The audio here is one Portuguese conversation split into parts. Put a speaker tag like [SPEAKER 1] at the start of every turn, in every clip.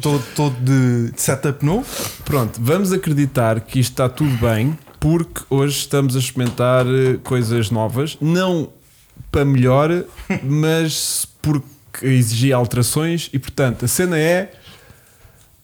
[SPEAKER 1] todo, todo de, de setup novo.
[SPEAKER 2] Pronto, vamos acreditar que isto está tudo bem, porque hoje estamos a experimentar eh, coisas novas, não para melhor, mas porque exigia alterações e portanto a cena é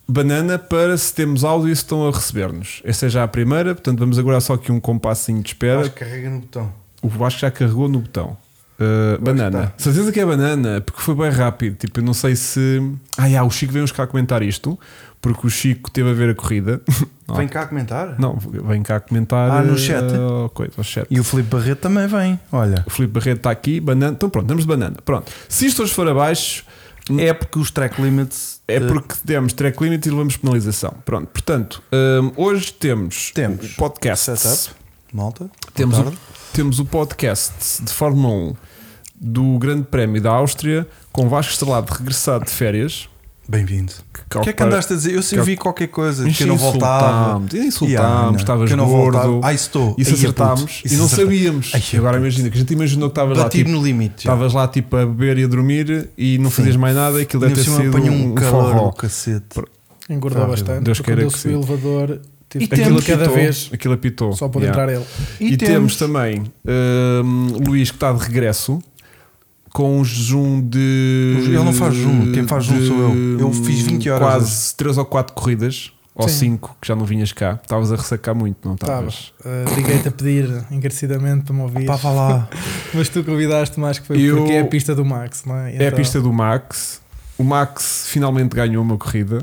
[SPEAKER 2] banana para se temos áudio e se estão a receber-nos. Essa é já a primeira, portanto vamos agora só aqui um compassinho de espera.
[SPEAKER 1] Mas carrega no botão.
[SPEAKER 2] O Vasco já carregou no botão. Uh,
[SPEAKER 1] tá.
[SPEAKER 2] banana. Certeza que é banana, porque foi bem rápido. Tipo, eu não sei se. Ah, yeah, o Chico veio-nos cá comentar isto, porque o Chico teve a ver a corrida. Não,
[SPEAKER 1] Vem cá comentar.
[SPEAKER 2] Ah. Não, vem cá comentar.
[SPEAKER 1] Ah, no
[SPEAKER 2] uh,
[SPEAKER 1] chat?
[SPEAKER 2] ao coisa, ao chat.
[SPEAKER 1] E o Filipe Barreto também vem. Olha,
[SPEAKER 2] O Filipe Barreto está aqui, banana. Então pronto, damos de banana. Pronto. Se isto hoje for abaixo,
[SPEAKER 1] é porque os track limits
[SPEAKER 2] é
[SPEAKER 1] eh,
[SPEAKER 2] porque demos track limit e levamos penalização. Pronto, portanto, hum, hoje temos,
[SPEAKER 1] Temos.
[SPEAKER 2] podcast
[SPEAKER 1] setup. Malta, boa
[SPEAKER 2] Temos um- o,
[SPEAKER 1] tarde.
[SPEAKER 2] temos o podcast de Fórmula 1 do Grande Prémio da Áustria com Vasco Estrelado regressado de férias.
[SPEAKER 1] bem-vindo. O que é que andaste a dizer? Eu sempre vi qualquer coisa que eu não voltava.
[SPEAKER 2] Insultámos, insultámos
[SPEAKER 1] Yeah,
[SPEAKER 2] estavas
[SPEAKER 1] que eu não
[SPEAKER 2] gordo.
[SPEAKER 1] voltava. Ah, isso estou.
[SPEAKER 2] Isso
[SPEAKER 1] Aí,
[SPEAKER 2] acertámos
[SPEAKER 1] puto, isso
[SPEAKER 2] e não
[SPEAKER 1] acertei.
[SPEAKER 2] sabíamos.
[SPEAKER 1] Aí,
[SPEAKER 2] E agora
[SPEAKER 1] puto.
[SPEAKER 2] imagina que a gente imaginou que estavas lá,
[SPEAKER 1] Bati
[SPEAKER 2] tipo,
[SPEAKER 1] no limite. já.
[SPEAKER 2] estavas lá tipo a beber e a dormir e não
[SPEAKER 1] Sim.
[SPEAKER 2] fazias mais nada. Aquilo
[SPEAKER 1] Ainda
[SPEAKER 2] deve
[SPEAKER 1] por
[SPEAKER 2] ter
[SPEAKER 1] cima
[SPEAKER 2] sido
[SPEAKER 1] apanhou
[SPEAKER 2] um,
[SPEAKER 1] um
[SPEAKER 2] um
[SPEAKER 1] calor
[SPEAKER 2] forró.
[SPEAKER 1] do cacete.
[SPEAKER 3] Engordou
[SPEAKER 1] Ah,
[SPEAKER 3] bastante.
[SPEAKER 2] Deus
[SPEAKER 3] porque
[SPEAKER 2] queira
[SPEAKER 3] quando eu
[SPEAKER 2] que
[SPEAKER 3] subi o
[SPEAKER 2] sim.
[SPEAKER 3] elevador, tive
[SPEAKER 1] E
[SPEAKER 3] que ir
[SPEAKER 1] temos-
[SPEAKER 3] de cada vez
[SPEAKER 2] Aquilo apitou.
[SPEAKER 3] só pode
[SPEAKER 2] Yeah.
[SPEAKER 3] entrar ele.
[SPEAKER 2] E, temos, também hum, Luís que está de regresso com um jejum de.
[SPEAKER 1] Ele não faz jejum, quem faz jejum
[SPEAKER 2] de
[SPEAKER 1] sou eu. Eu fiz 20 horas
[SPEAKER 2] Quase 3 ou 4 corridas, ou
[SPEAKER 3] Sim.
[SPEAKER 2] 5, que já não vinhas cá. Estavas a ressacar muito, não estavas?
[SPEAKER 3] Estavas. Ah, Liguei-te a pedir encarecidamente para me ouvir.
[SPEAKER 1] Pá, vá lá.
[SPEAKER 3] Mas tu convidaste mais que foi
[SPEAKER 2] Eu-
[SPEAKER 3] porque é a pista do Max, não é?
[SPEAKER 1] Então.
[SPEAKER 2] É a pista do Max. O Max finalmente ganhou uma corrida.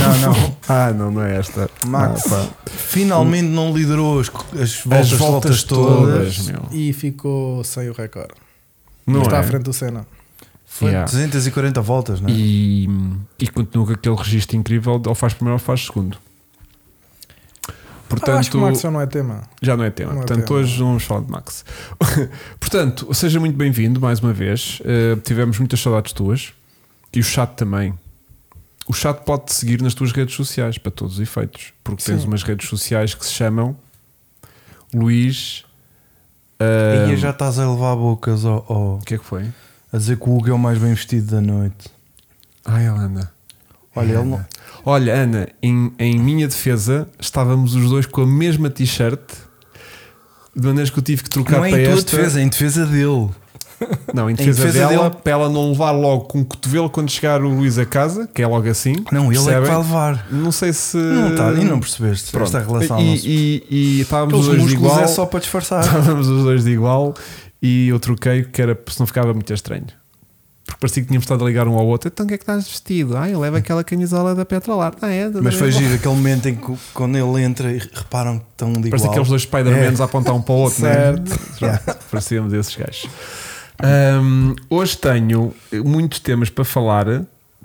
[SPEAKER 1] Não, não.
[SPEAKER 2] Ah, não, não é esta.
[SPEAKER 1] Max
[SPEAKER 2] Ah, pá.
[SPEAKER 1] finalmente não liderou as, as voltas,
[SPEAKER 2] As voltas
[SPEAKER 1] voltas
[SPEAKER 2] todas,
[SPEAKER 1] todas.
[SPEAKER 2] meu.
[SPEAKER 3] E ficou sem o recorde.
[SPEAKER 2] Não
[SPEAKER 3] Está
[SPEAKER 2] é?
[SPEAKER 3] à frente do Senna. Ah,
[SPEAKER 1] Foi
[SPEAKER 2] Yeah.
[SPEAKER 1] 240 voltas, não é?
[SPEAKER 2] E, e continua com aquele registro incrível de ou faz primeiro ou faz segundo.
[SPEAKER 3] Ah, acho que o
[SPEAKER 2] Portanto,
[SPEAKER 3] Max já não é tema.
[SPEAKER 2] Já não é tema.
[SPEAKER 3] Não é
[SPEAKER 2] Portanto,
[SPEAKER 3] tema.
[SPEAKER 2] hoje não vamos falar de Max. Portanto, seja muito bem-vindo mais uma vez. Eh, tivemos muitas saudades tuas e o chat também. O chat pode te seguir nas tuas redes sociais para todos os efeitos, porque tens
[SPEAKER 3] Sim.
[SPEAKER 2] umas redes sociais que se chamam Luís.
[SPEAKER 1] E
[SPEAKER 2] eh,
[SPEAKER 1] aí já estás a levar bocas ao- ao-
[SPEAKER 2] O que é que foi?
[SPEAKER 1] a dizer que o Hugo é o mais bem vestido da noite.
[SPEAKER 2] Ai, Ana.
[SPEAKER 1] Olha, ele não.
[SPEAKER 2] Olha, Ana, em, em minha defesa, estávamos os dois com a mesma t-shirt, de maneira que eu tive que trocar
[SPEAKER 1] Não é
[SPEAKER 2] para
[SPEAKER 1] em tua
[SPEAKER 2] esta.
[SPEAKER 1] defesa, é em defesa dele.
[SPEAKER 2] Não, em defesa,
[SPEAKER 1] defesa
[SPEAKER 2] dela,
[SPEAKER 1] dele-
[SPEAKER 2] para ela não levar logo com o cotovelo quando chegar o Luís a casa, que é logo assim.
[SPEAKER 1] Não, ele é que
[SPEAKER 2] percebem?
[SPEAKER 1] vai levar.
[SPEAKER 2] Não sei se.
[SPEAKER 1] Não está, e não percebeste
[SPEAKER 2] Pronto.
[SPEAKER 1] esta relação. não
[SPEAKER 2] E,
[SPEAKER 1] se-
[SPEAKER 2] e, e estávamos os
[SPEAKER 1] Aqueles
[SPEAKER 2] dois
[SPEAKER 1] músculos
[SPEAKER 2] de igual.
[SPEAKER 1] é só para disfarçar.
[SPEAKER 2] Estávamos os dois de igual e eu troquei, que era se não ficava muito estranho. Porque parecia que tínhamos estado a ligar um ao outro. Então o que é que estás vestido? Ah, eu levo aquela camisola da Petrolar. Ah, é? da-
[SPEAKER 1] Mas
[SPEAKER 2] da-
[SPEAKER 1] foi giro aquele momento em que quando ele entra e reparam que estão de
[SPEAKER 2] Parece
[SPEAKER 1] igual. É.
[SPEAKER 2] aqueles dois Spider-Mans a apontar um para o outro, né?
[SPEAKER 3] Certo.
[SPEAKER 2] Pronto, Parecíamos esses gajos. Ahm, hoje tenho muitos temas para falar,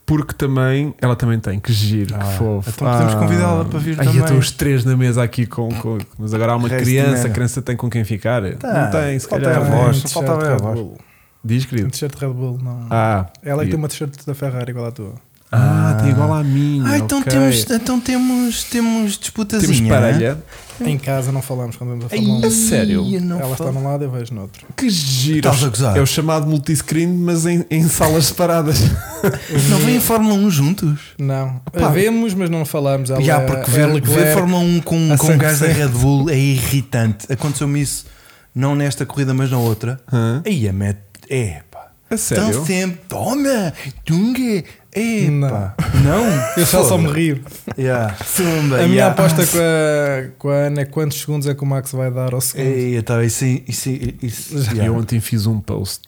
[SPEAKER 2] porque também ela também tem, que giro,
[SPEAKER 1] Ah,
[SPEAKER 2] que fofo.
[SPEAKER 1] então podemos convidá-la para vir
[SPEAKER 2] Ai,
[SPEAKER 1] também.
[SPEAKER 2] estão os três na mesa aqui com. com- mas agora há uma
[SPEAKER 1] Resto de Tá.
[SPEAKER 2] criança,
[SPEAKER 1] merda.
[SPEAKER 2] a criança tem com quem ficar. não tem, se
[SPEAKER 1] falta
[SPEAKER 2] calhar.
[SPEAKER 1] a voz,
[SPEAKER 3] Um
[SPEAKER 1] só faltava
[SPEAKER 3] t-shirt
[SPEAKER 1] a voz.
[SPEAKER 3] Red Bull.
[SPEAKER 2] Diz,
[SPEAKER 3] Um
[SPEAKER 2] querido.
[SPEAKER 3] t-shirt Red Bull, não.
[SPEAKER 2] Ah,
[SPEAKER 3] Ela é
[SPEAKER 2] e-
[SPEAKER 3] que tem uma t-shirt da Ferrari igual à tua.
[SPEAKER 2] ah, tem igual à minha.
[SPEAKER 1] Ah, então
[SPEAKER 2] ok.
[SPEAKER 1] temos, então temos, temos disputazinha.
[SPEAKER 2] Temos parelha.
[SPEAKER 3] Em casa não falamos quando vamos a
[SPEAKER 2] Ai,
[SPEAKER 3] Fórmula
[SPEAKER 2] a
[SPEAKER 3] 1.
[SPEAKER 2] sério.
[SPEAKER 1] Ih, não
[SPEAKER 3] Ela está
[SPEAKER 1] falo.
[SPEAKER 3] num lado, eu vejo no outro.
[SPEAKER 2] Que giro.
[SPEAKER 1] Estás a gozar?
[SPEAKER 2] É o chamado multiscreen, mas em, em salas separadas.
[SPEAKER 1] Não vêm em Fórmula 1 juntos?
[SPEAKER 3] Não.
[SPEAKER 2] Pá.
[SPEAKER 3] Vemos, mas não falamos. Ela,
[SPEAKER 1] Já, porque
[SPEAKER 3] é
[SPEAKER 1] ver,
[SPEAKER 3] Leclerc.
[SPEAKER 1] ver Fórmula 1 com,
[SPEAKER 3] a
[SPEAKER 1] com um gajo da
[SPEAKER 3] 100%.
[SPEAKER 1] Red Bull é irritante. Aconteceu-me isso, não nesta corrida, mas na outra.
[SPEAKER 2] Hã?
[SPEAKER 1] Aí a mete. É, pá.
[SPEAKER 2] A sério?
[SPEAKER 1] Estão sempre. Toma! Tunga! É,
[SPEAKER 3] Não.
[SPEAKER 1] pá. Não?
[SPEAKER 3] Eu só, só me
[SPEAKER 1] Foda.
[SPEAKER 3] rio.
[SPEAKER 1] Yeah. Tumba,
[SPEAKER 3] A minha
[SPEAKER 1] yeah.
[SPEAKER 3] aposta com a, com a Ana é quantos segundos é que o Max vai dar ao segundo.
[SPEAKER 1] Ei, tá, isso, isso, isso,
[SPEAKER 2] E
[SPEAKER 1] yeah.
[SPEAKER 2] Eu ontem fiz um post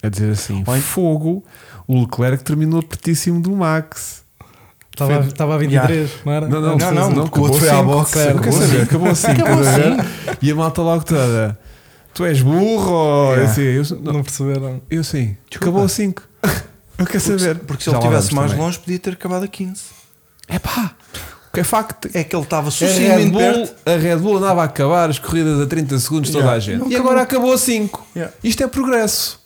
[SPEAKER 2] a dizer assim:
[SPEAKER 1] Oi?
[SPEAKER 2] fogo, o Leclerc terminou pertíssimo do Max.
[SPEAKER 3] Estava a- estava a 23, não era?
[SPEAKER 2] Não, não,
[SPEAKER 1] Não, não, porque o
[SPEAKER 2] acabou
[SPEAKER 1] outro foi à
[SPEAKER 2] assim,
[SPEAKER 1] boxe.
[SPEAKER 2] sério,
[SPEAKER 1] Acabou
[SPEAKER 2] quer saber,
[SPEAKER 1] assim.
[SPEAKER 2] acabou assim, estás a ver? E a malta logo toda: tu és burro? ou
[SPEAKER 1] Yeah.
[SPEAKER 2] assim, eu, não,
[SPEAKER 3] Não perceberam.
[SPEAKER 2] eu sim,
[SPEAKER 1] Desculpa.
[SPEAKER 2] acabou a 5. Eu quero saber.
[SPEAKER 1] Porque se ele estivesse mais longe, podia ter acabado a 15.
[SPEAKER 2] é pá, o que é facto.
[SPEAKER 1] É que ele estava
[SPEAKER 2] A Red,
[SPEAKER 1] suficientemente
[SPEAKER 2] Bull,
[SPEAKER 1] perto.
[SPEAKER 2] a Red Bull andava a acabar as corridas a 30 segundos toda
[SPEAKER 1] Yeah.
[SPEAKER 2] a gente.
[SPEAKER 1] Não
[SPEAKER 2] e agora acabou a 5.
[SPEAKER 1] Yeah.
[SPEAKER 2] Isto é progresso.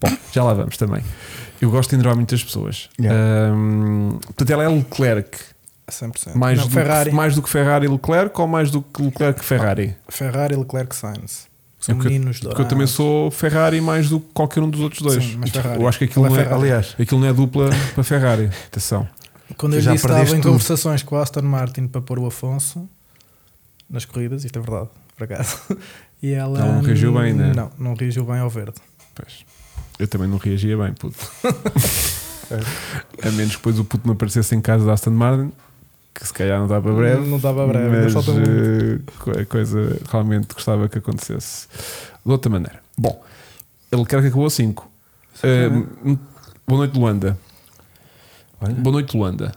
[SPEAKER 2] Bom, já lá vamos também. Eu gosto de enrolar muitas pessoas. Hum, portanto, ela é Leclerc.
[SPEAKER 3] 100%.
[SPEAKER 2] Mais,
[SPEAKER 3] não,
[SPEAKER 2] do
[SPEAKER 3] Ferrari.
[SPEAKER 2] Que, mais do que Ferrari e Leclerc ou mais do que Leclerc e Ferrari?
[SPEAKER 3] Ferrari, Leclerc, Sainz. São
[SPEAKER 2] É porque-
[SPEAKER 3] meninos
[SPEAKER 2] Porque eu também sou Ferrari mais do que qualquer um dos outros dois.
[SPEAKER 3] Sim, mas Ferrari.
[SPEAKER 2] Eu acho que aquilo
[SPEAKER 3] Ela é
[SPEAKER 2] não é,
[SPEAKER 3] Ferrari.
[SPEAKER 2] aliás, aquilo não é dupla para Ferrari. Atenção.
[SPEAKER 3] Quando eu
[SPEAKER 1] Já
[SPEAKER 3] disse que estava
[SPEAKER 1] perdeste
[SPEAKER 3] em
[SPEAKER 1] tudo.
[SPEAKER 3] conversações com o Aston Martin para pôr o Afonso nas corridas, isto é verdade, por acaso. E ela
[SPEAKER 2] Ela não reagiu bem, né?
[SPEAKER 3] Não, não reagiu bem ao verde.
[SPEAKER 2] Pois. Eu também não reagia bem, puto. a menos que depois o puto me aparecesse em casa da Aston Martin, que se calhar não dava breve.
[SPEAKER 3] Não dava breve, ainda
[SPEAKER 2] mas
[SPEAKER 3] falta um muito.
[SPEAKER 2] eh, co- a coisa realmente gostava que acontecesse de outra maneira. Bom, ele quer que acabou a 5. boa noite, Luanda. Boa noite, Luanda.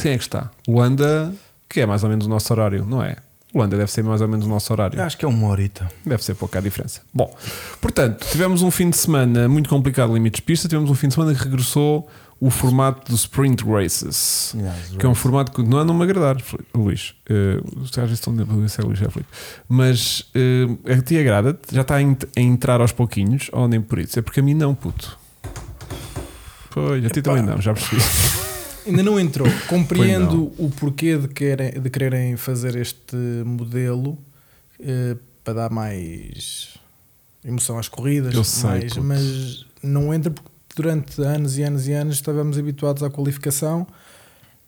[SPEAKER 2] Quem é que está? Luanda, que é mais ou menos o nosso horário, não é? Luanda deve ser mais ou menos o nosso horário.
[SPEAKER 1] Acho que é uma horita.
[SPEAKER 2] Deve ser pouca a diferença. Bom, portanto, tivemos um fim de semana muito complicado, limites de pista. Tivemos um fim de semana que regressou o formato do Sprint Races, que é um formato que não anda a me agradar, Fili- Luís. Eh, Os uh, estão de se é Luís, é Filipe. Mas eh, a ti agrada-te? Já está a, ent- a entrar aos pouquinhos? Ou nem por isso? É porque a mim não, puto. Pois, a ti
[SPEAKER 3] Epá.
[SPEAKER 2] também não, já percebi.
[SPEAKER 3] Ainda não entrou. Compreendo o porquê de querem, de quererem fazer este modelo eh, para dar mais emoção às corridas,
[SPEAKER 2] Eu sei,
[SPEAKER 3] mais-
[SPEAKER 2] puto.
[SPEAKER 3] mas não entra porque durante anos e anos e anos estávamos habituados à qualificação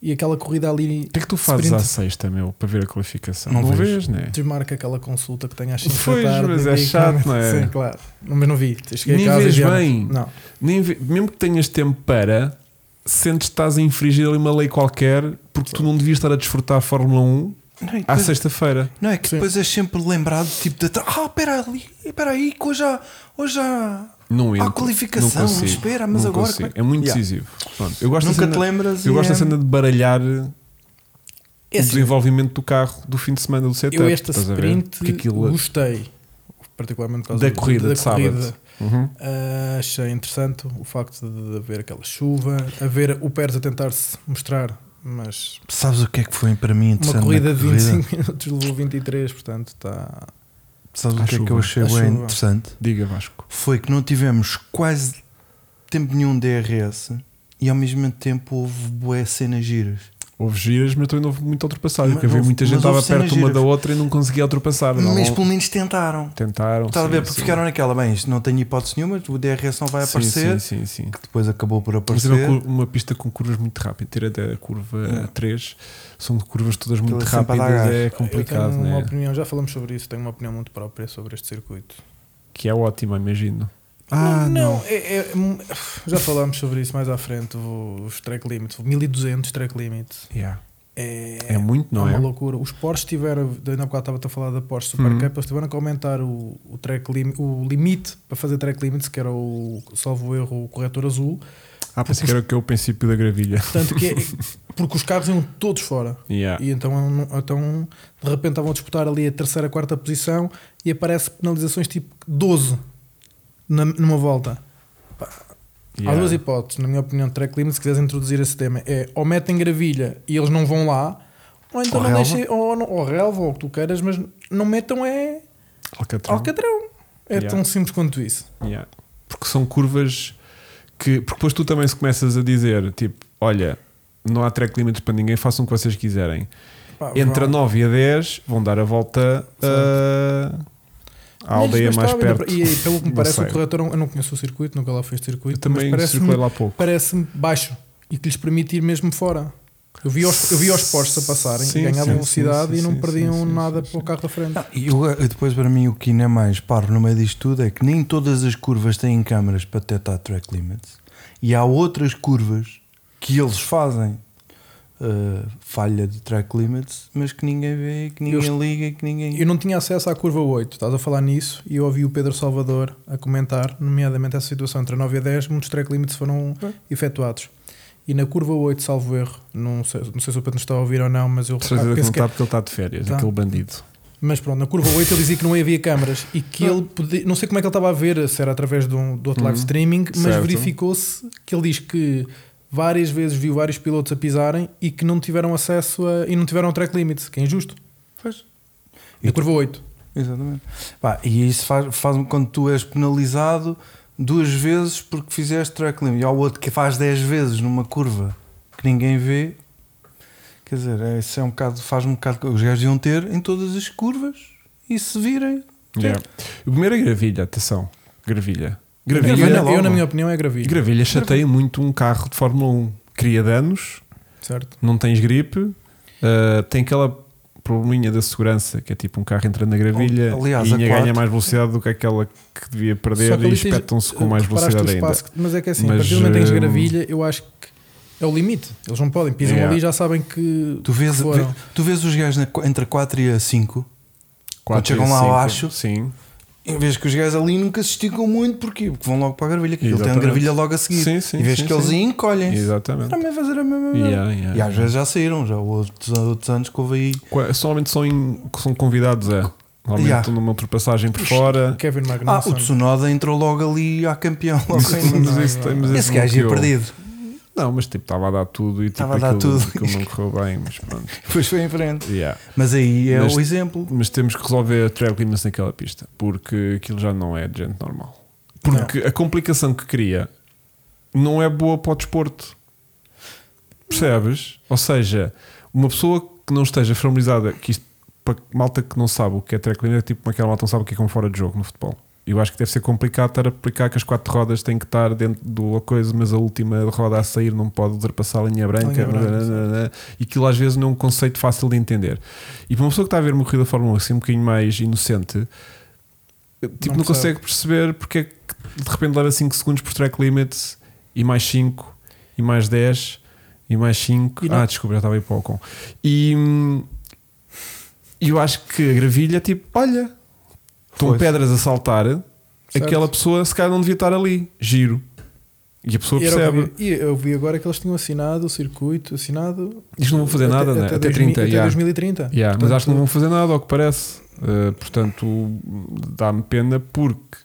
[SPEAKER 3] e aquela corrida ali
[SPEAKER 2] O que é que tu fazes
[SPEAKER 3] Sprint.
[SPEAKER 2] à sexta, meu, para ver a qualificação?
[SPEAKER 1] Não vejo.
[SPEAKER 2] vês, né?
[SPEAKER 3] desmarca aquela consulta que tenho às 5
[SPEAKER 2] Pois,
[SPEAKER 3] da tarde.
[SPEAKER 2] mas
[SPEAKER 3] e
[SPEAKER 2] é
[SPEAKER 3] digo,
[SPEAKER 2] chato, não é?
[SPEAKER 3] Sim, claro. Mas não vi. Cheguei
[SPEAKER 2] Nem
[SPEAKER 3] a casa e
[SPEAKER 2] vês
[SPEAKER 3] vi,
[SPEAKER 2] bem.
[SPEAKER 3] Não.
[SPEAKER 2] nem ve- mesmo que tenhas tempo para, sentes que estás a infringir ali uma lei qualquer porque tu não devias estar a desfrutar a Fórmula 1
[SPEAKER 1] Não, e
[SPEAKER 2] à
[SPEAKER 1] depois-
[SPEAKER 2] sexta-feira.
[SPEAKER 1] não, é que
[SPEAKER 3] Sim.
[SPEAKER 1] depois és sempre lembrado, tipo, de tra- ah, espera ali, espera aí, que hoje há, hoje há,
[SPEAKER 2] Não
[SPEAKER 1] há
[SPEAKER 2] entro.
[SPEAKER 1] qualificação,
[SPEAKER 2] não consigo,
[SPEAKER 1] espera, mas
[SPEAKER 2] não
[SPEAKER 1] agora.
[SPEAKER 2] consigo.
[SPEAKER 1] como
[SPEAKER 2] É muito
[SPEAKER 1] Yeah.
[SPEAKER 2] decisivo. Pronto, eu gosto
[SPEAKER 1] Nunca
[SPEAKER 2] da cena,
[SPEAKER 1] te lembras
[SPEAKER 2] Eu
[SPEAKER 1] e
[SPEAKER 2] gosto
[SPEAKER 1] é-
[SPEAKER 2] da cena de baralhar
[SPEAKER 3] É
[SPEAKER 2] o
[SPEAKER 3] assim,
[SPEAKER 2] desenvolvimento do carro do fim de semana do setup.
[SPEAKER 3] eu esta
[SPEAKER 2] estás a ver?
[SPEAKER 3] sprint
[SPEAKER 2] Porque aquilo- é-
[SPEAKER 3] gostei. Particularmente por causa
[SPEAKER 2] da
[SPEAKER 3] do-
[SPEAKER 2] corrida
[SPEAKER 3] é da
[SPEAKER 2] de sábado.
[SPEAKER 3] corrida.
[SPEAKER 2] Uhum.
[SPEAKER 3] Ah, achei interessante o facto de haver aquela chuva, haver o Pérez a tentar-se mostrar, mas
[SPEAKER 1] Sabes o que é que foi para mim interessante? né?
[SPEAKER 3] uma
[SPEAKER 1] na
[SPEAKER 3] corrida de 25 minutos levou 23, portanto tá. está.
[SPEAKER 1] Sabes o
[SPEAKER 2] A
[SPEAKER 1] que é que eu
[SPEAKER 2] chuva.
[SPEAKER 1] achei
[SPEAKER 3] A
[SPEAKER 1] bem
[SPEAKER 3] chuva.
[SPEAKER 1] interessante?
[SPEAKER 2] Diga Vasco.
[SPEAKER 1] Foi que não tivemos quase tempo nenhum de DRS e ao mesmo tempo houve boé cenas giras.
[SPEAKER 2] Houve giras, mas também não houve muita ultrapassagem.
[SPEAKER 1] Mas
[SPEAKER 2] Porque havia
[SPEAKER 1] houve-
[SPEAKER 2] muita
[SPEAKER 1] mas
[SPEAKER 2] gente que estava
[SPEAKER 1] houve cenas
[SPEAKER 2] perto uma da
[SPEAKER 1] giras.
[SPEAKER 2] outra e não conseguia ultrapassar. Não,
[SPEAKER 1] Mas pelo menos tentaram.
[SPEAKER 2] tentaram.
[SPEAKER 1] Estás a
[SPEAKER 2] sim,
[SPEAKER 1] ver? Porque
[SPEAKER 2] sim.
[SPEAKER 1] ficaram naquela, bem, isto não tenho hipótese nenhuma, o DRS não vai
[SPEAKER 2] Sim,
[SPEAKER 1] aparecer,
[SPEAKER 2] Sim, sim, sim.
[SPEAKER 1] que depois acabou por
[SPEAKER 2] Mas
[SPEAKER 1] aparecer.
[SPEAKER 2] é uma, cur- uma pista com curvas muito rápidas, tira até a curva
[SPEAKER 1] Não.
[SPEAKER 2] 3, são curvas todas muito
[SPEAKER 1] Aquilo é sempre a dar
[SPEAKER 2] rápidas,
[SPEAKER 1] gás.
[SPEAKER 2] é
[SPEAKER 3] eu
[SPEAKER 2] complicado,
[SPEAKER 3] tenho uma
[SPEAKER 2] né?
[SPEAKER 3] opinião, já falamos sobre isso, tenho uma opinião muito própria sobre este circuito.
[SPEAKER 2] que é ótimo, imagino.
[SPEAKER 1] Ah, não.
[SPEAKER 3] não, não, é- é- hum, já falámos sobre isso mais à frente. o- Os track limits, o 1200 track limit é,
[SPEAKER 2] É muito, não
[SPEAKER 3] uma
[SPEAKER 2] é?
[SPEAKER 3] loucura. Os Porsche tiveram, ainda há bocado estava a falar da Porsche Supercup,
[SPEAKER 2] Uhum.
[SPEAKER 3] eles tiveram que aumentar o, o, track lim, o limite para fazer track limits, que era o, salvo erro, o corretor azul.
[SPEAKER 2] Ah, pensei que era o que é o princípio da gravilha.
[SPEAKER 3] Tanto que é, porque os carros iam todos fora.
[SPEAKER 2] Yeah.
[SPEAKER 3] E então, então de repente estavam a disputar ali a terceira, quarta posição e aparece penalizações tipo 12 na- numa volta. Há
[SPEAKER 2] Yeah.
[SPEAKER 3] duas hipóteses, na minha opinião, de track limit, se quiseres introduzir esse tema, é ou metem gravilha e eles não vão lá, ou então
[SPEAKER 1] Ou
[SPEAKER 3] não
[SPEAKER 1] relva.
[SPEAKER 3] deixem, ou, não- ou relva, ou o que tu queiras, mas não metam é
[SPEAKER 2] Alcatrão.
[SPEAKER 3] alcatrão. É
[SPEAKER 2] Uhum. Yeah.
[SPEAKER 3] tão simples quanto isso.
[SPEAKER 2] Yeah. Porque são curvas que. Porque depois tu também se começas a dizer, tipo, olha, não há track limits para ninguém, façam o que vocês quiserem.
[SPEAKER 3] Pá,
[SPEAKER 2] Entre a
[SPEAKER 3] vão-
[SPEAKER 2] 9 e a 10 vão dar a volta ah, à
[SPEAKER 3] Mas-
[SPEAKER 2] aldeia
[SPEAKER 3] mas
[SPEAKER 2] mais
[SPEAKER 3] estava ainda
[SPEAKER 2] perto.
[SPEAKER 3] pra- E pelo que me
[SPEAKER 2] Não
[SPEAKER 3] parece,
[SPEAKER 2] sei.
[SPEAKER 3] o corretor, eu não conheço o circuito, nunca lá fui este circuito,
[SPEAKER 2] Eu também
[SPEAKER 3] mas parece-me
[SPEAKER 2] circulei lá há pouco.
[SPEAKER 3] parece-me baixo e que lhes permite ir mesmo fora. Eu vi os, eu vi os Porsche a passarem
[SPEAKER 2] Sim,
[SPEAKER 3] e ganhavam
[SPEAKER 2] sim,
[SPEAKER 3] velocidade
[SPEAKER 2] sim,
[SPEAKER 3] e
[SPEAKER 2] sim,
[SPEAKER 3] não
[SPEAKER 2] sim,
[SPEAKER 3] perdiam
[SPEAKER 2] sim, sim,
[SPEAKER 3] nada
[SPEAKER 2] sim,
[SPEAKER 3] para o carro da frente.
[SPEAKER 1] Não, e eu- eu depois para mim o que ainda é mais parvo no meio disto tudo é que nem todas as curvas têm câmaras para detectar track limits e há outras curvas que eles fazem uh, falha de track limits, mas que ninguém vê, que ninguém liga, que ninguém.
[SPEAKER 3] Eu não tinha acesso à curva 8, estás a falar nisso, e eu ouvi o Pedro Salvador a comentar, nomeadamente essa situação entre a 9 e a 10, muitos track limits foram efetuados. E na curva 8, salvo erro, não sei, não sei se o Pedro nos está a ouvir ou não, mas eu
[SPEAKER 2] De certeza que não
[SPEAKER 3] penso Ah, que
[SPEAKER 2] está porque ele está de férias,
[SPEAKER 3] Tá.
[SPEAKER 2] aquele bandido.
[SPEAKER 3] Mas pronto, na curva 8 ele dizia que não havia câmaras e que ele podia, não sei como é que ele estava a ver, se era através de um, do outro live
[SPEAKER 2] Uhum.
[SPEAKER 3] streaming, mas
[SPEAKER 2] Certo.
[SPEAKER 3] verificou-se que ele diz que várias vezes viu vários pilotos a pisarem e que não tiveram acesso a, e não tiveram track limits, que é injusto.
[SPEAKER 1] Pois.
[SPEAKER 3] Na curva 8.
[SPEAKER 1] Exatamente. Pá, e isso faz, faz quando tu és penalizado duas vezes porque fizeste track limit e há outro que faz 10 vezes numa curva que ninguém vê. Quer dizer, é, isso é um bocado, faz um bocado que os gajos iam ter em todas as curvas e se virem,
[SPEAKER 2] Yeah. O primeiro é gravilha, atenção. Gravilha.
[SPEAKER 3] Eu,
[SPEAKER 2] Gravilha.
[SPEAKER 1] Gravilha.
[SPEAKER 3] na- eu, na minha opinião, é gravilha.
[SPEAKER 2] Gravilha chateia muito um carro de Fórmula 1. Cria danos,
[SPEAKER 3] certo?
[SPEAKER 2] não tens gripe, ah, tem aquela probleminha da segurança que é tipo um carro entrando na gravilha
[SPEAKER 1] Aliás,
[SPEAKER 2] e
[SPEAKER 1] a
[SPEAKER 2] ganha
[SPEAKER 1] quatro-
[SPEAKER 2] mais velocidade do que aquela que devia perder
[SPEAKER 3] ali
[SPEAKER 2] e
[SPEAKER 3] tens- eh,
[SPEAKER 2] espetam-se com mais
[SPEAKER 3] Reparaste
[SPEAKER 2] velocidade
[SPEAKER 3] o
[SPEAKER 2] ainda.
[SPEAKER 3] espaço que- mas é que é assim,
[SPEAKER 2] Mas,
[SPEAKER 3] a partir do momento em que tens
[SPEAKER 2] hum,
[SPEAKER 3] gravilha, eu acho que é o limite. Eles não podem, pisam
[SPEAKER 2] Yeah.
[SPEAKER 3] ali e já sabem que.
[SPEAKER 1] Tu vês,
[SPEAKER 3] Foram.
[SPEAKER 1] vê- tu vês os gajos na- entre a 4 e a 5,
[SPEAKER 2] Quatro
[SPEAKER 1] chegam
[SPEAKER 2] e
[SPEAKER 1] lá
[SPEAKER 2] cinco.
[SPEAKER 1] abaixo.
[SPEAKER 2] Sim.
[SPEAKER 1] em vez que os gajos ali nunca se esticam muito, porquê? Porque vão logo para a gravilha, que ele tem a
[SPEAKER 2] Exatamente.
[SPEAKER 1] gravilha logo a seguir.
[SPEAKER 2] Sim, sim,
[SPEAKER 1] e vês
[SPEAKER 2] sim,
[SPEAKER 1] que eles
[SPEAKER 2] sim.
[SPEAKER 1] encolhem-se.
[SPEAKER 2] Exatamente.
[SPEAKER 1] Também fazer a mesma merda.
[SPEAKER 2] Yeah, yeah.
[SPEAKER 1] E às vezes já saíram, já houve outros, outros anos que houve aí.
[SPEAKER 2] Qua- Somente são, em- que são convidados a. Normalmente
[SPEAKER 1] Yeah.
[SPEAKER 2] estão numa ultrapassagem por fora.
[SPEAKER 3] Kevin
[SPEAKER 1] Ah,
[SPEAKER 3] Magnussen.
[SPEAKER 1] o Tsunoda entrou logo ali à campeão. logo
[SPEAKER 2] Isso-
[SPEAKER 1] em-
[SPEAKER 2] mas isso-
[SPEAKER 3] não,
[SPEAKER 2] mas isso
[SPEAKER 1] é Esse
[SPEAKER 2] não
[SPEAKER 1] gajo ia
[SPEAKER 2] correu.
[SPEAKER 1] perdido.
[SPEAKER 2] Não, mas tipo, estava a dar tudo e tipo,
[SPEAKER 1] Estava a dar
[SPEAKER 2] aquilo,
[SPEAKER 1] tudo.
[SPEAKER 2] aquilo não correu bem, mas pronto.
[SPEAKER 1] Depois foi em frente.
[SPEAKER 2] Yeah.
[SPEAKER 1] Mas aí é
[SPEAKER 2] Mas-
[SPEAKER 1] o exemplo.
[SPEAKER 2] Mas temos que resolver a track limits naquela pista, porque aquilo já não é de gente normal. Porque a complicação que cria não é boa para o desporto. Percebes? Ou seja, uma pessoa que não esteja familiarizada, que isto, para malta que não sabe o que é track limit, é tipo como aquela malta que não sabe o que é como fora de jogo no futebol. Eu acho que deve ser complicado estar a aplicar que as quatro rodas têm que estar dentro do coisa, mas a última roda a sair não pode ultrapassar a linha branca.
[SPEAKER 3] Linha branca,
[SPEAKER 2] nananana. e aquilo às vezes não é um conceito fácil de entender. E para uma pessoa que está a ver uma corrida de Fórmula 1 assim um bocadinho mais inocente, tipo, não,
[SPEAKER 3] Não percebe.
[SPEAKER 2] consegue perceber porque é que de repente leva 5 segundos por track limit e mais 5 e mais 10 e mais 5.
[SPEAKER 3] E não-
[SPEAKER 2] Ah, desculpa, já estava aí para o Ocon. E hum, eu acho que a gravilha, é tipo, olha, estão
[SPEAKER 1] Foi.
[SPEAKER 2] pedras a saltar,
[SPEAKER 3] Certo.
[SPEAKER 2] aquela pessoa se calhar não devia estar ali, giro. E a pessoa
[SPEAKER 3] E era o que eu
[SPEAKER 2] percebe,
[SPEAKER 3] vi- E eu vi agora que eles tinham assinado o circuito, assinado.
[SPEAKER 2] diz que não vão fazer nada, né? até
[SPEAKER 3] 2000
[SPEAKER 2] 30,
[SPEAKER 3] até
[SPEAKER 2] já.
[SPEAKER 3] 2030.
[SPEAKER 2] Yeah, mas
[SPEAKER 3] Portanto,
[SPEAKER 2] acho que não vão fazer nada, ao que parece. Uh, portanto, dá-me pena porque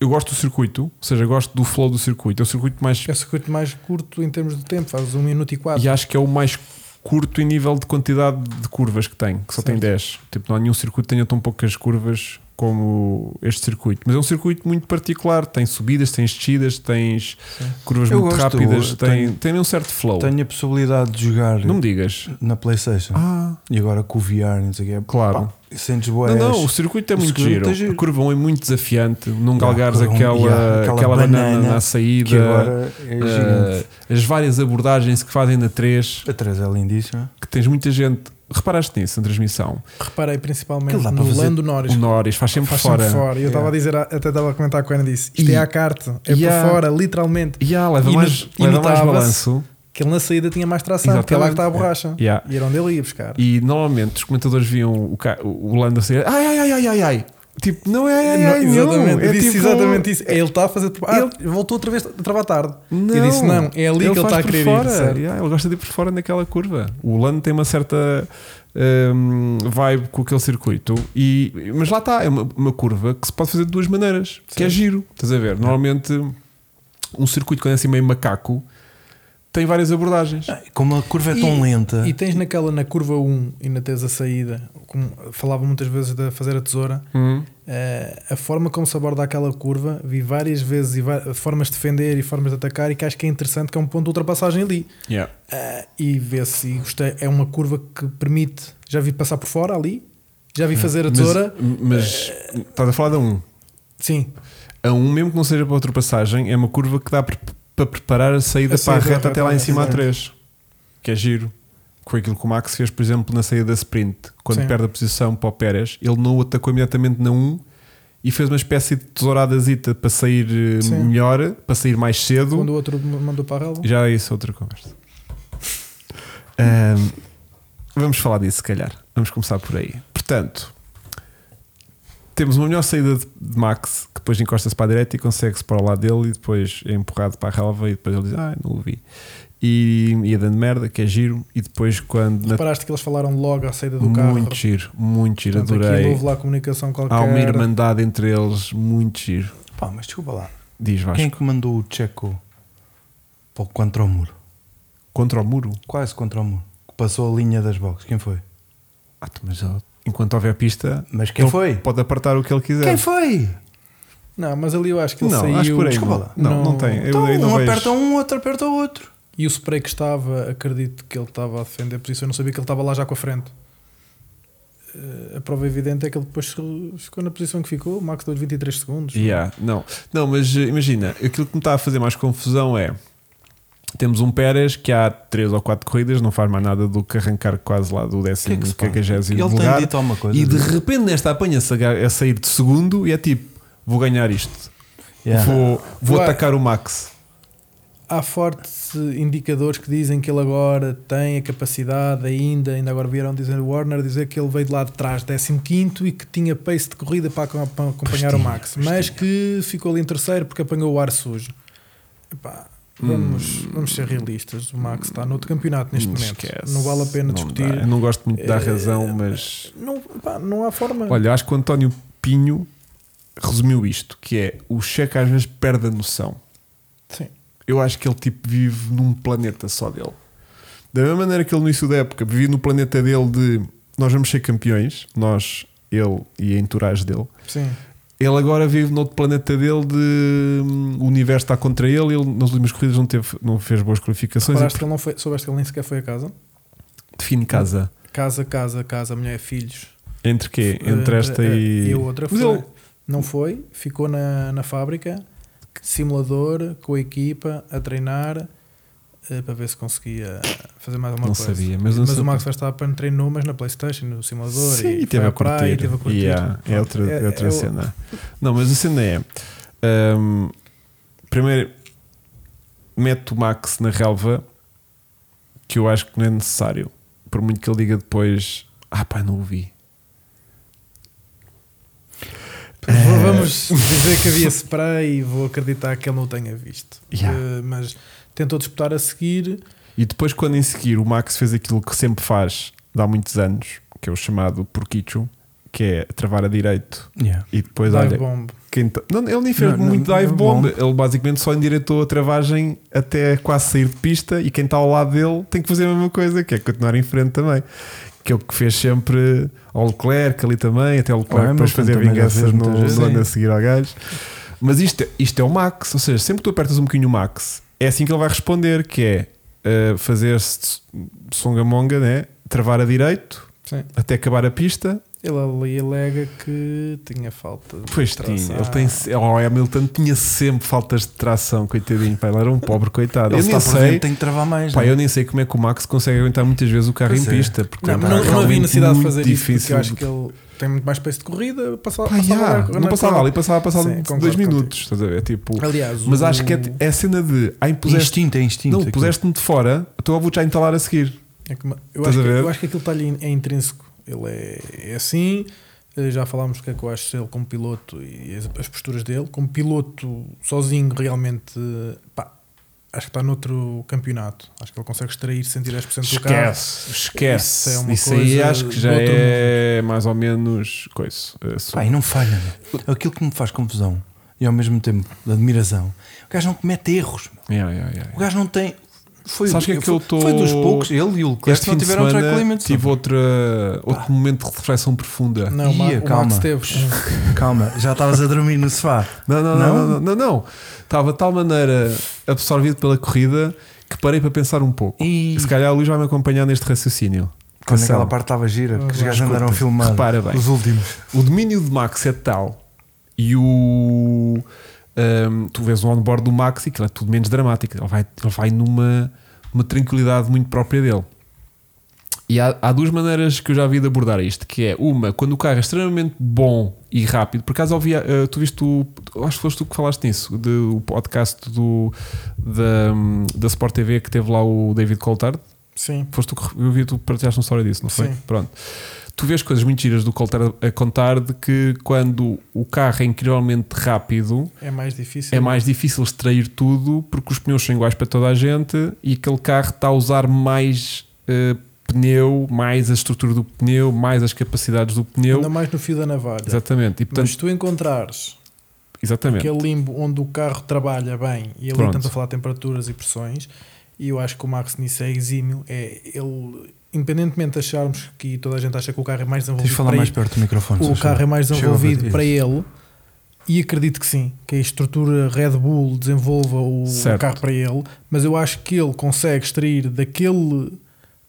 [SPEAKER 2] eu gosto do circuito, ou seja, gosto do flow do circuito. É o circuito mais.
[SPEAKER 3] É o circuito mais curto em termos de tempo, fazes 1 minuto e 4.
[SPEAKER 2] E acho que é o mais curto em nível de quantidade de curvas que tem, que só tem
[SPEAKER 3] Certo.
[SPEAKER 2] 10. Tipo, não há nenhum circuito que tenha tão poucas curvas como este circuito. Mas é um circuito muito particular. Tem subidas, tens descidas, tens
[SPEAKER 3] Sim.
[SPEAKER 2] curvas
[SPEAKER 1] Eu
[SPEAKER 2] muito
[SPEAKER 1] gosto,
[SPEAKER 2] rápidas,
[SPEAKER 1] eu
[SPEAKER 2] tem,
[SPEAKER 1] tenho-
[SPEAKER 2] tem um certo flow.
[SPEAKER 1] Tenho a possibilidade de jogar
[SPEAKER 2] Não me digas.
[SPEAKER 1] na PlayStation.
[SPEAKER 2] Ah,
[SPEAKER 1] E agora com o VR, não sei o que é.
[SPEAKER 2] claro.
[SPEAKER 1] Sentes boas.
[SPEAKER 2] Não, não, o circuito é
[SPEAKER 1] o
[SPEAKER 2] muito
[SPEAKER 1] circuito
[SPEAKER 2] giro.
[SPEAKER 1] é giro.
[SPEAKER 2] O curvão é muito desafiante. Não
[SPEAKER 1] Yeah,
[SPEAKER 2] galgares
[SPEAKER 1] curvão,
[SPEAKER 2] aquela,
[SPEAKER 1] yeah,
[SPEAKER 2] aquela,
[SPEAKER 1] aquela
[SPEAKER 2] banana,
[SPEAKER 1] banana
[SPEAKER 2] na
[SPEAKER 1] que
[SPEAKER 2] saída.
[SPEAKER 1] agora é
[SPEAKER 2] eh,
[SPEAKER 1] gigante.
[SPEAKER 2] as várias abordagens que fazem na 3,
[SPEAKER 1] A 3 é lindíssima.
[SPEAKER 2] que tens muita gente. Reparaste nisso na transmissão?
[SPEAKER 3] Reparei principalmente
[SPEAKER 1] Aquilo dá para
[SPEAKER 3] no
[SPEAKER 1] fazer
[SPEAKER 3] Lando Norris.
[SPEAKER 2] O Norris faz sempre
[SPEAKER 3] Faz
[SPEAKER 2] um fora.
[SPEAKER 3] sempre fora. E
[SPEAKER 1] Yeah.
[SPEAKER 3] eu estava a dizer, até estava a comentar com a Ana disse: isto
[SPEAKER 2] E-
[SPEAKER 3] é à carta, é
[SPEAKER 2] Yeah.
[SPEAKER 3] por fora, literalmente.
[SPEAKER 2] Yeah, leva
[SPEAKER 3] E
[SPEAKER 2] mais,
[SPEAKER 3] no-
[SPEAKER 2] leva mais
[SPEAKER 3] imitava-se.
[SPEAKER 2] balanço.
[SPEAKER 3] Que ele na saída tinha mais tração, porque é lá que está a borracha.
[SPEAKER 2] Yeah.
[SPEAKER 3] E era onde ele ia buscar.
[SPEAKER 2] E normalmente os comentadores viam o, ca- o Lando a sair. Ai, ai, ai, ai, ai, ai. Tipo, não é, ai, ai, ai,
[SPEAKER 3] Não, exatamente,
[SPEAKER 2] não.
[SPEAKER 3] eu
[SPEAKER 2] É
[SPEAKER 3] disse
[SPEAKER 2] tipo-
[SPEAKER 3] exatamente isso. É, ele está a fazer. Ah, ele voltou outra vez a travar tarde. E disse: não, é ali que ele
[SPEAKER 2] faz
[SPEAKER 3] está a
[SPEAKER 2] por
[SPEAKER 3] querer
[SPEAKER 2] fora.
[SPEAKER 3] ir. certo?
[SPEAKER 2] Yeah, ele gosta de ir por fora naquela curva. O Lando tem uma certa hum, vibe com aquele circuito. E, mas lá está, é uma, uma curva que se pode fazer de duas maneiras, que é giro. Estás a ver? Normalmente um circuito quando é assim meio macaco tem várias abordagens.
[SPEAKER 1] Ah, Como a curva é tão
[SPEAKER 3] E-
[SPEAKER 1] lenta.
[SPEAKER 3] E tens naquela, na curva 1 e na tens a saída, como falava muitas vezes de fazer a tesoura,
[SPEAKER 2] Hum.
[SPEAKER 3] eh, a forma como se aborda aquela curva, vi várias vezes e va- formas de defender e formas de atacar, e que acho que é interessante que é um ponto de ultrapassagem ali.
[SPEAKER 2] Yeah.
[SPEAKER 3] Eh, e vê-se, e gostei, é uma curva que permite, já vi passar por fora ali, já vi fazer
[SPEAKER 2] Hum.
[SPEAKER 3] a
[SPEAKER 2] Mas-
[SPEAKER 3] tesoura,
[SPEAKER 2] Mas,
[SPEAKER 3] Eh,
[SPEAKER 2] estás a falar de um.
[SPEAKER 3] sim,
[SPEAKER 2] A um, mesmo que não seja para ultrapassagem, é uma curva que dá pre- para preparar a saída
[SPEAKER 3] A
[SPEAKER 2] para a
[SPEAKER 3] saída
[SPEAKER 2] reta
[SPEAKER 3] para a
[SPEAKER 2] até lá em
[SPEAKER 3] reta,
[SPEAKER 2] cima a
[SPEAKER 3] exato.
[SPEAKER 2] 3. Que é giro. Que Foi aquilo que o Max fez, por exemplo, na saída da sprint. Quando
[SPEAKER 3] Sim.
[SPEAKER 2] perde a posição para o Pérez, ele não o atacou imediatamente na 1 e fez uma espécie de tesouradazita para sair eh,
[SPEAKER 3] Sim.
[SPEAKER 2] melhor, para sair mais cedo.
[SPEAKER 3] quando o outro m- mandou para a relva.
[SPEAKER 2] Já é isso, outra conversa. Ahm, vamos falar disso, se calhar. Vamos começar por aí. Portanto, temos uma melhor saída de de Max, que depois encosta-se para a direita e consegue-se para o lado dele, e depois é empurrado para a relva, e depois ele diz: Ah, não o vi. E ia dando merda, que é giro. E depois, quando. na-
[SPEAKER 3] Reparaste que eles falaram logo à saída do carro.
[SPEAKER 2] Muito giro, muito giro,
[SPEAKER 3] Portanto, aquilo
[SPEAKER 2] adorei.
[SPEAKER 3] houve lá comunicação qualquer.
[SPEAKER 2] Há uma irmandade entre eles, muito giro.
[SPEAKER 1] Pá, mas desculpa lá.
[SPEAKER 2] Diz Vasco.
[SPEAKER 1] Quem é que mandou o Checo para o- contra o muro?
[SPEAKER 2] Contra o muro.
[SPEAKER 1] Quase contra o muro. Que Passou a linha das boxes. Quem foi?
[SPEAKER 2] Ah, mas ele- enquanto houver pista,
[SPEAKER 1] Mas quem
[SPEAKER 2] ele
[SPEAKER 1] foi?
[SPEAKER 2] pode apartar o que ele quiser.
[SPEAKER 1] Quem foi?
[SPEAKER 3] Não, mas ali eu acho que ele
[SPEAKER 2] Não,
[SPEAKER 3] saiu.
[SPEAKER 2] acho por aí.
[SPEAKER 1] Desculpa
[SPEAKER 2] não.
[SPEAKER 1] lá.
[SPEAKER 2] Não, não,
[SPEAKER 3] Não.
[SPEAKER 2] tem. Eu
[SPEAKER 1] Então,
[SPEAKER 2] aí não
[SPEAKER 1] um
[SPEAKER 2] vejo.
[SPEAKER 1] aperta um, outro aperta o outro.
[SPEAKER 3] E o spray que estava, acredito que ele estava a defender a posição. Eu não sabia que ele estava lá já com a frente. eh, a prova evidente é que ele depois se- ficou na posição que ficou, Max deu 23 segundos.
[SPEAKER 2] Yeah, não. não, mas eh, imagina, aquilo que me está a fazer mais confusão é temos um Pérez que há 3 ou 4 corridas, não faz mais nada do que arrancar quase lá do
[SPEAKER 1] O que é
[SPEAKER 2] décimo
[SPEAKER 1] que se passa?
[SPEAKER 2] cagagésimo
[SPEAKER 1] Ele
[SPEAKER 2] lugar
[SPEAKER 1] tem dito alguma coisa.
[SPEAKER 2] e de
[SPEAKER 1] não é?
[SPEAKER 2] repente nesta apanha-se a, ga- a sair de segundo e é tipo, vou ganhar isto,
[SPEAKER 1] Yeah.
[SPEAKER 2] vou, vou
[SPEAKER 3] Ué.
[SPEAKER 2] atacar o Max.
[SPEAKER 3] Há fortes indicadores que dizem que ele agora tem a capacidade ainda, ainda agora vieram dizer o Warner, dizer que ele veio de lá de trás, 15 e que tinha pace de corrida para, acom- para acompanhar o
[SPEAKER 1] tinha,
[SPEAKER 3] Max, mas que ficou ali em terceiro porque apanhou o ar sujo. Epá, vamos, vamos ser realistas, o Max está no outro campeonato neste
[SPEAKER 2] Hum,
[SPEAKER 3] momento.
[SPEAKER 2] esquece.
[SPEAKER 3] Não vale a pena
[SPEAKER 2] Não
[SPEAKER 3] discutir.
[SPEAKER 2] dá. Eu não gosto muito da
[SPEAKER 3] Eh,
[SPEAKER 2] razão,
[SPEAKER 1] eh,
[SPEAKER 2] mas
[SPEAKER 3] Não, pá, não há forma.
[SPEAKER 2] olha, acho que o António Pinho resumiu isto: que é o cheque às vezes perde a noção.
[SPEAKER 3] Sim.
[SPEAKER 2] Eu acho que ele tipo vive num planeta só dele. Da mesma maneira que ele no início da época vivia no planeta dele de nós vamos ser campeões, nós, ele e a entourage dele.
[SPEAKER 3] Sim.
[SPEAKER 2] Ele agora vive noutro planeta dele de hum, o universo está contra ele, ele nas últimas corridas não, teve, não fez boas qualificações
[SPEAKER 3] Reparaste
[SPEAKER 2] e
[SPEAKER 3] que ele não foi, soubeste que ele nem sequer foi a casa?
[SPEAKER 2] define casa.
[SPEAKER 3] Casa, casa, casa, mulher, filhos.
[SPEAKER 2] Entre quê?
[SPEAKER 3] Eh,
[SPEAKER 2] Entre esta
[SPEAKER 3] eh,
[SPEAKER 2] e.
[SPEAKER 3] E a outra
[SPEAKER 2] Mas
[SPEAKER 3] foi.
[SPEAKER 2] ele-
[SPEAKER 3] Não foi, ficou na, na fábrica, simulador, com a equipa, a treinar, eh, para ver se conseguia fazer mais alguma
[SPEAKER 2] Não
[SPEAKER 3] coisa.
[SPEAKER 2] sabia, mas não sabia.
[SPEAKER 3] o Max Verstappen treinou, mas na Playstation, no simulador,
[SPEAKER 2] Sim,
[SPEAKER 3] e,
[SPEAKER 2] e
[SPEAKER 3] foi
[SPEAKER 2] teve
[SPEAKER 3] à
[SPEAKER 2] a
[SPEAKER 3] praia, e
[SPEAKER 2] curtir.
[SPEAKER 3] teve a curtir.
[SPEAKER 2] Yeah, é outra,
[SPEAKER 3] É-
[SPEAKER 2] é outra
[SPEAKER 3] é o-
[SPEAKER 2] cena. Não, mas a cena é. hum, primeiro, mete o Max na relva, que eu acho que não é necessário. Por muito que ele diga depois, ah pá, não o vi.
[SPEAKER 3] Vamos dizer que havia spray e vou acreditar que ele não o tenha visto.
[SPEAKER 2] Yeah.
[SPEAKER 3] Eh, mas tentou disputar a seguir,
[SPEAKER 2] E depois, quando em seguir o Max fez aquilo que sempre faz de há muitos anos, que é o chamado porquicho, que é travar a direito.
[SPEAKER 1] Yeah.
[SPEAKER 2] E depois,
[SPEAKER 3] dive
[SPEAKER 2] olha,
[SPEAKER 3] bomb.
[SPEAKER 2] Quem ta- então, não, ele nem fez
[SPEAKER 1] Não, não,
[SPEAKER 2] muito
[SPEAKER 1] não,
[SPEAKER 2] dive bomb.
[SPEAKER 1] bomb.
[SPEAKER 2] Ele basicamente só endireitou a travagem até quase sair de pista e quem está ao lado dele tem que fazer a mesma coisa, que é continuar em frente também. Que é o que fez sempre ao Leclerc ali também, até o Leclerc
[SPEAKER 1] Ao
[SPEAKER 2] depois
[SPEAKER 1] Hamilton
[SPEAKER 2] fazer
[SPEAKER 1] também já
[SPEAKER 2] vinganças
[SPEAKER 1] fez
[SPEAKER 2] no,
[SPEAKER 1] muitas vezes.
[SPEAKER 2] no ano a
[SPEAKER 1] Sim.
[SPEAKER 2] seguir ao gajo. Mas isto, isto é o Max, ou seja, sempre que tu apertas um bocadinho o Max, é assim que ele vai responder, que é uh, fazer-se de songamonga, né? travar a direito
[SPEAKER 3] Sim.
[SPEAKER 2] até acabar a pista
[SPEAKER 3] Ele ali alega que tinha falta. de
[SPEAKER 2] Pois
[SPEAKER 3] tração.
[SPEAKER 2] tinha, ele tem, oh, o Hamilton tinha sempre faltas de tração, coitadinho, pá, ele era um pobre coitado.
[SPEAKER 1] Ele
[SPEAKER 2] eu
[SPEAKER 1] se
[SPEAKER 2] nem
[SPEAKER 1] está por dentro,
[SPEAKER 2] sei,
[SPEAKER 1] tem que travar mais.
[SPEAKER 2] pá,
[SPEAKER 1] né?
[SPEAKER 2] eu nem sei como é que o Max consegue aguentar muitas vezes o carro
[SPEAKER 1] Pois
[SPEAKER 2] em
[SPEAKER 1] é.
[SPEAKER 2] pista, porque
[SPEAKER 3] Não,
[SPEAKER 2] pá,
[SPEAKER 3] mas não, não havia
[SPEAKER 2] realmente
[SPEAKER 3] necessidade de
[SPEAKER 2] muito
[SPEAKER 3] fazer isso porque
[SPEAKER 2] difícil.
[SPEAKER 3] eu acho que ele tem muito mais pace de corrida. Passava,
[SPEAKER 2] Pá,
[SPEAKER 3] passava
[SPEAKER 2] já,
[SPEAKER 3] na- na-
[SPEAKER 2] não passava ali, passava passado
[SPEAKER 3] Sim, concordo
[SPEAKER 2] dois
[SPEAKER 3] contigo.
[SPEAKER 2] minutos, estás a ver? Tipo,
[SPEAKER 3] Aliás,
[SPEAKER 2] mas
[SPEAKER 3] o-
[SPEAKER 2] acho que é, é a cena de, ah, puseste,
[SPEAKER 1] instinto, é instinto.
[SPEAKER 2] não,
[SPEAKER 1] aquilo.
[SPEAKER 2] puseste-me de fora, então eu vou-te já entalar a seguir.
[SPEAKER 3] é que- eu,
[SPEAKER 2] Estás
[SPEAKER 3] acho
[SPEAKER 2] a
[SPEAKER 3] que,
[SPEAKER 2] ver?
[SPEAKER 3] eu acho que aquilo está-lhe é intrínseco. Ele é, é assim. eh, Já falámos o que é que eu acho dele como piloto e as, as posturas dele. Como piloto sozinho, realmente, eh, pá, acho que está noutro campeonato. Acho que ele consegue extrair 110% do carro.
[SPEAKER 2] Esquece, esquece.
[SPEAKER 3] Isso é
[SPEAKER 2] Isso,
[SPEAKER 3] uma
[SPEAKER 2] aí
[SPEAKER 3] coisa
[SPEAKER 2] acho que já
[SPEAKER 3] do outro é
[SPEAKER 2] é mais ou menos coisa. eh, só-
[SPEAKER 1] Pá, e não falha. meu. Aquilo que me faz confusão e ao mesmo tempo admiração, o gajo não comete erros. meu.
[SPEAKER 2] Yeah, yeah, yeah.
[SPEAKER 1] O gajo não tem. Foi,
[SPEAKER 2] Sabes que é que
[SPEAKER 1] foi,
[SPEAKER 2] eu tô-
[SPEAKER 1] foi dos poucos, ele e o Leclerc
[SPEAKER 2] Este
[SPEAKER 1] que não
[SPEAKER 2] fim de
[SPEAKER 1] tiveram um track
[SPEAKER 2] semana
[SPEAKER 1] limits.
[SPEAKER 2] tive outra,
[SPEAKER 1] Ah.
[SPEAKER 2] outro momento de reflexão profunda.
[SPEAKER 3] Não, o Ma-
[SPEAKER 1] Ia,
[SPEAKER 3] o Max
[SPEAKER 1] calma.
[SPEAKER 3] teve.
[SPEAKER 2] um-
[SPEAKER 1] Calma, já estavas a dormir no sofá.
[SPEAKER 2] Não, não, não, não,
[SPEAKER 1] Não?
[SPEAKER 2] não, não, não. Estava de tal maneira absorvido pela corrida que parei para pensar um pouco.
[SPEAKER 1] E
[SPEAKER 2] E se calhar o Luís vai me acompanhar neste raciocínio.
[SPEAKER 1] quando
[SPEAKER 2] Atenção.
[SPEAKER 1] aquela parte estava gira, que os
[SPEAKER 3] Escuta,
[SPEAKER 1] gajos andaram a filmar
[SPEAKER 2] repara bem.
[SPEAKER 1] os últimos.
[SPEAKER 2] O domínio de Max é tal e o. hum, tu vês o onboard do Max e aquilo é tudo menos dramático. Ele vai, ele vai numa uma tranquilidade muito própria dele. E há, há duas maneiras que eu já vi de abordar isto: que é uma, quando o carro é extremamente bom e rápido. Por acaso, ouvi, eh, tu viste o. Acho que foste tu que falaste nisso, de, o podcast do, da, hum, da Sport TV que teve lá o David Coulthard.
[SPEAKER 3] Sim,
[SPEAKER 2] Foste tu que eu vi tu partilhaste uma história disso, não foi?
[SPEAKER 3] Sim.
[SPEAKER 2] Pronto. Tu vês coisas muito giras do Colter a contar de que quando o carro é incrivelmente rápido
[SPEAKER 3] é mais difícil.
[SPEAKER 2] é mais difícil extrair tudo porque os pneus são iguais para toda a gente e aquele carro está a usar mais eh, pneu, mais a estrutura do pneu, mais as capacidades do pneu.
[SPEAKER 3] Ainda mais no fio da navalha.
[SPEAKER 2] Exatamente. E
[SPEAKER 3] Mas
[SPEAKER 2] portanto,
[SPEAKER 3] se tu encontrares
[SPEAKER 2] exatamente.
[SPEAKER 3] aquele limbo onde o carro trabalha bem e ali
[SPEAKER 2] Pronto.
[SPEAKER 3] estamos a falar de temperaturas e pressões, e eu acho que o Max nisso é exímio. É ele, independentemente de acharmos que toda a gente acha que o carro é mais
[SPEAKER 1] Tens de
[SPEAKER 3] desenvolvido,
[SPEAKER 1] falar
[SPEAKER 3] para
[SPEAKER 1] mais
[SPEAKER 3] ele-
[SPEAKER 1] perto do microfone. se
[SPEAKER 3] o
[SPEAKER 1] achar.
[SPEAKER 3] carro é mais
[SPEAKER 1] Chega
[SPEAKER 3] desenvolvido
[SPEAKER 1] ao
[SPEAKER 3] para
[SPEAKER 1] ouvido.
[SPEAKER 3] ele. E acredito que sim, que a estrutura Red Bull desenvolva o
[SPEAKER 2] Certo.
[SPEAKER 3] carro para ele, mas eu acho que ele consegue extrair daquele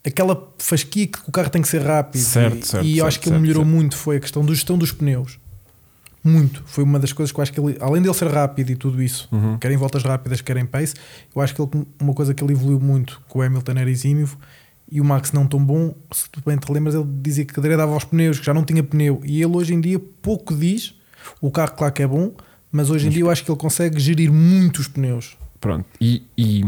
[SPEAKER 3] aquela fasquia que o carro tem que ser rápido.
[SPEAKER 2] Certo,
[SPEAKER 3] e,
[SPEAKER 2] certo,
[SPEAKER 3] E
[SPEAKER 2] certo,
[SPEAKER 3] eu acho que ele
[SPEAKER 2] certo,
[SPEAKER 3] melhorou
[SPEAKER 2] certo.
[SPEAKER 3] muito foi a questão da gestão dos pneus. Muito. Foi uma das coisas que eu acho que ele, além dele ser rápido e tudo isso,
[SPEAKER 2] Uhum.
[SPEAKER 3] quer em voltas rápidas, quer em pace, eu acho que ele- uma coisa que ele evoluiu muito, que o Hamilton era exímio e o Max não tão bom, se tu bem te lembras, ele dizia que cadeira dava aos pneus, que já não tinha pneu, e ele hoje em dia pouco diz, o carro claro que é bom, mas hoje em dia eu acho que ele consegue gerir muito os pneus.
[SPEAKER 2] Pronto, e, e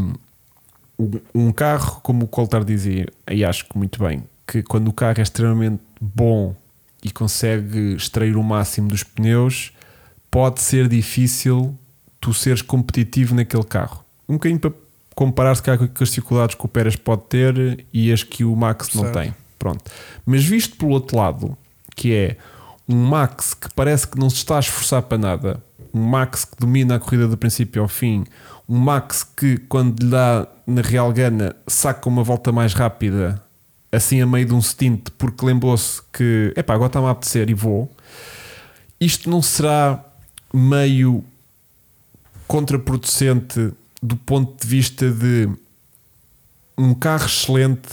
[SPEAKER 2] um- um carro, como o Coltar dizia, e acho que muito bem, que quando o carro é extremamente bom e consegue extrair o máximo dos pneus, pode ser difícil tu seres competitivo naquele carro. Um bocadinho para comparar se calhar com as dificuldades que o Pérez pode ter e as que o Max não
[SPEAKER 3] Certo.
[SPEAKER 2] tem. Pronto. Mas visto pelo outro lado, que é um Max que parece que não se está a esforçar para nada, um Max que domina a corrida do princípio ao fim, um Max que quando lhe dá na Real Gana saca uma volta mais rápida, assim a meio de um stint, porque lembrou-se que epá, agora está-me a apetecer e vou. Isto não será meio contraproducente do ponto de vista de um carro excelente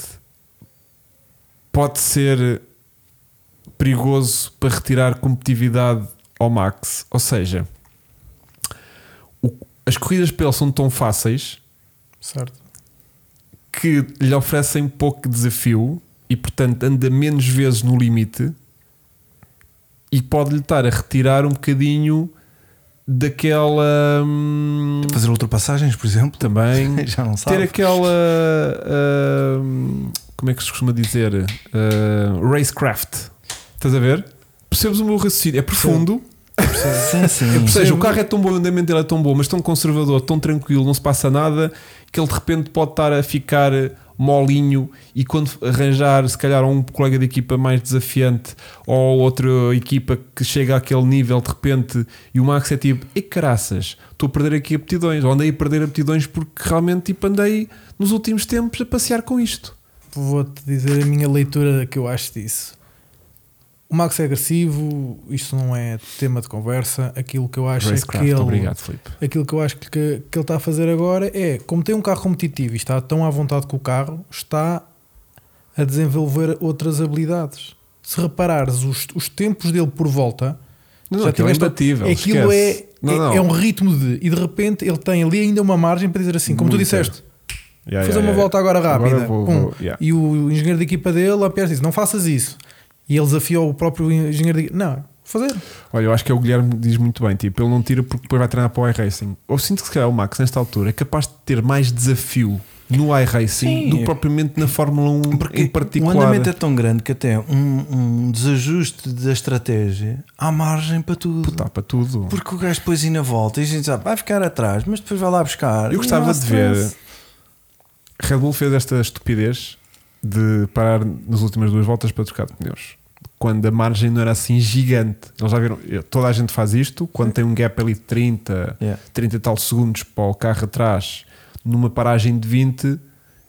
[SPEAKER 2] pode ser perigoso para retirar competitividade ao Max. Ou seja, o- as corridas para ele são tão fáceis
[SPEAKER 3] Certo.
[SPEAKER 2] que lhe oferecem pouco desafio e, portanto, anda menos vezes no limite e pode-lhe estar a retirar um bocadinho daquela. hum,
[SPEAKER 1] Fazer ultrapassagens, por exemplo,
[SPEAKER 2] também
[SPEAKER 1] já não
[SPEAKER 2] ter
[SPEAKER 1] sabe.
[SPEAKER 2] aquela. hum, como é que se costuma dizer? Uh, racecraft. Estás a ver? Percebes o meu raciocínio? É profundo.
[SPEAKER 1] Sim,
[SPEAKER 2] Ou
[SPEAKER 1] sim.
[SPEAKER 2] seja, o carro é tão bom, o andamento dele é tão bom, mas tão conservador, tão tranquilo, não se passa nada, que ele de repente pode estar a ficar molinho e quando arranjar, se calhar, um colega de equipa mais desafiante ou outra equipa que chega àquele nível de repente e o Max é tipo, e caraças, estou a perder aqui aptidões, ou andei a perder aptidões porque realmente tipo, andei nos últimos tempos a passear com isto.
[SPEAKER 3] Vou-te dizer a minha leitura que eu acho disso. O Max é agressivo, isto não é tema de conversa. Aquilo que eu acho é que
[SPEAKER 2] Racecraft,
[SPEAKER 3] ele.
[SPEAKER 2] obrigado, Filipe.
[SPEAKER 3] Aquilo que eu acho que, que ele está a fazer agora é, como tem um carro competitivo e está tão à vontade com o carro, está a desenvolver outras habilidades. Se reparares os, os tempos dele por volta,
[SPEAKER 2] Não, não,
[SPEAKER 3] já
[SPEAKER 2] aquilo é
[SPEAKER 3] tiveste-
[SPEAKER 2] imbatível,
[SPEAKER 3] aquilo
[SPEAKER 2] esquece.
[SPEAKER 3] é,
[SPEAKER 2] Não,
[SPEAKER 3] é-
[SPEAKER 2] não.
[SPEAKER 3] é um ritmo de. E de repente ele tem ali ainda uma margem para dizer assim, como tu
[SPEAKER 2] Muita.
[SPEAKER 3] disseste,
[SPEAKER 2] Yeah, yeah,
[SPEAKER 3] fazer uma
[SPEAKER 2] yeah.
[SPEAKER 3] volta agora rápida. Um.
[SPEAKER 2] Agora vou-
[SPEAKER 3] Pum.
[SPEAKER 2] vou- yeah.
[SPEAKER 3] E o engenheiro da equipa dele, a Pierre diz: Não faças isso. E ele desafiou o próprio engenheiro da equipa: Não, vou fazer.
[SPEAKER 2] Olha, eu acho que é o Guilherme que diz muito bem, tipo, ele não tira porque depois vai treinar para o iRacing. Ou sinto que se calhar o Max, nesta altura, é capaz de ter mais desafio no iRacing
[SPEAKER 1] Sim.
[SPEAKER 2] do que propriamente na Fórmula 1 em um particular.
[SPEAKER 1] o É, andamento é tão grande que até um, um desajuste da estratégia há margem para tudo.
[SPEAKER 2] Tá, para tudo.
[SPEAKER 1] Porque o gajo depois ir na volta e a gente sabe, vai ficar atrás, mas depois vai lá buscar.
[SPEAKER 2] Eu gostava
[SPEAKER 1] Não há
[SPEAKER 2] de ver.
[SPEAKER 1] stress.
[SPEAKER 2] Red Bull fez esta estupidez de parar nas últimas duas voltas para trocar de pneus. Quando a margem não era assim gigante. Eles já viram, toda a gente faz isto, quando tem um gap ali de 30,
[SPEAKER 1] Yeah.
[SPEAKER 2] 30 e tal segundos para o carro atrás, numa paragem de 20,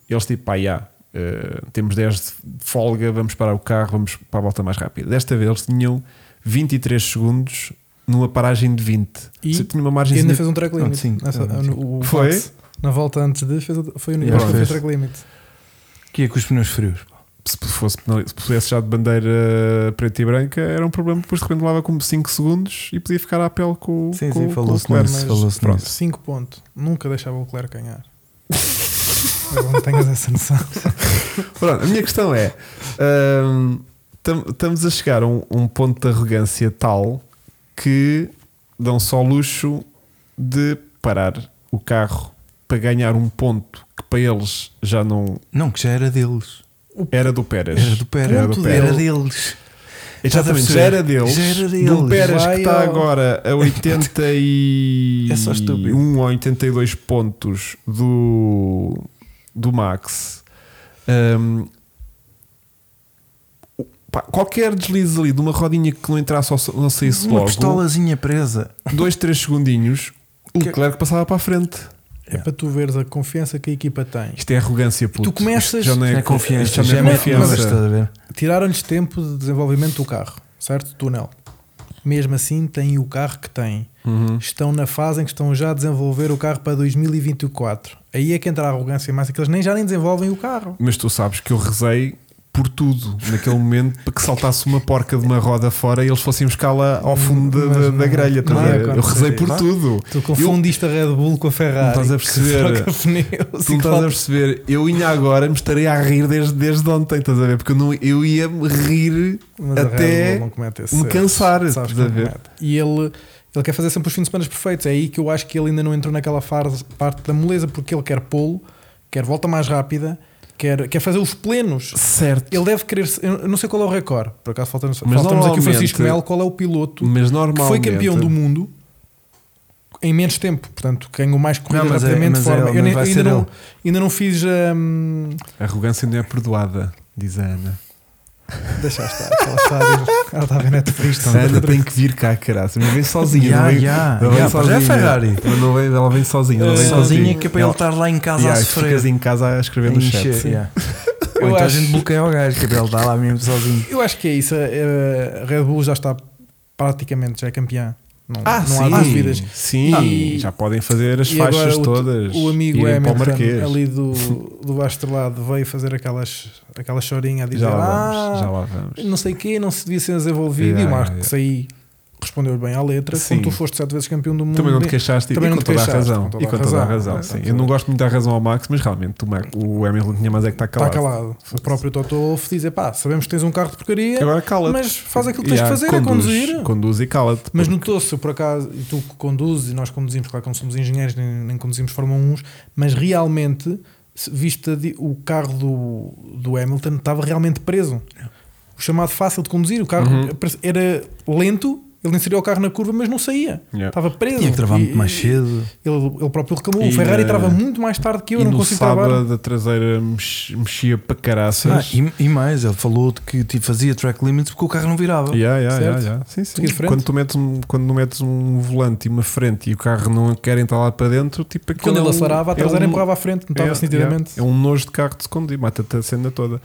[SPEAKER 2] eles tipo, pá, já, eh, temos 10 de folga, vamos parar o carro, vamos para a volta mais rápida. Desta vez eles tinham 23 segundos numa paragem de 20.
[SPEAKER 3] E
[SPEAKER 2] Você tinha uma
[SPEAKER 3] E
[SPEAKER 2] margem
[SPEAKER 3] ainda fez um track
[SPEAKER 1] Não,
[SPEAKER 3] limit.
[SPEAKER 1] sim,
[SPEAKER 3] Nessa-
[SPEAKER 1] é, sim.
[SPEAKER 3] o- o
[SPEAKER 2] Foi?
[SPEAKER 3] Max, na volta antes de, fez, o- foi o único
[SPEAKER 1] Yeah,
[SPEAKER 3] que fez
[SPEAKER 1] fez.
[SPEAKER 3] o track limit.
[SPEAKER 1] Que é com os pneus frios. pá.
[SPEAKER 2] se fosse penali- se pusesse já de bandeira preta e branca, era um problema, depois de repente levava como 5 segundos e podia ficar à pele com,
[SPEAKER 1] Sim,
[SPEAKER 2] com,
[SPEAKER 1] sim,
[SPEAKER 2] com o
[SPEAKER 1] falou-se
[SPEAKER 2] Leclerc.
[SPEAKER 1] nisso.
[SPEAKER 3] mas
[SPEAKER 1] Falou-se
[SPEAKER 2] pronto.
[SPEAKER 1] nisso.
[SPEAKER 3] 5 pontos. Nunca deixava o Leclerc ganhar. Mas não tenhas essa noção.
[SPEAKER 2] Pronto, a minha questão é: hum, tam- estamos a chegar a um, um ponto de arrogância tal que dão só luxo de parar o carro para ganhar um ponto que para eles já não
[SPEAKER 1] Não, que já era deles.
[SPEAKER 2] era do Pérez.
[SPEAKER 1] Era do Pérez.
[SPEAKER 2] Era do Pérez.
[SPEAKER 1] Era deles.
[SPEAKER 2] Exatamente, já era deles.
[SPEAKER 1] Já era
[SPEAKER 2] de um
[SPEAKER 1] deles.
[SPEAKER 2] Pérez que
[SPEAKER 3] Vai
[SPEAKER 2] está
[SPEAKER 3] ao-
[SPEAKER 2] agora a 81
[SPEAKER 1] É só estúpido.
[SPEAKER 2] ou 82 pontos do, do Max. Hum, pá, qualquer deslize ali de uma rodinha que não entrasse ou não saísse
[SPEAKER 1] Uma
[SPEAKER 2] logo,
[SPEAKER 1] pistolazinha presa.
[SPEAKER 2] dois, três segundinhos, o
[SPEAKER 1] Que-
[SPEAKER 2] Leclerc passava para a frente.
[SPEAKER 3] É para tu veres a confiança que a equipa tem.
[SPEAKER 2] Isto é arrogância, puto.
[SPEAKER 3] Tu começas-
[SPEAKER 2] Isto já não é,
[SPEAKER 1] Já é
[SPEAKER 2] isto
[SPEAKER 1] confiança.
[SPEAKER 2] Já não é
[SPEAKER 1] Mas
[SPEAKER 2] confiança.
[SPEAKER 1] estás a ver?
[SPEAKER 3] Tiraram-lhes tempo de desenvolvimento do carro, certo? Túnel. mesmo assim têm o carro que têm.
[SPEAKER 2] Uhum.
[SPEAKER 3] Estão na fase em que estão já a desenvolver o carro para 2024. Aí é que entra a arrogância mais, é que eles nem já nem desenvolvem o carro.
[SPEAKER 2] Mas tu sabes que eu rezei por tudo naquele momento para que saltasse uma porca de uma roda fora e eles fossem buscá-la ao fundo da-
[SPEAKER 3] Mas
[SPEAKER 2] da,
[SPEAKER 3] não
[SPEAKER 2] da
[SPEAKER 3] vai
[SPEAKER 2] grelha. estás a
[SPEAKER 3] acontecer.
[SPEAKER 2] ver? Eu rezei por
[SPEAKER 1] Vai.
[SPEAKER 2] tudo.
[SPEAKER 3] Tu confundiste a Red Bull com a Ferrari.
[SPEAKER 2] Não estás a perceber.
[SPEAKER 3] Que troca pneus
[SPEAKER 2] Tu
[SPEAKER 3] e
[SPEAKER 2] não estás a
[SPEAKER 3] tal.
[SPEAKER 2] perceber, eu ainda agora me estarei a rir desde, desde ontem, estás a ver? Porque eu, não, eu ia me rir
[SPEAKER 3] Mas a Red
[SPEAKER 2] até
[SPEAKER 3] Bull não comete esse
[SPEAKER 2] me
[SPEAKER 3] erro.
[SPEAKER 2] cansar,
[SPEAKER 3] Sabes é
[SPEAKER 2] estás a
[SPEAKER 3] que não
[SPEAKER 2] ver?
[SPEAKER 3] comete. E ele, ele quer fazer sempre os fins de semana perfeitos. É aí que eu acho que ele ainda não entrou naquela fase, parte da moleza, porque ele quer pô-lo, quer volta mais rápida, quer, quer fazer os plenos.
[SPEAKER 2] certo.
[SPEAKER 3] Ele deve querer. ser- Eu não sei qual é o recorde, por acaso falta-nos
[SPEAKER 2] Mas
[SPEAKER 3] falta-nos aqui o
[SPEAKER 2] normalmente-
[SPEAKER 3] Francisco Melo, qual é o piloto
[SPEAKER 2] Mas
[SPEAKER 3] que
[SPEAKER 2] normalmente
[SPEAKER 3] foi campeão do mundo em menos tempo. Portanto, ganhou mais corridas
[SPEAKER 1] Não, mas é-
[SPEAKER 3] rapidamente. de
[SPEAKER 1] mas é
[SPEAKER 3] forma-
[SPEAKER 1] ele, mas
[SPEAKER 3] eu nem-
[SPEAKER 1] vai
[SPEAKER 3] ainda,
[SPEAKER 1] ser
[SPEAKER 3] não,
[SPEAKER 1] ele.
[SPEAKER 3] ainda não fiz. hum,
[SPEAKER 2] A arrogância não é perdoada, diz a Ana.
[SPEAKER 3] Deixa estar, que ela está a ver, ela está a ver Netflix.
[SPEAKER 2] A Ana tem que vir cá, caralho. Mas vem sozinha.
[SPEAKER 1] Então, Ya,
[SPEAKER 2] não vem,
[SPEAKER 1] ya,
[SPEAKER 2] ela vem
[SPEAKER 1] ya, mas é
[SPEAKER 2] sozinha.
[SPEAKER 1] Ferrari.
[SPEAKER 2] Mas não vem, ela vem sozinha. não
[SPEAKER 3] Eh,
[SPEAKER 2] vem
[SPEAKER 1] Sozinha
[SPEAKER 2] contigo.
[SPEAKER 1] que é para ele estar lá em casa
[SPEAKER 2] Ya,
[SPEAKER 1] a
[SPEAKER 2] que
[SPEAKER 1] sofrer.
[SPEAKER 2] ficas em casa a escrever no
[SPEAKER 1] Encher,
[SPEAKER 2] chat. sim.
[SPEAKER 1] yeah.
[SPEAKER 3] Eu
[SPEAKER 1] Ou então a
[SPEAKER 3] acho-
[SPEAKER 1] gente bloqueia o gajo, que é para ele estar lá mesmo sozinho.
[SPEAKER 3] Eu acho que é isso. A, a Red Bull já está praticamente já é campeã. Não,
[SPEAKER 1] Ah,
[SPEAKER 3] não há dúvidas.
[SPEAKER 2] Sim,
[SPEAKER 3] E-
[SPEAKER 2] já podem fazer as
[SPEAKER 3] e
[SPEAKER 2] faixas
[SPEAKER 3] agora o-
[SPEAKER 2] todas.
[SPEAKER 3] O amigo
[SPEAKER 2] irem para o
[SPEAKER 3] Hamilton
[SPEAKER 2] Marquês.
[SPEAKER 3] ali do, do Basto lado veio fazer aquelas, aquela chorinha a dizer
[SPEAKER 2] Já lá
[SPEAKER 3] "Ah,
[SPEAKER 2] vamos, já lá vamos.
[SPEAKER 3] não sei o quê, não se devia ser desenvolvido. e o
[SPEAKER 2] Yeah,
[SPEAKER 3] Marcos aí respondeu bem à letra.
[SPEAKER 2] Sim.
[SPEAKER 3] Quando tu foste sete vezes campeão do mundo,
[SPEAKER 2] Também não te
[SPEAKER 3] bem-
[SPEAKER 2] queixaste e
[SPEAKER 3] também
[SPEAKER 2] com
[SPEAKER 3] não te
[SPEAKER 2] toda a
[SPEAKER 3] queixaste,
[SPEAKER 2] razão.
[SPEAKER 3] É, com
[SPEAKER 2] E com toda a razão, sim. Eu não gosto muito da razão ao Max, mas realmente o Max- o Hamilton tinha mais é que está
[SPEAKER 3] está
[SPEAKER 2] calado.
[SPEAKER 3] Tá calado. O próprio Toto Wolff diz: pá, sabemos que tens um carro de porcaria.
[SPEAKER 2] Agora cala-te.
[SPEAKER 3] Mas faz aquilo que tens de fazer, é conduzir.
[SPEAKER 2] Conduz e cala-te.
[SPEAKER 3] Mas notou-se, eu por acaso, e tu que conduzes, e nós conduzimos, claro que não somos engenheiros, nem, nem conduzimos Fórmula 1, mas realmente, se- vista de- o carro do, do Hamilton, estava realmente preso. O chamado fácil de conduzir, o carro
[SPEAKER 2] Uhum.
[SPEAKER 3] parece- era lento, ele inseria o carro na curva, mas não tá saía.
[SPEAKER 2] Yeah.
[SPEAKER 3] Estava preso.
[SPEAKER 1] Tinha que travar
[SPEAKER 3] E-
[SPEAKER 1] muito mais cedo.
[SPEAKER 3] Ele, ele próprio reclamou.
[SPEAKER 2] E
[SPEAKER 3] o Ferrari
[SPEAKER 2] na-
[SPEAKER 3] trava muito mais tarde que eu,
[SPEAKER 2] e
[SPEAKER 3] não
[SPEAKER 2] no
[SPEAKER 3] consigo travar.
[SPEAKER 2] sábado a traseira mex- mexia para
[SPEAKER 1] Ah,
[SPEAKER 2] caraças.
[SPEAKER 1] e, e mais, ele falou de que tipo, fazia track limits porque o carro não virava.
[SPEAKER 2] Yeah, yeah,
[SPEAKER 3] Oh, Certo?
[SPEAKER 2] yeah, yeah. Sim, sim.
[SPEAKER 3] Seguir de frente?
[SPEAKER 2] Quando tu metes um, quando metes um volante e uma frente e o carro não quer entrar lá para dentro, tipo aquilo
[SPEAKER 3] Quando
[SPEAKER 2] é
[SPEAKER 3] ele
[SPEAKER 2] um-
[SPEAKER 3] acelerava, a
[SPEAKER 2] é um-
[SPEAKER 3] traseira empurrava à frente, notava-se
[SPEAKER 2] Yeah, yeah.
[SPEAKER 3] nitidamente.
[SPEAKER 2] É um nojo de carro de se conduzir, mata-te a cena toda.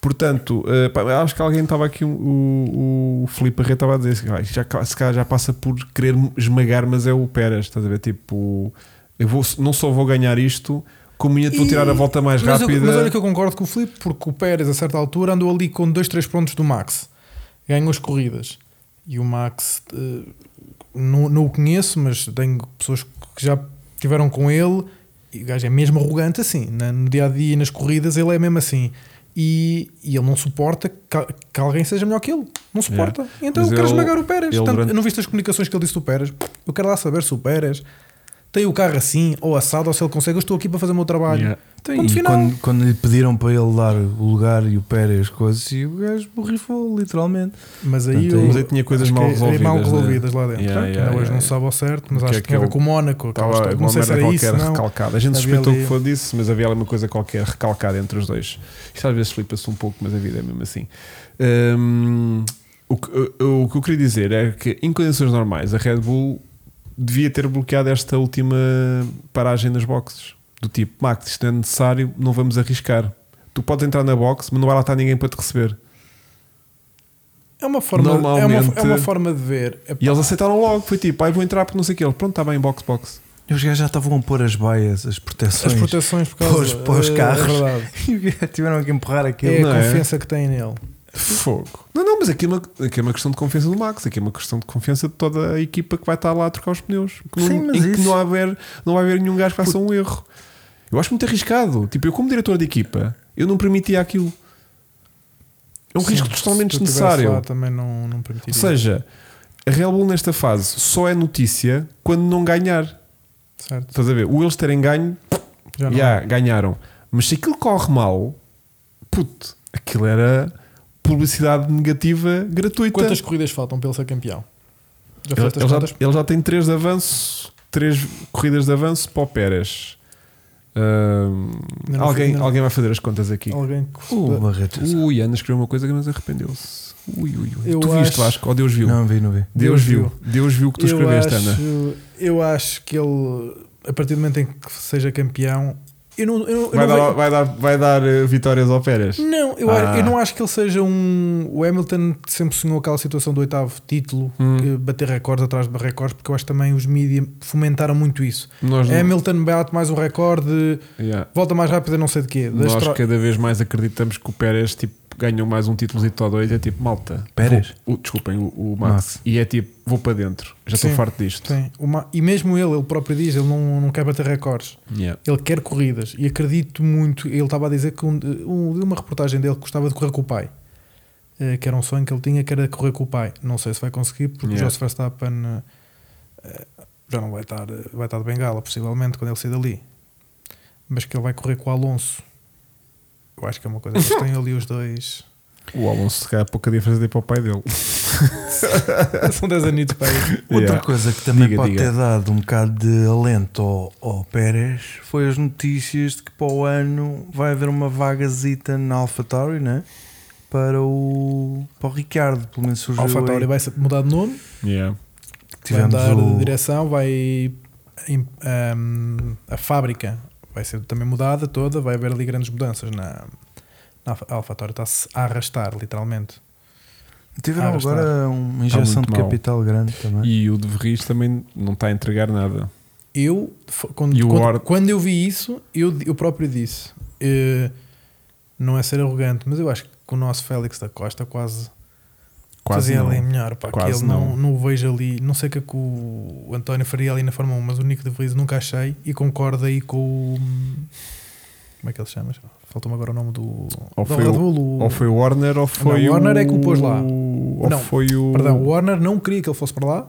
[SPEAKER 2] Portanto, eh, pá, acho que alguém estava aqui, o, o, o Filipe Arreta estava a dizer assim, "Ah, isto já, ca- se calhar já passa por querer esmagar, mas é o Peras, estás a ver? Tipo, eu vou, não só vou ganhar isto, como ainda te vou
[SPEAKER 3] E-
[SPEAKER 2] tirar a volta mais
[SPEAKER 3] mas eu-
[SPEAKER 2] rápida.
[SPEAKER 3] mas olha que eu concordo com o Filipe, porque o Pérez, a certa altura, andou ali com 2, 3 pontos do Max. Ganhou as corridas. E o Max, eh, não, não o conheço, mas tenho pessoas que já tiveram com ele. E o gajo é mesmo arrogante assim. na- no dia a dia e nas corridas, ele é mesmo assim. E, e ele não suporta que, al- que alguém seja melhor que ele. Não suporta. Então
[SPEAKER 2] Mas
[SPEAKER 3] eu quero
[SPEAKER 2] ele-
[SPEAKER 3] esmagar o Pérez.
[SPEAKER 2] ele
[SPEAKER 3] Portanto,
[SPEAKER 2] durante-
[SPEAKER 3] eu Não viste as comunicações que ele disse do Pérez? Eu quero lá saber se o Pérez tem o carro assim, ou assado, ou se ele consegue. Eu estou aqui para fazer o meu trabalho.
[SPEAKER 2] Yeah.
[SPEAKER 3] Então,
[SPEAKER 1] E
[SPEAKER 3] ponto final.
[SPEAKER 1] quando, quando lhe pediram para ele dar o lugar e o Pérez, coisas, e o gajo borrifou, literalmente.
[SPEAKER 3] Mas aí,
[SPEAKER 1] Portanto,
[SPEAKER 3] eu,
[SPEAKER 2] mas aí tinha coisas
[SPEAKER 3] acho que
[SPEAKER 2] mal
[SPEAKER 3] é-
[SPEAKER 2] resolvidas,
[SPEAKER 3] É mal
[SPEAKER 2] né?
[SPEAKER 3] resolvidas lá dentro.
[SPEAKER 2] Yeah,
[SPEAKER 3] Portanto,
[SPEAKER 2] yeah,
[SPEAKER 3] ainda
[SPEAKER 2] yeah,
[SPEAKER 3] hoje não
[SPEAKER 2] yeah.
[SPEAKER 3] sabe ao certo,
[SPEAKER 2] O
[SPEAKER 3] mas
[SPEAKER 2] que
[SPEAKER 3] acho
[SPEAKER 2] é
[SPEAKER 3] que, tinha a
[SPEAKER 2] que
[SPEAKER 3] ver
[SPEAKER 2] ele-
[SPEAKER 3] com o Mónaco. aquela
[SPEAKER 2] Estava
[SPEAKER 3] história.
[SPEAKER 2] uma
[SPEAKER 3] Não sei
[SPEAKER 2] merda
[SPEAKER 3] se era
[SPEAKER 2] qualquer
[SPEAKER 3] isso, não.
[SPEAKER 2] recalcada. A gente
[SPEAKER 3] Havia
[SPEAKER 2] suspeitou
[SPEAKER 3] ali-
[SPEAKER 2] que foi disso, mas havia alguma coisa qualquer recalcada entre os dois. Isto às vezes flipa-se um pouco, mas a vida é mesmo assim. Hum, o, que, o- o que eu queria dizer é que, em condições normais, a Red Bull devia ter bloqueado esta última paragem nas boxes. Do tipo, Max, isto não é necessário, não vamos arriscar. Tu podes entrar na box, mas não vai lá estar ninguém para te receber.
[SPEAKER 3] É uma forma, é uma,
[SPEAKER 2] Normalmente-
[SPEAKER 3] é uma forma de ver. É Epá,
[SPEAKER 2] E eles aceitaram logo. Foi tipo, ai, vou entrar porque não sei o que. Ele, pronto, está bem, box, box.
[SPEAKER 1] E os gajos já estavam a pôr as baias, as proteções.
[SPEAKER 3] as proteções por causa
[SPEAKER 1] Para os- para os
[SPEAKER 3] é-
[SPEAKER 1] carros.
[SPEAKER 3] É, verdade.
[SPEAKER 1] E o gajo tiveram que empurrar aquilo.
[SPEAKER 3] É
[SPEAKER 2] não
[SPEAKER 3] a
[SPEAKER 2] é?
[SPEAKER 3] confiança que tem nele.
[SPEAKER 2] Fogo. Não, não, mas aqui é, uma, aqui é uma questão de confiança do Max, aqui é uma questão de confiança de toda a equipa que vai estar lá a trocar os pneus. Que não-
[SPEAKER 1] Sim, mas
[SPEAKER 2] em que
[SPEAKER 1] isso-
[SPEAKER 2] não, haver, não vai haver nenhum gajo que faça um erro. Eu acho muito arriscado. Tipo, eu, como diretor de equipa, eu não permitia aquilo. É um
[SPEAKER 3] Sim,
[SPEAKER 2] risco totalmente
[SPEAKER 3] se tu tivesse
[SPEAKER 2] desnecessário.
[SPEAKER 3] lá, também não, não permitiria.
[SPEAKER 2] Ou seja, a Real Bull nesta fase só é notícia quando não ganhar.
[SPEAKER 3] certo,
[SPEAKER 2] Estás a ver? O eles terem ganho,
[SPEAKER 3] já não é.
[SPEAKER 2] já, ganharam. Mas se aquilo corre mal, puto, aquilo era publicidade negativa gratuita.
[SPEAKER 3] Quantas corridas faltam para ele ser campeão? Já
[SPEAKER 2] ele,
[SPEAKER 3] fizeste as
[SPEAKER 2] ele já,
[SPEAKER 3] contas?
[SPEAKER 2] ele já tem 3 de avanço, 3 corridas de avanço para o Pérez. Ahm,
[SPEAKER 3] Ainda não
[SPEAKER 2] alguém,
[SPEAKER 3] fiz, não.
[SPEAKER 2] alguém vai fazer as contas aqui. Uh,
[SPEAKER 3] Alguém que.
[SPEAKER 1] O Barreto.
[SPEAKER 2] Ui, Ana escreveu uma coisa, mas arrependeu-se. Ui, ui, ui.
[SPEAKER 3] Eu
[SPEAKER 2] tu viste,
[SPEAKER 3] acho-
[SPEAKER 2] Vasco? Oh, Deus viu.
[SPEAKER 1] Não vi, não vi.
[SPEAKER 2] Deus,
[SPEAKER 3] Deus
[SPEAKER 2] viu. Deus viu o que tu escreveste,
[SPEAKER 3] acho,
[SPEAKER 2] Ana.
[SPEAKER 3] Eu acho que ele, a partir do momento em que seja campeão, Eu não, eu não- eu
[SPEAKER 2] Vai
[SPEAKER 3] não
[SPEAKER 2] dar,
[SPEAKER 3] vejo-
[SPEAKER 2] vai, dar, vai dar eh, vitórias ao Pérez.
[SPEAKER 3] Não, eu,
[SPEAKER 2] Ah.
[SPEAKER 3] eu não acho que ele seja um. O Hamilton sempre sonhou aquela situação do oitavo título,
[SPEAKER 2] Hum.
[SPEAKER 3] que bater recordes atrás de recordes, porque eu acho que também os mídias fomentaram muito isso.
[SPEAKER 2] Nós, não-
[SPEAKER 3] Hamilton bate mais um recorde,
[SPEAKER 2] Yeah.
[SPEAKER 3] volta mais rápida, não sei de quê. Das
[SPEAKER 2] Nós
[SPEAKER 3] tro-
[SPEAKER 2] cada vez mais acreditamos que o Pérez tipo, ganhou mais um título e ou dois. É tipo, malta.
[SPEAKER 1] Pérez?
[SPEAKER 2] vou- o- desculpem, o, o Max.
[SPEAKER 1] Max.
[SPEAKER 2] E é tipo, vou para dentro. Já estou
[SPEAKER 3] Sim.
[SPEAKER 2] farto disto.
[SPEAKER 3] Sim, uma- e mesmo ele, ele próprio diz, ele não, não quer bater recordes.
[SPEAKER 2] Yeah.
[SPEAKER 3] Ele quer corridas e acredito muito. Ele estava a dizer que um, um- de uma reportagem dele que gostava de correr com o pai, eh, que era um sonho que ele tinha, que era correr com o pai. Não sei se vai conseguir, porque
[SPEAKER 2] Yeah.
[SPEAKER 3] o Jos Verstappen eh, eh, já não vai estar, eh, vai estar de bengala, possivelmente, quando ele sair dali. Mas que ele vai correr com o Alonso. Eu acho que é uma coisa que eles têm ali os dois.
[SPEAKER 2] O Alonso, se calhar, pouca diferença de ir para o pai dele.
[SPEAKER 3] São 10 anitos para aí.
[SPEAKER 1] Outra
[SPEAKER 2] Yeah.
[SPEAKER 1] coisa que também
[SPEAKER 2] Diga,
[SPEAKER 1] pode
[SPEAKER 2] diga.
[SPEAKER 1] ter dado um bocado de alento ao, ao Pérez foi as notícias de que para o ano vai haver uma vagazita na AlphaTauri, né? Para o, para o Ricardo, pelo menos surgiu.
[SPEAKER 3] Alfa
[SPEAKER 1] aí.
[SPEAKER 3] Tauri vai se- mudar de nome,
[SPEAKER 2] Yeah.
[SPEAKER 1] Tivemos
[SPEAKER 3] vai mudar
[SPEAKER 1] o-
[SPEAKER 3] de direção, vai. em- ahm, a fábrica vai ser também mudada toda, vai haver ali grandes mudanças na. na Alfa- a AlphaTauri está-se a arrastar, literalmente.
[SPEAKER 1] Tiveram
[SPEAKER 3] Ah, está.
[SPEAKER 1] agora uma injeção de
[SPEAKER 2] muito mal.
[SPEAKER 1] capital grande
[SPEAKER 3] Ah.
[SPEAKER 1] também.
[SPEAKER 2] E o De Vries também não está a entregar nada.
[SPEAKER 3] Eu, f- quando,
[SPEAKER 2] E o
[SPEAKER 3] quando,
[SPEAKER 2] Ord-
[SPEAKER 3] quando eu vi isso, eu, eu próprio disse: eh, não é ser arrogante, mas eu acho que o nosso Félix da Costa quase,
[SPEAKER 2] Quase
[SPEAKER 3] fazia
[SPEAKER 2] não.
[SPEAKER 3] ali melhor. Pá, que
[SPEAKER 2] Quase
[SPEAKER 3] ele não,
[SPEAKER 2] não.
[SPEAKER 3] não o vejo ali. Não sei o que é que o António faria ali na Fórmula 1, mas o Nico de Vries nunca achei e concordo aí com o. Como é que ele se chama? Faltou-me agora o nome do.
[SPEAKER 2] Ou
[SPEAKER 3] do
[SPEAKER 2] foi
[SPEAKER 3] Red
[SPEAKER 2] o-
[SPEAKER 3] Bull, o-
[SPEAKER 2] Ou foi o Warner ou foi
[SPEAKER 3] Não, o Horner
[SPEAKER 2] o...
[SPEAKER 3] é que o pôs lá.
[SPEAKER 2] Ou
[SPEAKER 3] Não,
[SPEAKER 2] foi o...
[SPEAKER 3] Perdão, o Warner não queria que ele fosse para lá.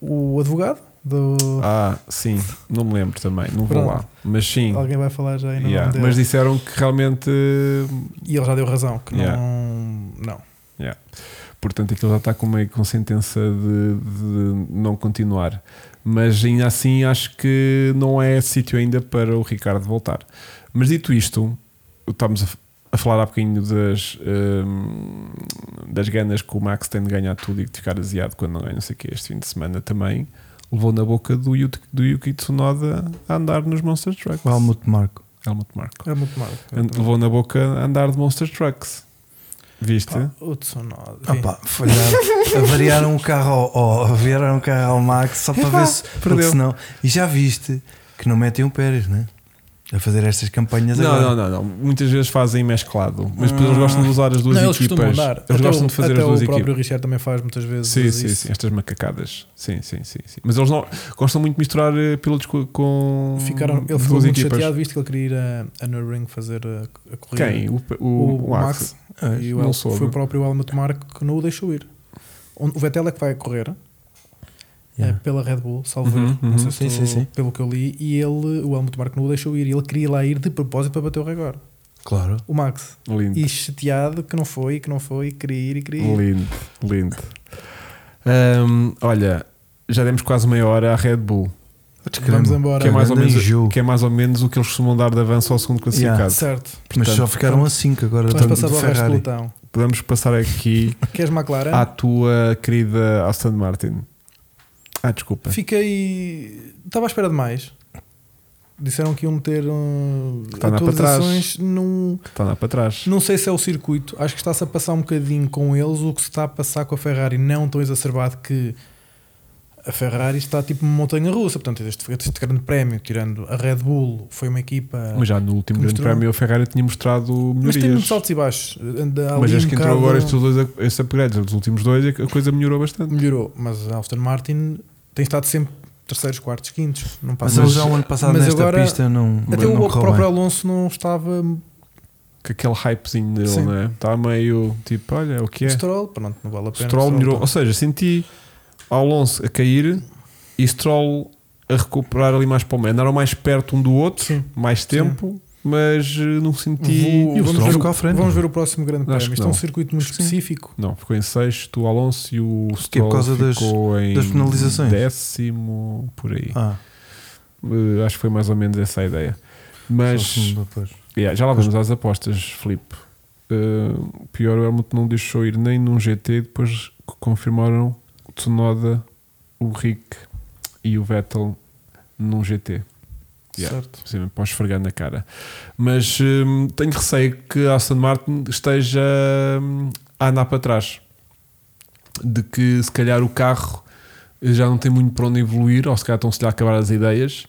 [SPEAKER 3] O advogado do.
[SPEAKER 2] Ah, sim. Não me lembro também. Não vou
[SPEAKER 3] Pronto.
[SPEAKER 2] lá. Mas sim.
[SPEAKER 3] Alguém vai falar já aí no
[SPEAKER 2] Yeah.
[SPEAKER 3] nome dele.
[SPEAKER 2] Mas disseram que realmente...
[SPEAKER 3] E ele já deu razão, que
[SPEAKER 2] Yeah.
[SPEAKER 3] não. Não.
[SPEAKER 2] Portanto, aquilo já está com meio com sentença de, de não continuar. Mas ainda assim acho que não é sítio ainda para o Ricardo voltar. Mas dito isto, estamos a, a falar há bocadinho das, hum, das ganas que o Max tem de ganhar tudo e de ficar aziado quando não ganha, não sei o que, este fim de semana também. Levou na boca do, Yuki- do Yuki Tsunoda a andar nos Monster Trucks.
[SPEAKER 1] O Helmut Marco.
[SPEAKER 2] Helmut Marko.
[SPEAKER 3] Era muito mal.
[SPEAKER 2] And- Levou na boca a andar de Monster Trucks. Viste?
[SPEAKER 3] Pá, O Tsunoda.
[SPEAKER 1] Ah pá, falharam. Avariaram o carro ao, ao, avariaram o carro ao Max só para
[SPEAKER 2] Epá,
[SPEAKER 1] ver se. Porque
[SPEAKER 2] perdeu.
[SPEAKER 1] senão. E já viste que não metem o Pérez, né? A fazer estas campanhas
[SPEAKER 2] Não,
[SPEAKER 1] agora.
[SPEAKER 2] não, não, não. Muitas vezes fazem mesclado, mas depois eles
[SPEAKER 1] Hum.
[SPEAKER 2] gostam de usar as duas
[SPEAKER 3] não, eles costumam
[SPEAKER 2] equipas.
[SPEAKER 3] andar.
[SPEAKER 2] Eles
[SPEAKER 3] Até
[SPEAKER 2] gostam
[SPEAKER 3] o-
[SPEAKER 2] de fazer
[SPEAKER 3] até
[SPEAKER 2] as duas
[SPEAKER 3] O próprio
[SPEAKER 2] equipas.
[SPEAKER 3] Richard também faz muitas vezes.
[SPEAKER 2] Sim,
[SPEAKER 3] isso.
[SPEAKER 2] sim, sim, estas macacadas. Sim, sim, sim, sim. Mas eles não gostam muito de misturar eh, pilotos co- com,
[SPEAKER 3] Ficaram, ele
[SPEAKER 2] duas
[SPEAKER 3] ficou muito
[SPEAKER 2] equipas.
[SPEAKER 3] chateado visto que ele queria ir a, a Nürburgring fazer a, a corrida.
[SPEAKER 2] Quem? O, o,
[SPEAKER 3] O,
[SPEAKER 2] o Max.
[SPEAKER 3] Max.
[SPEAKER 1] É,
[SPEAKER 3] E o
[SPEAKER 2] não
[SPEAKER 3] El-
[SPEAKER 2] soube.
[SPEAKER 3] foi o próprio Helmut Marko que não o deixou ir. Onde- O Vettel é que vai correr
[SPEAKER 1] Yeah.
[SPEAKER 2] é
[SPEAKER 3] eh, pela Red Bull, salvo
[SPEAKER 2] Uhum,
[SPEAKER 3] erro, não
[SPEAKER 2] uhum.
[SPEAKER 3] sei
[SPEAKER 1] Sim,
[SPEAKER 3] se
[SPEAKER 1] sim,
[SPEAKER 3] estou-
[SPEAKER 1] sim.
[SPEAKER 3] pelo que eu li, e ele, o Helmut Marko não o deixou ir, e ele queria lá ir de propósito para bater o recorde.
[SPEAKER 1] Claro.
[SPEAKER 3] O Max.
[SPEAKER 2] Lindo.
[SPEAKER 3] E chateado que não foi, e que não foi, e queria ir, e queria ir.
[SPEAKER 2] Lindo, lindo. Ahm, olha, já demos quase meia hora à Red Bull,
[SPEAKER 3] Vamos embora.
[SPEAKER 2] que é, mais ou
[SPEAKER 1] Grande
[SPEAKER 2] menos,
[SPEAKER 1] enjoo.
[SPEAKER 2] que é mais ou menos o que eles costumam dar de avanço ao segundo classificado.
[SPEAKER 1] Yeah.
[SPEAKER 3] Certo.
[SPEAKER 1] Mas
[SPEAKER 2] Portanto,
[SPEAKER 1] só ficaram a 5 agora
[SPEAKER 3] Vamos
[SPEAKER 1] do,
[SPEAKER 3] passar
[SPEAKER 1] do
[SPEAKER 3] para o resto do
[SPEAKER 1] Ferrari.
[SPEAKER 3] pelotão.
[SPEAKER 2] Podemos passar aqui
[SPEAKER 3] Queres McLaren?
[SPEAKER 2] à tua querida Aston Martin. Ah, desculpa.
[SPEAKER 3] Fiquei. Estava à espera de mais. Disseram que iam meter hum,
[SPEAKER 2] Está lá para Tá trás.
[SPEAKER 3] atualizações. Não,
[SPEAKER 2] Está lá para trás.
[SPEAKER 3] não sei se é o circuito. Acho que está-se a passar um bocadinho com eles o que se está a passar com a Ferrari. Não tão exacerbado que a Ferrari está tipo uma montanha russa. Portanto, este, este grande prémio, tirando a Red Bull, foi uma equipa.
[SPEAKER 2] Mas já no último
[SPEAKER 3] Que
[SPEAKER 2] Grande
[SPEAKER 3] mostrou.
[SPEAKER 2] Prémio, a Ferrari tinha mostrado
[SPEAKER 3] Mas
[SPEAKER 2] melhorias.
[SPEAKER 3] tem muitos altos e baixos. Anda ali
[SPEAKER 2] Mas acho
[SPEAKER 3] um
[SPEAKER 2] que entrou
[SPEAKER 3] bocado-
[SPEAKER 2] agora estes dois estes upgrades, os últimos dois, é que a coisa melhorou bastante.
[SPEAKER 3] Melhorou. Mas a Aston Martin tem estado sempre terceiros, quartos, quintos. Não
[SPEAKER 1] Mas
[SPEAKER 3] passa
[SPEAKER 2] é
[SPEAKER 1] eles já o ano passado
[SPEAKER 3] mas
[SPEAKER 1] nesta
[SPEAKER 3] agora-
[SPEAKER 1] pista não.
[SPEAKER 2] um
[SPEAKER 3] Até
[SPEAKER 1] não
[SPEAKER 3] o
[SPEAKER 1] correu
[SPEAKER 3] próprio
[SPEAKER 1] bem.
[SPEAKER 3] Alonso não estava
[SPEAKER 2] Com aquele hypezinho dele,
[SPEAKER 3] Sim.
[SPEAKER 2] né? Está meio tipo, olha, o que é?
[SPEAKER 3] Stroll, pronto, não vale a pena.
[SPEAKER 2] Stroll melhorou. Ou
[SPEAKER 3] pronto.
[SPEAKER 2] seja, senti Alonso a cair e Stroll a recuperar ali mais para o meio. Andaram mais perto um do outro,
[SPEAKER 3] Sim.
[SPEAKER 2] mais tempo, mas eh, não senti.
[SPEAKER 3] Vou-
[SPEAKER 1] E o
[SPEAKER 3] vamos
[SPEAKER 1] Stroll
[SPEAKER 3] ver
[SPEAKER 1] ficou à frente.
[SPEAKER 3] Vamos ver o próximo grande
[SPEAKER 2] Acho
[SPEAKER 3] prémio.
[SPEAKER 2] que
[SPEAKER 3] Isto é um
[SPEAKER 2] não.
[SPEAKER 3] circuito muito
[SPEAKER 1] Acho que sim.
[SPEAKER 3] específico.
[SPEAKER 2] Não, ficou em sexto, o Alonso e o Stroll
[SPEAKER 1] por causa das-
[SPEAKER 2] ficou em
[SPEAKER 1] das penalizações?
[SPEAKER 2] décimo, por aí.
[SPEAKER 1] Ah,
[SPEAKER 2] Eh, acho que foi mais ou menos essa a ideia.
[SPEAKER 1] só assim, o
[SPEAKER 2] Mas
[SPEAKER 1] um segundo depois.
[SPEAKER 2] yeah, já lá vamos às apostas, Filipe. Eh, pior, o Helmut não deixou ir nem num GT, depois que confirmaram o Tsunoda, o Rick e o Vettel num GT. Yeah.
[SPEAKER 1] Certo.
[SPEAKER 2] Sim, para esfregar na cara. Mas hum, tenho receio que a Aston Martin esteja hum, a andar para trás. De que se calhar o carro já não tem muito para onde evoluir, ou se calhar estão-se a acabar as ideias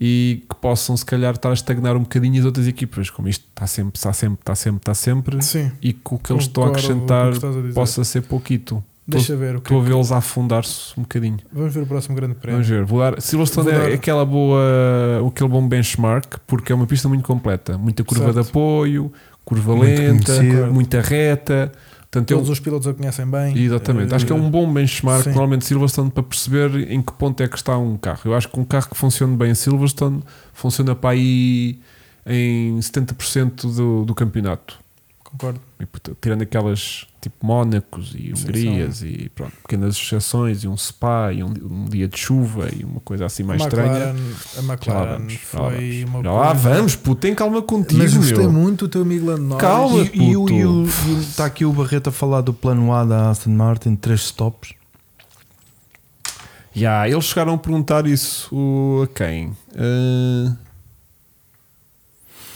[SPEAKER 2] e que possam se calhar estar a estagnar um bocadinho as outras equipas. Como isto está sempre, está sempre, está sempre, está sempre,
[SPEAKER 3] Sim.
[SPEAKER 2] e que o que eles estão a
[SPEAKER 3] concordo com o que
[SPEAKER 2] acrescentar
[SPEAKER 3] estás a dizer.
[SPEAKER 2] possa ser pouquito.
[SPEAKER 3] Deixa ver o que
[SPEAKER 2] Estou a vê-los a afundar-se um bocadinho.
[SPEAKER 3] Vamos ver o próximo grande prémio.
[SPEAKER 2] Vamos ver, vou dar. Silverstone
[SPEAKER 3] Vou dar-
[SPEAKER 2] é aquela boa, aquele bom benchmark, porque é uma pista muito completa. Muita curva
[SPEAKER 3] Certo.
[SPEAKER 2] de apoio, curva
[SPEAKER 1] Muito
[SPEAKER 2] lenta,
[SPEAKER 1] conhecida.
[SPEAKER 2] muita reta. Portanto,
[SPEAKER 3] Todos
[SPEAKER 2] eu,
[SPEAKER 3] os pilotos a conhecem bem.
[SPEAKER 2] um- exatamente.
[SPEAKER 3] Eh,
[SPEAKER 2] Acho que é um bom benchmark,
[SPEAKER 3] Sim.
[SPEAKER 2] normalmente, Silverstone, para perceber em que ponto é que está um carro. Eu acho que um carro que funcione bem em Silverstone funciona para aí em 70% do, do campeonato.
[SPEAKER 3] Concordo.
[SPEAKER 2] E, portanto, tirando aquelas tipo Mónacos e
[SPEAKER 3] Sim,
[SPEAKER 2] Hungrias e pronto, pequenas exceções e um spa e um, um dia de chuva e uma coisa assim mais
[SPEAKER 3] a
[SPEAKER 2] estranha.
[SPEAKER 3] McLaren, a
[SPEAKER 2] Já lá
[SPEAKER 3] McLaren
[SPEAKER 2] vamos. Já lá
[SPEAKER 3] foi
[SPEAKER 2] vamos.
[SPEAKER 3] uma
[SPEAKER 2] Já lá
[SPEAKER 3] coisa-
[SPEAKER 2] vamos, puto, tem calma contigo,
[SPEAKER 3] Mas gostei
[SPEAKER 2] meu.
[SPEAKER 3] muito do teu amigo Lando Norris.
[SPEAKER 2] Calma. Fala,
[SPEAKER 1] E- E o-
[SPEAKER 2] puto.
[SPEAKER 1] e o- e o- está aqui o Barreto a falar do plano A da Aston Martin, três stops.
[SPEAKER 2] Ya, eles chegaram a perguntar isso o- a quem? Ah,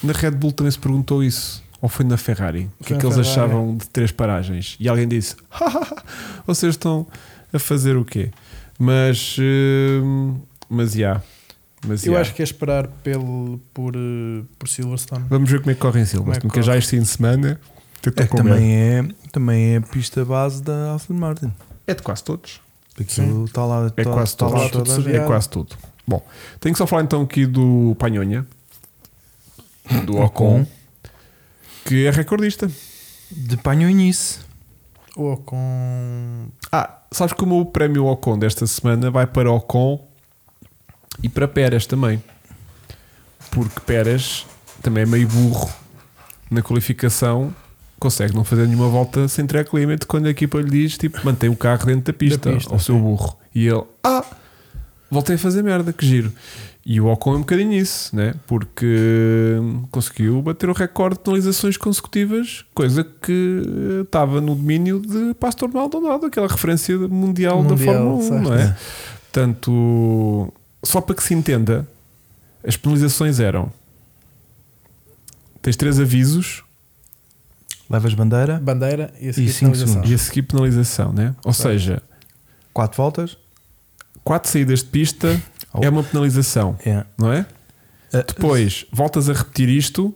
[SPEAKER 2] na Red Bull também se perguntou isso. Ou foi na Ferrari? O que
[SPEAKER 3] Foi
[SPEAKER 2] é
[SPEAKER 3] na
[SPEAKER 2] que eles
[SPEAKER 3] Ferrari.
[SPEAKER 2] achavam de três paragens? E alguém disse: "Hahaha, vocês estão a fazer o quê? Mas, ah, mas, ya. mas
[SPEAKER 3] Eu
[SPEAKER 2] ya.
[SPEAKER 3] acho que é esperar pelo, por, eh, por Silverstone.
[SPEAKER 2] Vamos ver como é que corre em Silva.
[SPEAKER 3] Como é que
[SPEAKER 2] porque já este fim de semana eu tô
[SPEAKER 1] É que
[SPEAKER 2] com medo.
[SPEAKER 1] também é, também é a pista base da Aston Martin.
[SPEAKER 2] é de quase todos.
[SPEAKER 1] Aquilo está lá,
[SPEAKER 2] É
[SPEAKER 1] tá-
[SPEAKER 2] quase
[SPEAKER 1] tá
[SPEAKER 2] tudo.
[SPEAKER 1] lá
[SPEAKER 3] Está
[SPEAKER 1] toda a
[SPEAKER 3] tudo
[SPEAKER 1] gente.
[SPEAKER 2] É quase tudo. Bom, tenho que só falar então aqui do Panhonha, do Ocon, que é recordista.
[SPEAKER 1] De panhonhice.
[SPEAKER 3] Ou com.
[SPEAKER 2] Ah, sabes como o prémio Ocon desta semana vai para Ocon e para Pérez também. Porque Pérez também é meio burro na qualificação, consegue não fazer nenhuma volta sem track limit quando a equipa lhe diz tipo, mantém o carro dentro da pista,
[SPEAKER 3] pista,
[SPEAKER 2] ao seu burro. E ele, ah, voltei a fazer merda, que giro. E o Ocon é um bocadinho isso, né? porque hum, conseguiu bater o recorde de penalizações consecutivas, coisa que eh, estava no domínio de Pastor Maldonado, aquela referência mundial, da
[SPEAKER 3] Mundial,
[SPEAKER 2] Fórmula 1,
[SPEAKER 3] certo.
[SPEAKER 2] não é? Portanto, só para que se entenda, as penalizações eram: tens três avisos
[SPEAKER 1] Levas bandeira,
[SPEAKER 3] Bandeira e a seguir
[SPEAKER 1] E cinco
[SPEAKER 3] sinalização.
[SPEAKER 2] e a seguir penalização, né? Ou
[SPEAKER 3] Certo.
[SPEAKER 2] seja,
[SPEAKER 1] quatro voltas.
[SPEAKER 2] quatro saídas de pista é uma penalização,
[SPEAKER 1] É.
[SPEAKER 2] não é?
[SPEAKER 1] Ah,
[SPEAKER 2] Depois voltas a repetir isto,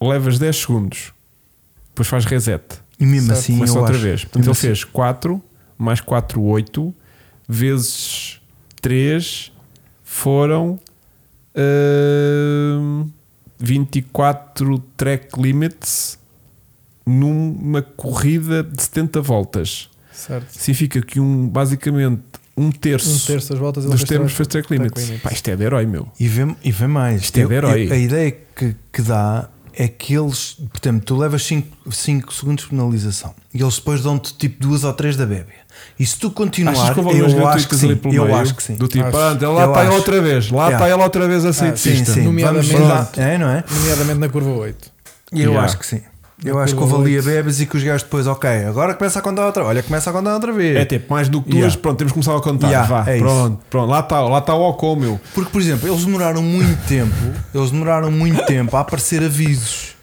[SPEAKER 2] levas 10 segundos, depois faz reset,
[SPEAKER 1] E mesmo
[SPEAKER 3] Certo,
[SPEAKER 1] assim,
[SPEAKER 2] começa
[SPEAKER 1] eu
[SPEAKER 2] outra
[SPEAKER 1] acho.
[SPEAKER 2] vez. Portanto,
[SPEAKER 1] mesmo
[SPEAKER 2] ele
[SPEAKER 1] assim-
[SPEAKER 2] fez 4 mais 4, 8 vezes 3 foram hum, 24 track limits numa corrida de 70 voltas.
[SPEAKER 3] Certo.
[SPEAKER 2] Significa que um, basicamente um terço,
[SPEAKER 3] Um terço das voltas ele
[SPEAKER 2] dos
[SPEAKER 3] fez
[SPEAKER 2] termos fez
[SPEAKER 3] track-
[SPEAKER 2] track
[SPEAKER 3] track
[SPEAKER 2] limits.
[SPEAKER 3] limits.
[SPEAKER 2] Pá, isto é de herói, meu.
[SPEAKER 1] E vê, e vê mais.
[SPEAKER 2] Isto é de herói.
[SPEAKER 1] a ideia que, que dá é que eles, portanto, tu levas 5 segundos de penalização e eles depois dão-te tipo 2 ou 3 da bébia. E se tu
[SPEAKER 2] Achas
[SPEAKER 1] continuar,
[SPEAKER 2] que houve algumas
[SPEAKER 1] eu acho que
[SPEAKER 2] gratuitas ali
[SPEAKER 1] sim.
[SPEAKER 2] pelo
[SPEAKER 1] Eu
[SPEAKER 2] meio?
[SPEAKER 1] acho que sim.
[SPEAKER 2] Do tipo,
[SPEAKER 3] Acho.
[SPEAKER 2] pronto, lá
[SPEAKER 1] Eu
[SPEAKER 2] está ela
[SPEAKER 1] acho.
[SPEAKER 2] outra vez, lá
[SPEAKER 1] Yeah.
[SPEAKER 2] está ela outra vez a sair
[SPEAKER 3] Ah,
[SPEAKER 2] de
[SPEAKER 1] Sim,
[SPEAKER 2] pista.
[SPEAKER 1] sim.
[SPEAKER 3] Nomeadamente-
[SPEAKER 1] Vamos lá. É, não é?
[SPEAKER 3] Nomeadamente na curva 8.
[SPEAKER 1] Eu
[SPEAKER 2] Yeah.
[SPEAKER 1] acho que sim. Eu acho que houve ali a bebes e que os gajos depois, ok, agora começa a contar outra Olha, começa a contar outra vez.
[SPEAKER 2] É tipo, mais do que duas,
[SPEAKER 1] Yeah.
[SPEAKER 2] pronto, temos que começar a contar.
[SPEAKER 1] Yeah,
[SPEAKER 2] Vá,
[SPEAKER 1] é isso.
[SPEAKER 2] pronto, pronto, lá está, lá está o Ocon, meu.
[SPEAKER 1] Porque, por exemplo, eles demoraram muito tempo, eles demoraram muito tempo a aparecer avisos,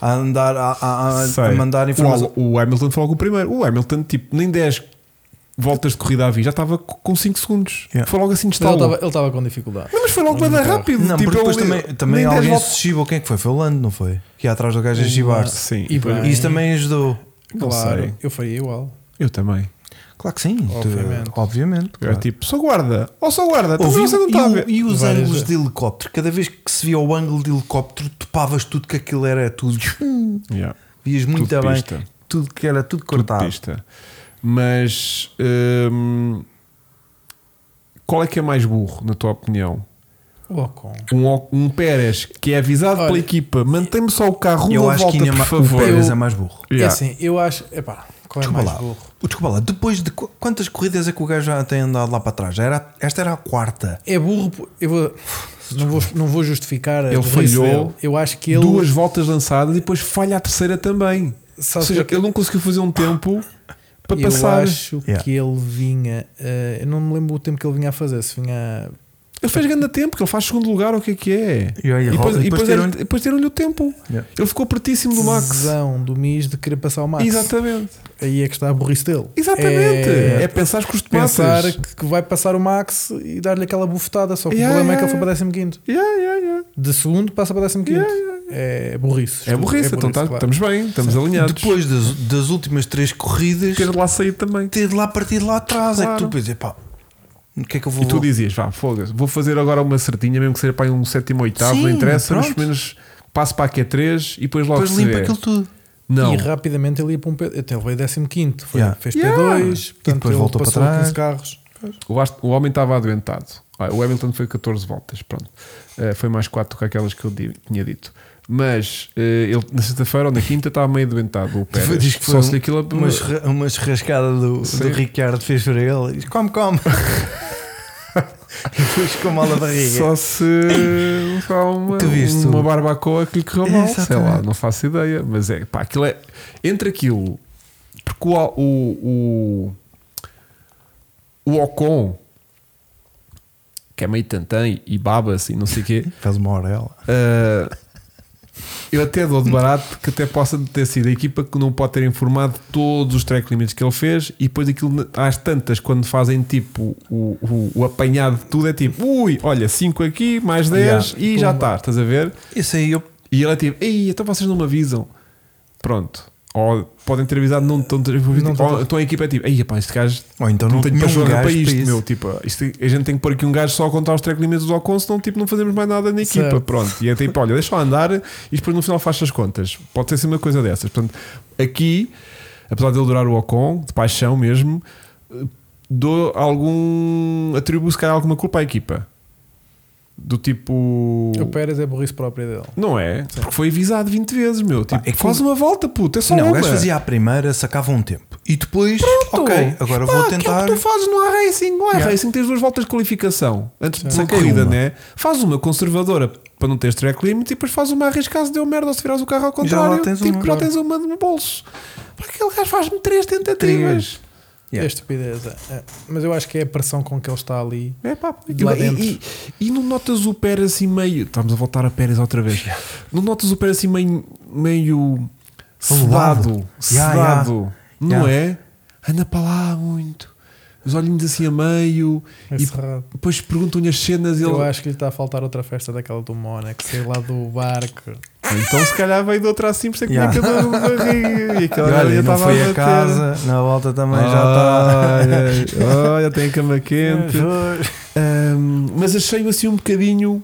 [SPEAKER 1] a andar, a, a- a-
[SPEAKER 2] Sei.
[SPEAKER 1] a mandar informação.
[SPEAKER 2] O, o Hamilton foi logo o primeiro. O Hamilton, tipo, nem 10 voltas de corrida a vir, já estava co- com 5 segundos.
[SPEAKER 1] Yeah.
[SPEAKER 2] Foi logo assim de
[SPEAKER 3] Mas ele
[SPEAKER 2] estalo.
[SPEAKER 3] estava- ele estava com dificuldade.
[SPEAKER 2] Não, mas foi logo
[SPEAKER 3] Não,
[SPEAKER 2] bem
[SPEAKER 3] não.
[SPEAKER 2] rápido.
[SPEAKER 1] Não,
[SPEAKER 2] tipo,
[SPEAKER 1] porque depois
[SPEAKER 2] ele-
[SPEAKER 1] também, também
[SPEAKER 2] nem 10
[SPEAKER 1] alguém
[SPEAKER 2] voltas-
[SPEAKER 1] se chibou. Quem é que foi? Foi o Lando, não foi? Que ia atrás do gajo a chibar-se.
[SPEAKER 2] Sim,
[SPEAKER 3] Ah, E bem.
[SPEAKER 1] E Isso também ajudou.
[SPEAKER 2] Não
[SPEAKER 3] Claro,
[SPEAKER 2] sei.
[SPEAKER 3] eu faria igual.
[SPEAKER 2] Eu também.
[SPEAKER 1] Claro que sim. tu-
[SPEAKER 3] Obviamente.
[SPEAKER 1] obviamente, Então,
[SPEAKER 2] Eu
[SPEAKER 1] claro.
[SPEAKER 2] era tipo, só guarda, ou só guarda, também
[SPEAKER 1] Ouvi-
[SPEAKER 2] não sei
[SPEAKER 1] Ah.
[SPEAKER 2] onde
[SPEAKER 1] e,
[SPEAKER 2] está a
[SPEAKER 1] o-
[SPEAKER 2] ver.
[SPEAKER 1] e os
[SPEAKER 3] Várias
[SPEAKER 1] ângulos
[SPEAKER 3] vezes.
[SPEAKER 1] de helicóptero, cada vez que se via o ângulo de helicóptero, topavas tudo que aquilo era tudo.
[SPEAKER 2] Yeah.
[SPEAKER 1] Vias muito
[SPEAKER 2] Tudo
[SPEAKER 1] bem.
[SPEAKER 2] pista.
[SPEAKER 1] Tudo que era tudo
[SPEAKER 2] Tudo
[SPEAKER 1] cortado.
[SPEAKER 2] pista. Mas hum, qual é que é mais burro, na tua opinião?
[SPEAKER 3] O Ocon.
[SPEAKER 2] Um, O- um Pérez que é avisado
[SPEAKER 3] Olha,
[SPEAKER 2] pela equipa, mantém-me só o carro
[SPEAKER 1] Eu
[SPEAKER 2] uma
[SPEAKER 1] acho
[SPEAKER 2] volta,
[SPEAKER 1] que ainda
[SPEAKER 2] por
[SPEAKER 1] ma-
[SPEAKER 2] favor.
[SPEAKER 1] o Pérez é
[SPEAKER 3] Eu-
[SPEAKER 1] mais burro.
[SPEAKER 2] Yeah.
[SPEAKER 3] É assim, eu acho. Epá, qual é
[SPEAKER 1] Desculpa
[SPEAKER 3] mais
[SPEAKER 1] lá.
[SPEAKER 3] burro?
[SPEAKER 1] Desculpa lá, depois de qu- quantas corridas é que o gajo já tem andado lá para trás? Já Era, esta era a quarta.
[SPEAKER 3] É burro. por- Eu vou, não, vou, não vou justificar. a
[SPEAKER 2] Ele
[SPEAKER 3] burrice
[SPEAKER 2] falhou
[SPEAKER 3] dele. Eu acho que ele.
[SPEAKER 2] Duas voltas lançadas e depois falha a terceira também. Ou
[SPEAKER 3] sabes
[SPEAKER 2] seja,
[SPEAKER 3] que-
[SPEAKER 2] ele não conseguiu fazer um tempo para
[SPEAKER 3] eu
[SPEAKER 2] passar.
[SPEAKER 3] acho
[SPEAKER 1] Yeah.
[SPEAKER 3] que ele vinha. eh, eu não me lembro o tempo que ele vinha a fazer. Se vinha.
[SPEAKER 2] Ele fez grande tempo, que ele faz segundo lugar, ou o que é que é?
[SPEAKER 1] E olha,
[SPEAKER 2] E depois,
[SPEAKER 1] roda-
[SPEAKER 2] e depois
[SPEAKER 1] tiram-
[SPEAKER 2] deram-lhe depois tiram-lhe o tempo.
[SPEAKER 1] Yeah.
[SPEAKER 2] Ele ficou pertíssimo do Max.
[SPEAKER 3] Tesão do Miz de querer passar o Max.
[SPEAKER 2] Exatamente.
[SPEAKER 3] Aí é que está a burrice dele.
[SPEAKER 2] Exatamente. É,
[SPEAKER 3] É,
[SPEAKER 2] pensar com os tomates.
[SPEAKER 3] pensar que- que vai passar o Max e dar-lhe aquela bufetada. Só que
[SPEAKER 2] Yeah,
[SPEAKER 3] o problema
[SPEAKER 2] yeah,
[SPEAKER 3] é que ele foi para 15.
[SPEAKER 2] Yeah, yeah, yeah.
[SPEAKER 3] De segundo passa para 15.
[SPEAKER 2] Yeah,
[SPEAKER 3] É burrice.
[SPEAKER 2] É burrice, então tá-
[SPEAKER 3] claro.
[SPEAKER 2] estamos bem, estamos alinhados.
[SPEAKER 1] Depois das, das últimas três corridas,
[SPEAKER 2] ter de lá sair também.
[SPEAKER 1] ter de lá partido lá atrás. É que tu
[SPEAKER 2] Claro.
[SPEAKER 1] pensas, pá, o que é que eu vou
[SPEAKER 2] E tu dizias, vá, foda-se, vou fazer agora uma certinha, mesmo que seja para aí um sétimo, oitavo,
[SPEAKER 1] Sim,
[SPEAKER 2] não interessa, mas
[SPEAKER 1] pronto.
[SPEAKER 2] pelo menos passo para a Q3 e depois logo
[SPEAKER 1] depois
[SPEAKER 2] se é.
[SPEAKER 1] limpa
[SPEAKER 2] vê.
[SPEAKER 1] aquilo tudo.
[SPEAKER 2] Não,
[SPEAKER 3] E rapidamente ele ia para um P... Até ele veio 15. Foi,
[SPEAKER 1] Yeah.
[SPEAKER 3] Fez
[SPEAKER 2] Yeah.
[SPEAKER 3] P2. Portanto,
[SPEAKER 1] depois
[SPEAKER 3] ele
[SPEAKER 1] voltou para
[SPEAKER 3] passou
[SPEAKER 1] trás.
[SPEAKER 3] 15 carros.
[SPEAKER 2] o, Ast- o homem estava adoentado. Ah, O Hamilton foi 14 voltas, pronto. Eh, foi mais 4 que aquelas que eu di- tinha dito. Mas eh, ele na sexta-feira ou na quinta estava meio adoentado. O Pérez.
[SPEAKER 1] Diz que foi
[SPEAKER 2] É, Só se
[SPEAKER 1] um-
[SPEAKER 2] lhe aquilo é a-
[SPEAKER 1] Uma, churra- uma churrascada do,
[SPEAKER 2] Sim.
[SPEAKER 1] do Ricardo fez para ele. Diz, come, come. e depois com mal a barriga.
[SPEAKER 2] Só se só uma,
[SPEAKER 1] Tu viste
[SPEAKER 2] uma
[SPEAKER 1] o-
[SPEAKER 2] barbacoa que lhe correu mal, sei
[SPEAKER 1] Exatamente.
[SPEAKER 2] lá, não faço ideia. Mas é pá, aquilo é entre aquilo, porque o, o, o, o Ocon que é meio tantã e- e baba-se e não sei o quê.
[SPEAKER 1] Faz uma orelha.
[SPEAKER 2] Uh, eu até dou de barato que até possa ter sido a equipa que não pode ter informado todos os track limits que ele fez e depois aquilo às tantas quando fazem tipo o, o- o apanhado de tudo é tipo ui, olha 5 aqui, mais 10 e já está, estás a ver?
[SPEAKER 1] Isso aí eu.
[SPEAKER 2] E ele é tipo, ei, então vocês não me avisam. Pronto. Ou podem ter avisado, não estão ter avisado.
[SPEAKER 3] Não
[SPEAKER 2] Ou então a equipa é tipo, ei, pá, este gajo
[SPEAKER 1] Ou então
[SPEAKER 2] não,
[SPEAKER 1] não,
[SPEAKER 2] tenho
[SPEAKER 1] tinha um
[SPEAKER 2] paixão
[SPEAKER 1] gajo
[SPEAKER 2] para isto,
[SPEAKER 1] isso.
[SPEAKER 2] meu. Tipo, isto- a gente tem que pôr aqui um gajo só a contar os track limits do Ocon, senão tipo, não fazemos mais nada na equipa.
[SPEAKER 3] Certo.
[SPEAKER 2] Pronto. E é tipo, olha, deixa lá andar e depois no final faz as contas. Pode ter sido uma coisa dessas. Portanto, aqui, apesar de eu adorar o Ocon, de paixão mesmo, eh, dou algum. atribuo se calhar alguma culpa à equipa. Do tipo.
[SPEAKER 3] O Pérez é burrice própria dele.
[SPEAKER 2] Não é? Porque foi avisado 20 vezes, meu. Tipo,
[SPEAKER 1] é que-
[SPEAKER 2] faz uma volta, puta, é só
[SPEAKER 1] Não, o
[SPEAKER 2] uma.
[SPEAKER 1] gajo fazia a primeira, sacava um tempo. E depois,
[SPEAKER 2] Pronto.
[SPEAKER 1] ok, agora
[SPEAKER 2] Pá,
[SPEAKER 1] vou
[SPEAKER 2] que é
[SPEAKER 1] tentar.
[SPEAKER 2] o que tu fazes no iRacing? No
[SPEAKER 1] Yeah.
[SPEAKER 2] iRacing tens duas voltas de qualificação antes de uma
[SPEAKER 1] Saquei
[SPEAKER 2] corrida,
[SPEAKER 1] uma.
[SPEAKER 2] né? Faz uma conservadora para não teres track limit e depois faz uma arriscada se deu merda ou se virares o carro ao contrário.
[SPEAKER 1] tens
[SPEAKER 2] tipo,
[SPEAKER 1] uma.
[SPEAKER 2] já tens uma no bolso. Para aquele gajo faz-me três tentativas.
[SPEAKER 1] Yeah.
[SPEAKER 3] É estupidez. é. É. Mas eu acho que é a pressão com que ele está ali.
[SPEAKER 2] É pá, e,
[SPEAKER 3] Lá dentro.
[SPEAKER 2] e, e não notas o Pérez assim meio. Estamos a voltar a Pérez outra vez. Não notas o Pérez assim meio. meio
[SPEAKER 1] Abalado.
[SPEAKER 2] sedado.
[SPEAKER 1] Yeah,
[SPEAKER 2] sedado. Não
[SPEAKER 1] Yeah.
[SPEAKER 2] é? Anda para lá muito. Os olhinhos assim a meio. E
[SPEAKER 3] Encerrado.
[SPEAKER 2] depois perguntam-lhe as cenas e ele.
[SPEAKER 3] Eu acho que lhe está a faltar outra festa daquela do Mónaco, sei lá do barco.
[SPEAKER 2] Então se calhar veio de outra assim, por isso é que
[SPEAKER 1] Yeah.
[SPEAKER 2] tinha cada um de barriga. E
[SPEAKER 1] E
[SPEAKER 2] aquela
[SPEAKER 1] olha,
[SPEAKER 2] já
[SPEAKER 1] não
[SPEAKER 2] estava
[SPEAKER 1] foi a
[SPEAKER 2] bater. Ah,
[SPEAKER 1] casa, tá. na volta também
[SPEAKER 2] Olha, olha, tem a cama
[SPEAKER 1] já
[SPEAKER 2] quente.
[SPEAKER 1] está.
[SPEAKER 2] Ahm, mas achei-o assim um bocadinho.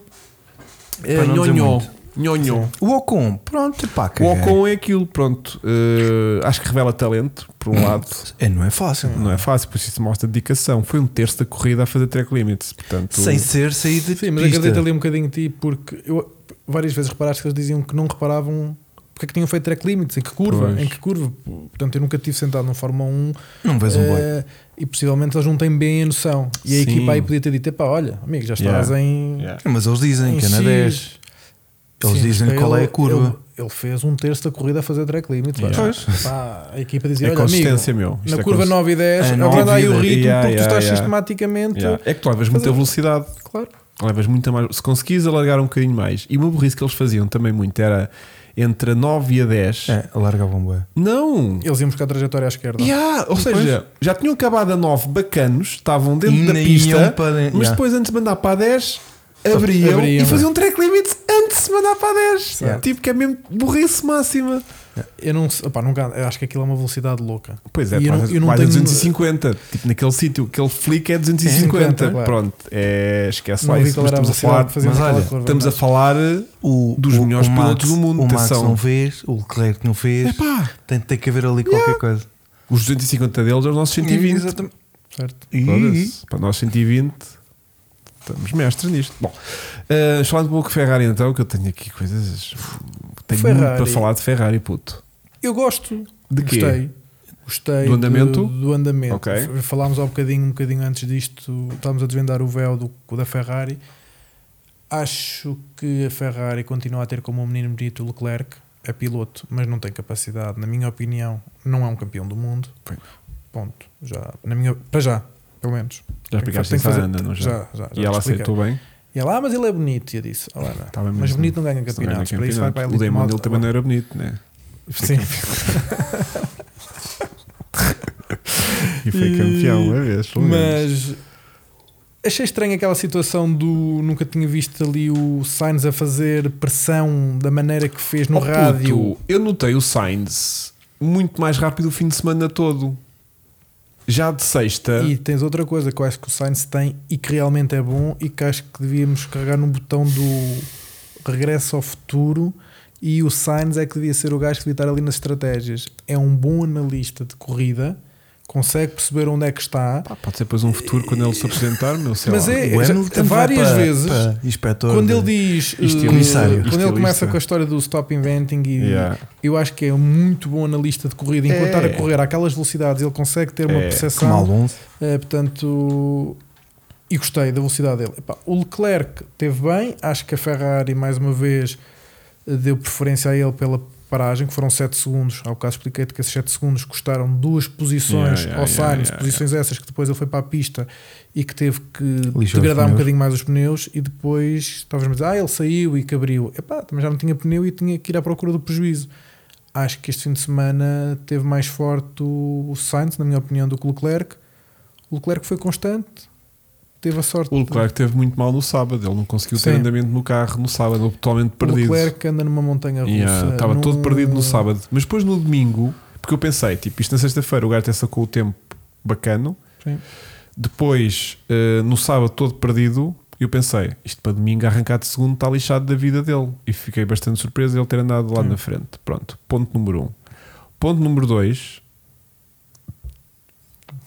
[SPEAKER 2] eh,
[SPEAKER 1] Para não dizer
[SPEAKER 2] nhonhó.
[SPEAKER 1] muito.
[SPEAKER 2] Nhonhó.
[SPEAKER 1] o Ocon, pronto, pá,
[SPEAKER 2] O
[SPEAKER 1] caguei.
[SPEAKER 2] Ocon é aquilo, pronto. eh, acho que revela talento, por um lado.
[SPEAKER 1] É, não é fácil.
[SPEAKER 2] Não é fácil, pois isso mostra dedicação. Foi um terço da corrida a fazer track limits. Portanto,
[SPEAKER 1] Sem ser sair de
[SPEAKER 3] Sim, mas
[SPEAKER 1] pista.
[SPEAKER 3] acredito ali um bocadinho em ti, porque eu várias vezes reparaste que eles diziam que não reparavam porque é que tinham feito track limits, em que curva,
[SPEAKER 2] Pois.
[SPEAKER 3] em que curva. Portanto, eu nunca estive sentado num Fórmula 1
[SPEAKER 1] Não vês um boi.
[SPEAKER 3] eh, e possivelmente eles não têm bem a noção. E a
[SPEAKER 2] Sim.
[SPEAKER 3] equipa aí podia ter dito: pá, olha, amigo, já estás
[SPEAKER 2] Yeah.
[SPEAKER 3] em.
[SPEAKER 2] yeah.
[SPEAKER 1] Mas eles dizem
[SPEAKER 3] em
[SPEAKER 1] que é na
[SPEAKER 3] X."
[SPEAKER 1] 10. Eles
[SPEAKER 3] Sim,
[SPEAKER 1] dizem-lhe
[SPEAKER 3] mas
[SPEAKER 1] qual é a
[SPEAKER 3] ele-
[SPEAKER 1] curva.
[SPEAKER 3] Ele, ele fez um terço da corrida a fazer track limits.
[SPEAKER 2] Yeah.
[SPEAKER 3] pá.
[SPEAKER 2] Pois.
[SPEAKER 3] Pá, a equipa
[SPEAKER 2] É
[SPEAKER 3] dizia: olha, amigo,
[SPEAKER 2] consistência, meu. Isto
[SPEAKER 3] na
[SPEAKER 2] é
[SPEAKER 3] curva
[SPEAKER 2] consistência.
[SPEAKER 3] 9 e 10,
[SPEAKER 1] É,
[SPEAKER 3] agora
[SPEAKER 1] nove
[SPEAKER 3] anda aí
[SPEAKER 1] e
[SPEAKER 3] o
[SPEAKER 1] dez.
[SPEAKER 3] ritmo
[SPEAKER 2] Yeah,
[SPEAKER 3] porque tu
[SPEAKER 2] yeah,
[SPEAKER 3] estás
[SPEAKER 2] yeah.
[SPEAKER 3] sistematicamente.
[SPEAKER 2] Yeah. É que tu levas muita
[SPEAKER 3] Fazer-
[SPEAKER 2] velocidade.
[SPEAKER 3] Então, Claro.
[SPEAKER 2] Levas muito mais. Se conseguis alargar um bocadinho mais. E uma burrice que eles faziam também muito era entre a 9 e a 10.
[SPEAKER 1] É, larga a bomba.
[SPEAKER 2] Não!
[SPEAKER 3] Eles iam buscar a trajetória à esquerda.
[SPEAKER 2] Yeah, ou
[SPEAKER 1] Depois?
[SPEAKER 2] seja, já tinham acabado a 9 bacanos, estavam dentro
[SPEAKER 1] E
[SPEAKER 2] da
[SPEAKER 1] nem
[SPEAKER 2] pista,
[SPEAKER 1] iam para dentro,
[SPEAKER 2] mas
[SPEAKER 1] yeah.
[SPEAKER 2] depois antes de mandar para a 10, abriam,
[SPEAKER 3] Abriam. é.
[SPEAKER 2] e faziam track limits antes de mandar para a 10.
[SPEAKER 1] Yeah.
[SPEAKER 2] Tipo que é mesmo burrice máxima.
[SPEAKER 3] Eu não sei, opá, nunca, eu acho que aquilo é uma velocidade louca.
[SPEAKER 2] Pois é,
[SPEAKER 3] E eu
[SPEAKER 2] quase,
[SPEAKER 3] não- eu não
[SPEAKER 2] quase
[SPEAKER 3] tenho-
[SPEAKER 2] 250, tipo naquele sítio, aquele flick é 250.
[SPEAKER 3] 50, claro.
[SPEAKER 2] Pronto, é, esquece lá
[SPEAKER 3] não
[SPEAKER 2] isso,
[SPEAKER 3] qual
[SPEAKER 2] mas
[SPEAKER 3] era
[SPEAKER 2] estamos a falar.
[SPEAKER 3] velocidade de fazer
[SPEAKER 1] mas
[SPEAKER 3] naquela
[SPEAKER 1] olha,
[SPEAKER 3] curva,
[SPEAKER 2] Estamos a
[SPEAKER 3] mas-
[SPEAKER 2] falar
[SPEAKER 1] O,
[SPEAKER 2] dos
[SPEAKER 1] o-
[SPEAKER 2] melhores
[SPEAKER 1] o
[SPEAKER 2] pilotos
[SPEAKER 1] Max-
[SPEAKER 2] do mundo.
[SPEAKER 1] O Max
[SPEAKER 2] atenção.
[SPEAKER 1] não fez, o Leclerc não fez.
[SPEAKER 2] Epá,
[SPEAKER 1] Tem, tem que haver ali qualquer coisa.
[SPEAKER 2] os 250 deles é os nossos 120.
[SPEAKER 1] Exatamente.
[SPEAKER 3] Certo.
[SPEAKER 1] E,
[SPEAKER 2] Foda-se. Para nós 120, estamos mestres nisto. Bom, eh, falando um pouco de Ferrari então, que eu tenho aqui coisas. Tenho muito
[SPEAKER 3] Ferrari.
[SPEAKER 2] para falar de Ferrari, puto.
[SPEAKER 3] Eu gosto.
[SPEAKER 2] De quê?
[SPEAKER 3] Gostei. Gostei
[SPEAKER 2] Do andamento?
[SPEAKER 3] Do, do andamento.
[SPEAKER 2] Ok.
[SPEAKER 3] F- Falámos há bocadinho, um bocadinho antes disto, estávamos a desvendar o véu do, da Ferrari. Acho que a Ferrari continua a ter como um menino bonito o Leclerc, é piloto, mas não tem capacidade, na minha opinião, não é um campeão do mundo.
[SPEAKER 2] Pois.
[SPEAKER 3] Ponto. Já, na minha, para já, pelo menos.
[SPEAKER 2] Já
[SPEAKER 3] Tem que
[SPEAKER 2] pegaste
[SPEAKER 3] fa- tem que
[SPEAKER 2] essa
[SPEAKER 3] fazer-
[SPEAKER 2] Ana, não já?
[SPEAKER 3] Já, já, já
[SPEAKER 2] e
[SPEAKER 3] te
[SPEAKER 2] ela
[SPEAKER 3] expliquei.
[SPEAKER 2] aceitou bem?
[SPEAKER 3] E ela, ah, mas ele é bonito. E eu disse, ah, lá, não.
[SPEAKER 2] Tá bem,
[SPEAKER 3] mas
[SPEAKER 2] mas
[SPEAKER 3] bonito não ganha
[SPEAKER 2] Isso também não é
[SPEAKER 3] campeonatos. Para isso vai para a
[SPEAKER 2] campeonato.
[SPEAKER 3] elite
[SPEAKER 2] O Damon
[SPEAKER 3] malta.
[SPEAKER 2] Hill também não era bonito, né?
[SPEAKER 3] Sim.
[SPEAKER 2] E foi
[SPEAKER 3] E-
[SPEAKER 2] campeão uma vez, pelo menos.
[SPEAKER 3] Mas achei estranha aquela situação do nunca tinha visto ali o Sainz a fazer pressão da maneira que fez no
[SPEAKER 2] Oh, puto,
[SPEAKER 3] rádio.
[SPEAKER 2] eu notei o Sainz muito mais rápido o fim de semana todo. Já de sexta.
[SPEAKER 3] E tens outra coisa que eu acho que o Sainz tem e que realmente é bom e que acho que devíamos carregar no botão do regresso ao futuro. E o Sainz é que devia ser o gajo que devia estar ali nas estratégias. É um bom analista de corrida, consegue perceber onde é que está.
[SPEAKER 2] Pá, pode ser depois um futuro quando ele se apresentar, meu sei
[SPEAKER 3] Mas
[SPEAKER 2] lá.
[SPEAKER 3] é-
[SPEAKER 1] O
[SPEAKER 3] já-
[SPEAKER 1] Hamilton
[SPEAKER 3] várias
[SPEAKER 1] vai para-
[SPEAKER 3] vezes,
[SPEAKER 1] para inspetor
[SPEAKER 3] Quando
[SPEAKER 1] de-
[SPEAKER 3] ele diz. eh,
[SPEAKER 2] Estilista.
[SPEAKER 1] Comissário.
[SPEAKER 3] Quando ele começa
[SPEAKER 2] Estilista.
[SPEAKER 3] com a história do stop inventing e
[SPEAKER 2] é Yeah.
[SPEAKER 3] Eu acho que é um muito bom analista de corrida. Enquanto
[SPEAKER 2] É.
[SPEAKER 3] estar a correr àquelas velocidades, ele consegue ter uma
[SPEAKER 2] É.
[SPEAKER 1] como
[SPEAKER 3] percepção.
[SPEAKER 1] Alonso,
[SPEAKER 3] Eh, portanto, e gostei da velocidade dele. Epá, o Leclerc teve bem. Acho que a Ferrari, mais uma vez, eh, deu preferência a ele pela paragem, que foram 7 segundos. Ao caso, expliquei-te que esses 7 segundos custaram duas posições
[SPEAKER 2] Yeah, yeah,
[SPEAKER 3] ao
[SPEAKER 2] yeah,
[SPEAKER 3] Sainz,
[SPEAKER 2] yeah,
[SPEAKER 3] posições essas que depois ele foi para a pista e que teve que
[SPEAKER 1] os
[SPEAKER 3] degradar um
[SPEAKER 1] pneus.
[SPEAKER 3] bocadinho mais os pneus. E depois, talvez, mas ah, ele saiu e que abriu. Epá, também já não tinha pneu e tinha que ir à procura do prejuízo. Acho que este fim de semana teve mais forte o Sainz, na minha opinião, do que o Leclerc. O Leclerc foi constante, teve a sorte.
[SPEAKER 2] O Leclerc teve muito mal no sábado, ele não conseguiu ter
[SPEAKER 3] Sim.
[SPEAKER 2] andamento no carro no sábado, ele totalmente
[SPEAKER 3] O
[SPEAKER 2] perdido.
[SPEAKER 3] Leclerc anda numa montanha russa.
[SPEAKER 2] Yeah, estava todo
[SPEAKER 3] num-
[SPEAKER 2] perdido no sábado. Mas depois no domingo, porque eu pensei, tipo, isto na sexta-feira o gajo até sacou o tempo bacano,
[SPEAKER 3] Sim.
[SPEAKER 2] depois eh, no sábado todo perdido, eu pensei, isto para domingo arrancar de segundo está lixado da vida dele. E fiquei bastante surpreso de ele ter andado lá
[SPEAKER 3] Sim.
[SPEAKER 2] na frente. Pronto, ponto número um. Ponto número dois,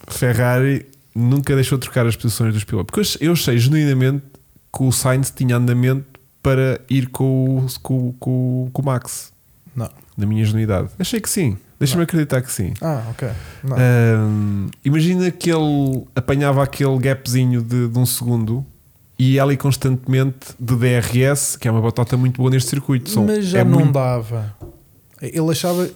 [SPEAKER 2] Ferrari nunca deixou trocar as posições dos pilotos. Porque eu achei- eu achei genuinamente que o Sainz tinha andamento para ir com o, com, o- com o- com o Max,
[SPEAKER 3] Não.
[SPEAKER 2] na minha ingenuidade. Achei que sim. Deixa-me acreditar que sim.
[SPEAKER 3] Ah, ok. Não.
[SPEAKER 2] É, Ahm, imagina que ele apanhava aquele gapzinho de, de um segundo e ali constantemente de DRS, que é uma batota muito boa neste circuito. São-
[SPEAKER 3] Mas já
[SPEAKER 2] é
[SPEAKER 3] não
[SPEAKER 2] muito-
[SPEAKER 3] dava. Ele achava.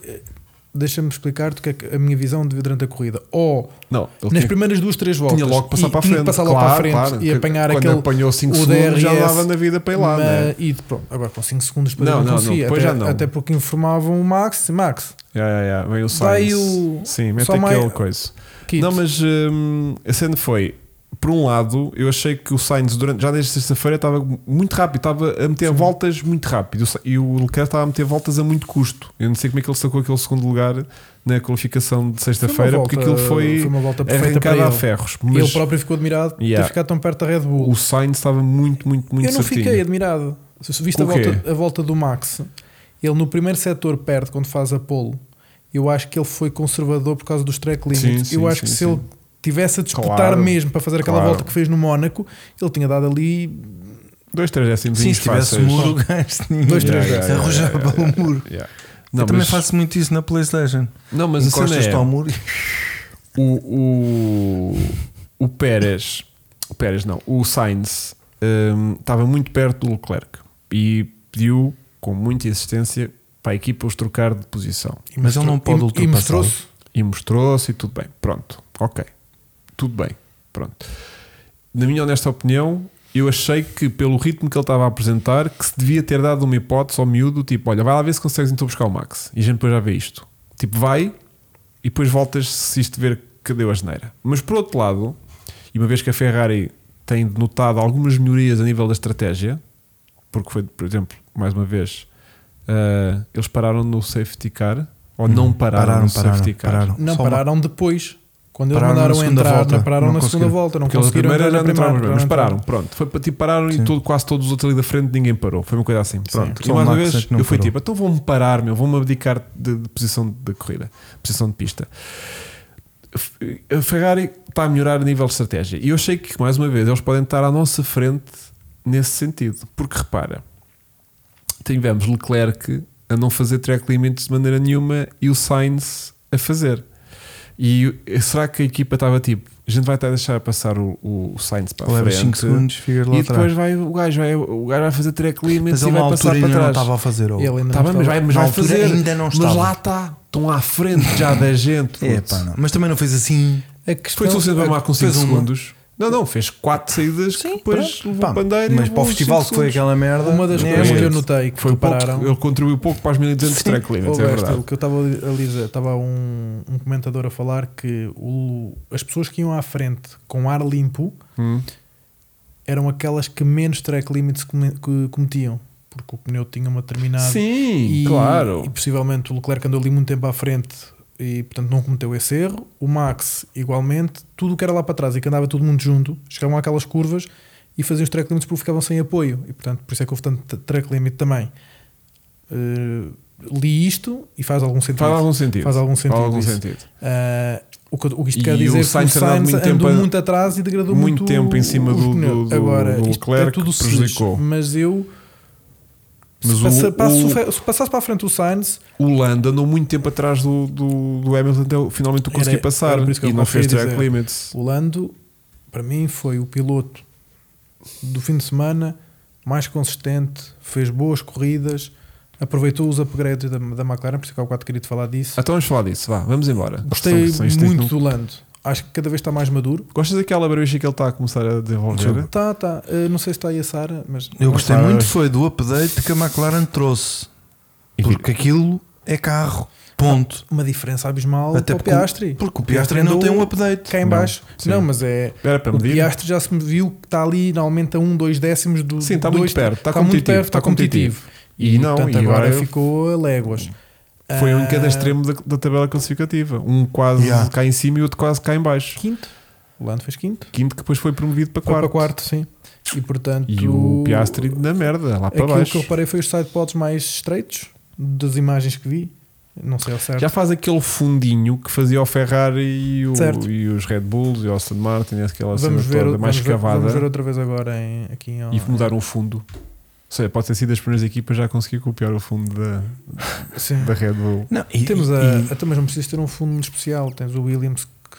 [SPEAKER 3] Deixa-me explicar-te o que é que a minha visão de- durante a corrida. Ou
[SPEAKER 2] Não, ele
[SPEAKER 3] nas
[SPEAKER 2] tinha,
[SPEAKER 3] primeiras duas, três voltas.
[SPEAKER 2] tinha logo que passar
[SPEAKER 3] e
[SPEAKER 2] para a
[SPEAKER 3] tinha
[SPEAKER 2] frente.
[SPEAKER 3] que passar
[SPEAKER 2] claro,
[SPEAKER 3] logo para a frente
[SPEAKER 2] claro,
[SPEAKER 3] e
[SPEAKER 2] que
[SPEAKER 3] apanhar
[SPEAKER 2] quando
[SPEAKER 3] aquele.
[SPEAKER 2] apanhou 5
[SPEAKER 3] o
[SPEAKER 2] segundos já
[SPEAKER 3] DRS,
[SPEAKER 2] dava na vida para ir lá,
[SPEAKER 3] mas-
[SPEAKER 2] né?
[SPEAKER 3] E pronto, agora com 5 segundos depois
[SPEAKER 2] Não,
[SPEAKER 3] não,
[SPEAKER 2] não, não,
[SPEAKER 3] conseguia.
[SPEAKER 2] depois
[SPEAKER 3] até,
[SPEAKER 2] já não.
[SPEAKER 3] até porque informavam o Max. Max,
[SPEAKER 2] Ya, ya, ya, Veio o
[SPEAKER 3] Vai
[SPEAKER 2] Sainz.
[SPEAKER 3] o-
[SPEAKER 2] Sim, mete
[SPEAKER 3] só
[SPEAKER 2] aquele
[SPEAKER 3] mais-
[SPEAKER 2] coisa.
[SPEAKER 3] kit.
[SPEAKER 2] Não, mas hum, a cena foi. Por um lado, eu achei que o Sainz, durante, já desde sexta-feira, estava muito rápido, estava a meter
[SPEAKER 3] Sim.
[SPEAKER 2] voltas muito rápido. E o Sa- E o Leclerc estava a meter voltas a muito custo. Eu não sei como é que ele sacou aquele segundo lugar na qualificação de
[SPEAKER 3] Foi uma
[SPEAKER 2] sexta-feira,
[SPEAKER 3] volta-
[SPEAKER 2] porque aquilo foi,
[SPEAKER 3] uma volta perfeita para
[SPEAKER 2] arrancada a
[SPEAKER 3] ele.
[SPEAKER 2] ferros.
[SPEAKER 3] E Ele
[SPEAKER 2] Mas
[SPEAKER 3] próprio ficou admirado por
[SPEAKER 2] Yeah.
[SPEAKER 3] ter ficado tão perto da Red Bull.
[SPEAKER 2] o Sainz estava muito, muito, muito
[SPEAKER 3] Eu não
[SPEAKER 2] certinho.
[SPEAKER 3] fiquei admirado. Se se viste a
[SPEAKER 2] Com o quê?
[SPEAKER 3] volta, a volta do Max, ele no primeiro setor perde quando faz a polo. Eu acho que ele foi conservador por causa dos track
[SPEAKER 2] Sim,
[SPEAKER 3] limits.
[SPEAKER 2] sim,
[SPEAKER 3] Eu acho
[SPEAKER 2] sim,
[SPEAKER 3] que se
[SPEAKER 2] sim.
[SPEAKER 3] ele tivesse a disputar
[SPEAKER 2] Claro,
[SPEAKER 3] mesmo para fazer aquela
[SPEAKER 2] claro.
[SPEAKER 3] volta que fez no Mónaco, ele tinha dado ali.
[SPEAKER 2] Dois, três décimos
[SPEAKER 1] Sim, se tivesse
[SPEAKER 2] fáceis.
[SPEAKER 1] muro, o gajo tinha-
[SPEAKER 3] Dois, três
[SPEAKER 1] se
[SPEAKER 2] vezes.
[SPEAKER 1] arrojava
[SPEAKER 2] Yeah, yeah,
[SPEAKER 1] pelo
[SPEAKER 2] yeah,
[SPEAKER 1] muro.
[SPEAKER 2] Yeah.
[SPEAKER 1] Eu
[SPEAKER 2] Não,
[SPEAKER 1] também
[SPEAKER 2] mas-
[SPEAKER 1] faço muito isso na PlayStation.
[SPEAKER 2] Não, mas a cena
[SPEAKER 1] Encostas-te
[SPEAKER 2] é-
[SPEAKER 1] ao muro.
[SPEAKER 2] o, o, o Pérez, o Pérez não, o Sainz hum, estava muito perto do Leclerc e pediu com muita insistência para a equipa os trocar de posição
[SPEAKER 3] e
[SPEAKER 1] Mas ele não pode
[SPEAKER 3] e- e
[SPEAKER 1] ultrapassá-lo.
[SPEAKER 3] mostrou-se.
[SPEAKER 2] e mostrou-se e tudo bem, pronto, ok, tudo bem, pronto. Na minha honesta opinião, eu achei que pelo ritmo que ele estava a apresentar, que se devia ter dado uma hipótese ao miúdo, tipo, olha, vai lá ver se consegues então buscar o Max e a gente depois já vê isto. Tipo, vai e depois voltas se isto ver que deu a geneira. Mas por outro lado, e uma vez que a Ferrari tem notado algumas melhorias a nível da estratégia, porque foi, por exemplo, mais uma vez, ah, eles pararam no safety car, ou não Uhum. pararam, no safety car.
[SPEAKER 3] Não
[SPEAKER 1] Só uma-
[SPEAKER 3] pararam depois. Quando eles
[SPEAKER 1] Pararam na
[SPEAKER 3] mandaram
[SPEAKER 1] segunda
[SPEAKER 3] entrar,
[SPEAKER 1] volta.
[SPEAKER 3] não pararam
[SPEAKER 1] Não
[SPEAKER 3] na segunda
[SPEAKER 1] conseguiram.
[SPEAKER 3] volta, não
[SPEAKER 2] Porque eles a
[SPEAKER 3] conseguiram
[SPEAKER 2] primeira
[SPEAKER 3] entrar
[SPEAKER 2] já
[SPEAKER 3] na
[SPEAKER 2] não entraram,
[SPEAKER 3] primeira.
[SPEAKER 2] mas
[SPEAKER 3] entraram.
[SPEAKER 2] pararam, pronto. Foi para ti, pararam
[SPEAKER 1] Sim.
[SPEAKER 2] e todo, quase todos os outros ali da frente ninguém parou. Foi uma coisa assim, pronto.
[SPEAKER 1] Só
[SPEAKER 2] E
[SPEAKER 1] o
[SPEAKER 2] mais uma
[SPEAKER 1] Max é
[SPEAKER 2] vez
[SPEAKER 1] que não
[SPEAKER 2] eu fui
[SPEAKER 1] parou.
[SPEAKER 2] tipo, então vão-me parar, meu, vão-me abdicar de, de posição de corrida, posição de pista. F- A Ferrari está a melhorar a nível de estratégia e eu achei que, mais uma vez, eles podem estar à nossa frente nesse sentido, porque repara, tivemos Leclerc a não fazer track limits de maneira nenhuma e o Sainz a fazer. E será que a equipa estava tipo, a gente vai estar a deixar passar o, o Sainz para a
[SPEAKER 1] Levas 5
[SPEAKER 2] frente
[SPEAKER 1] segundos, ficas lá
[SPEAKER 2] e
[SPEAKER 1] atrás.
[SPEAKER 2] depois vai o gajo, vai, o gajo vai fazer track
[SPEAKER 1] Mas
[SPEAKER 2] limits e
[SPEAKER 1] ele na
[SPEAKER 2] vai passar
[SPEAKER 1] altura ainda
[SPEAKER 2] para
[SPEAKER 1] não
[SPEAKER 2] trás.
[SPEAKER 1] estava a fazer. ou-
[SPEAKER 3] Ele ainda
[SPEAKER 2] Tá bem,
[SPEAKER 3] não
[SPEAKER 2] mas
[SPEAKER 3] estava.
[SPEAKER 2] vai, mas
[SPEAKER 1] Na
[SPEAKER 2] vai
[SPEAKER 1] altura
[SPEAKER 2] fazer.
[SPEAKER 1] ainda não
[SPEAKER 2] mas
[SPEAKER 1] estava.
[SPEAKER 2] lá está, estão lá à frente já da gente.
[SPEAKER 1] É,
[SPEAKER 2] putz.
[SPEAKER 1] pá, não. Mas também não fez assim.
[SPEAKER 3] A
[SPEAKER 2] Foi
[SPEAKER 3] questão- é
[SPEAKER 2] suficiente para
[SPEAKER 3] a-
[SPEAKER 2] marcar com 5
[SPEAKER 1] é um- fez uma.
[SPEAKER 2] segundos. Não, não, fez 4 saídas que
[SPEAKER 1] Sim,
[SPEAKER 2] depois
[SPEAKER 1] pronto,
[SPEAKER 2] levou
[SPEAKER 1] pá,
[SPEAKER 2] a bandeira. e
[SPEAKER 1] Mas
[SPEAKER 2] levou
[SPEAKER 1] para o
[SPEAKER 2] uns
[SPEAKER 1] festival
[SPEAKER 2] cinco
[SPEAKER 1] que foi
[SPEAKER 2] segundos.
[SPEAKER 1] aquela merda.
[SPEAKER 3] Uma das
[SPEAKER 1] nem
[SPEAKER 3] coisas
[SPEAKER 1] é
[SPEAKER 3] que eu
[SPEAKER 1] muito.
[SPEAKER 3] notei que
[SPEAKER 2] Foi
[SPEAKER 3] repararam.
[SPEAKER 2] pouco, ele contribuiu pouco para as 1200 track limits,
[SPEAKER 3] Houve
[SPEAKER 2] é
[SPEAKER 3] esta,
[SPEAKER 2] verdade.
[SPEAKER 3] o que eu estava a dizer, estava um, um comentador a falar que o- as pessoas que iam à frente com ar limpo
[SPEAKER 2] Hum.
[SPEAKER 3] eram aquelas que menos track limits come- que cometiam, porque o pneu tinha uma determinada.
[SPEAKER 2] Sim,
[SPEAKER 3] e,
[SPEAKER 2] claro.
[SPEAKER 3] E possivelmente o Leclerc andou ali muito tempo à frente e portanto não cometeu esse erro. O Max, igualmente, tudo o que era lá para trás e que andava todo mundo junto, chegavam àquelas curvas e faziam os track limits porque ficavam sem apoio. E portanto, por isso é que houve tanto t- track limit também. Eh, li isto e faz algum sentido.
[SPEAKER 2] Faz algum sentido.
[SPEAKER 3] Faz algum sentido
[SPEAKER 2] Faz algum
[SPEAKER 3] isso.
[SPEAKER 2] sentido.
[SPEAKER 3] Ah, o que o que isto
[SPEAKER 2] E
[SPEAKER 3] quer
[SPEAKER 2] o
[SPEAKER 3] dizer é que o
[SPEAKER 2] Sainz andou
[SPEAKER 3] Sainz
[SPEAKER 2] muito tempo
[SPEAKER 3] andou
[SPEAKER 2] a-
[SPEAKER 3] muito atrás e degradou
[SPEAKER 2] muito
[SPEAKER 3] muito,
[SPEAKER 2] tempo em cima
[SPEAKER 3] os
[SPEAKER 2] do-
[SPEAKER 3] pneus.
[SPEAKER 2] do-
[SPEAKER 3] Agora,
[SPEAKER 2] do
[SPEAKER 3] isto
[SPEAKER 2] Leclerc,
[SPEAKER 3] é tudo
[SPEAKER 2] que
[SPEAKER 3] sus,
[SPEAKER 2] prejudicou.
[SPEAKER 3] Mas eu
[SPEAKER 2] Mas
[SPEAKER 3] se,
[SPEAKER 2] o-
[SPEAKER 3] passa- passo-
[SPEAKER 2] o-
[SPEAKER 3] se fa- passasse para a frente o Sainz,
[SPEAKER 2] O Landa andou muito tempo atrás do, do, do Hamilton até o- finalmente o conseguir
[SPEAKER 3] Era-
[SPEAKER 2] passar
[SPEAKER 3] era por isso que
[SPEAKER 2] e
[SPEAKER 3] eu
[SPEAKER 2] não fez
[SPEAKER 3] queria
[SPEAKER 2] track
[SPEAKER 3] dizer.
[SPEAKER 2] limits.
[SPEAKER 3] o Lando, para mim, foi o piloto do fim de semana mais consistente, fez boas corridas, aproveitou os upgrades da, da McLaren, por isso é que há bocado queria te falar disso.
[SPEAKER 2] Então vamos falar disso, vá, vamos embora.
[SPEAKER 3] Gostei
[SPEAKER 2] São- são isto
[SPEAKER 3] muito
[SPEAKER 2] que não-
[SPEAKER 3] do Lando. Acho que cada vez está mais maduro.
[SPEAKER 2] Gostas daquela brecha que ele está a começar a desenvolver?
[SPEAKER 3] Tá, tá. Ah, não sei se está aí a Sara, mas
[SPEAKER 1] Eu gostei
[SPEAKER 2] Claro.
[SPEAKER 1] muito foi do update que a McLaren trouxe. Porque aquilo é carro. Ponto.
[SPEAKER 3] uma diferença abismal
[SPEAKER 1] Até
[SPEAKER 3] para o
[SPEAKER 1] porque o-
[SPEAKER 3] Piastri.
[SPEAKER 1] Porque o Piastri não tem um update.
[SPEAKER 3] Cá em
[SPEAKER 2] Não,
[SPEAKER 3] baixo.
[SPEAKER 2] sim.
[SPEAKER 3] Não, mas é.
[SPEAKER 2] Era para
[SPEAKER 3] o
[SPEAKER 2] medir?
[SPEAKER 3] Piastri já se me viu que está ali, normalmente a um, dois décimos do.
[SPEAKER 2] Sim, está
[SPEAKER 3] dois-
[SPEAKER 2] muito perto, está
[SPEAKER 3] está muito
[SPEAKER 2] competitivo,
[SPEAKER 3] perto,
[SPEAKER 2] está
[SPEAKER 3] está competitivo.
[SPEAKER 2] E, não,
[SPEAKER 3] portanto,
[SPEAKER 2] e
[SPEAKER 3] agora
[SPEAKER 2] agora
[SPEAKER 3] ficou a léguas.
[SPEAKER 2] foi um em
[SPEAKER 3] Ah,
[SPEAKER 2] cada extremo da, da tabela classificativa. Um quase
[SPEAKER 1] Yeah.
[SPEAKER 2] cá em cima e outro quase cá em baixo.
[SPEAKER 3] Quinto. O Lando fez quinto.
[SPEAKER 2] Quinto que depois foi promovido para
[SPEAKER 3] Foi
[SPEAKER 2] quarto.
[SPEAKER 3] Para quarto, sim. E portanto.
[SPEAKER 2] E o Piastri na merda, lá para
[SPEAKER 3] Aquilo que
[SPEAKER 2] baixo.
[SPEAKER 3] eu reparei foi os sidepods mais estreitos das imagens que vi. Não sei ao certo.
[SPEAKER 2] Já faz aquele fundinho que fazia o Ferrari e, o-
[SPEAKER 3] Certo.
[SPEAKER 2] e os Red Bulls e o Aston Martin e aquela
[SPEAKER 3] vamos,
[SPEAKER 2] cena
[SPEAKER 3] ver,
[SPEAKER 2] toda mais
[SPEAKER 3] vamos, ver,
[SPEAKER 2] cavada
[SPEAKER 3] vamos ver outra vez agora em, aqui em
[SPEAKER 2] e mudaram o fundo. Ou seja, pode ter sido as primeiras equipas já a conseguir copiar o fundo da,
[SPEAKER 3] Sim.
[SPEAKER 2] da Red Bull.
[SPEAKER 1] Não, e,
[SPEAKER 3] Temos
[SPEAKER 1] e-
[SPEAKER 3] a,
[SPEAKER 1] e-
[SPEAKER 3] até mas não precisas ter um fundo muito especial. Tens o Williams que,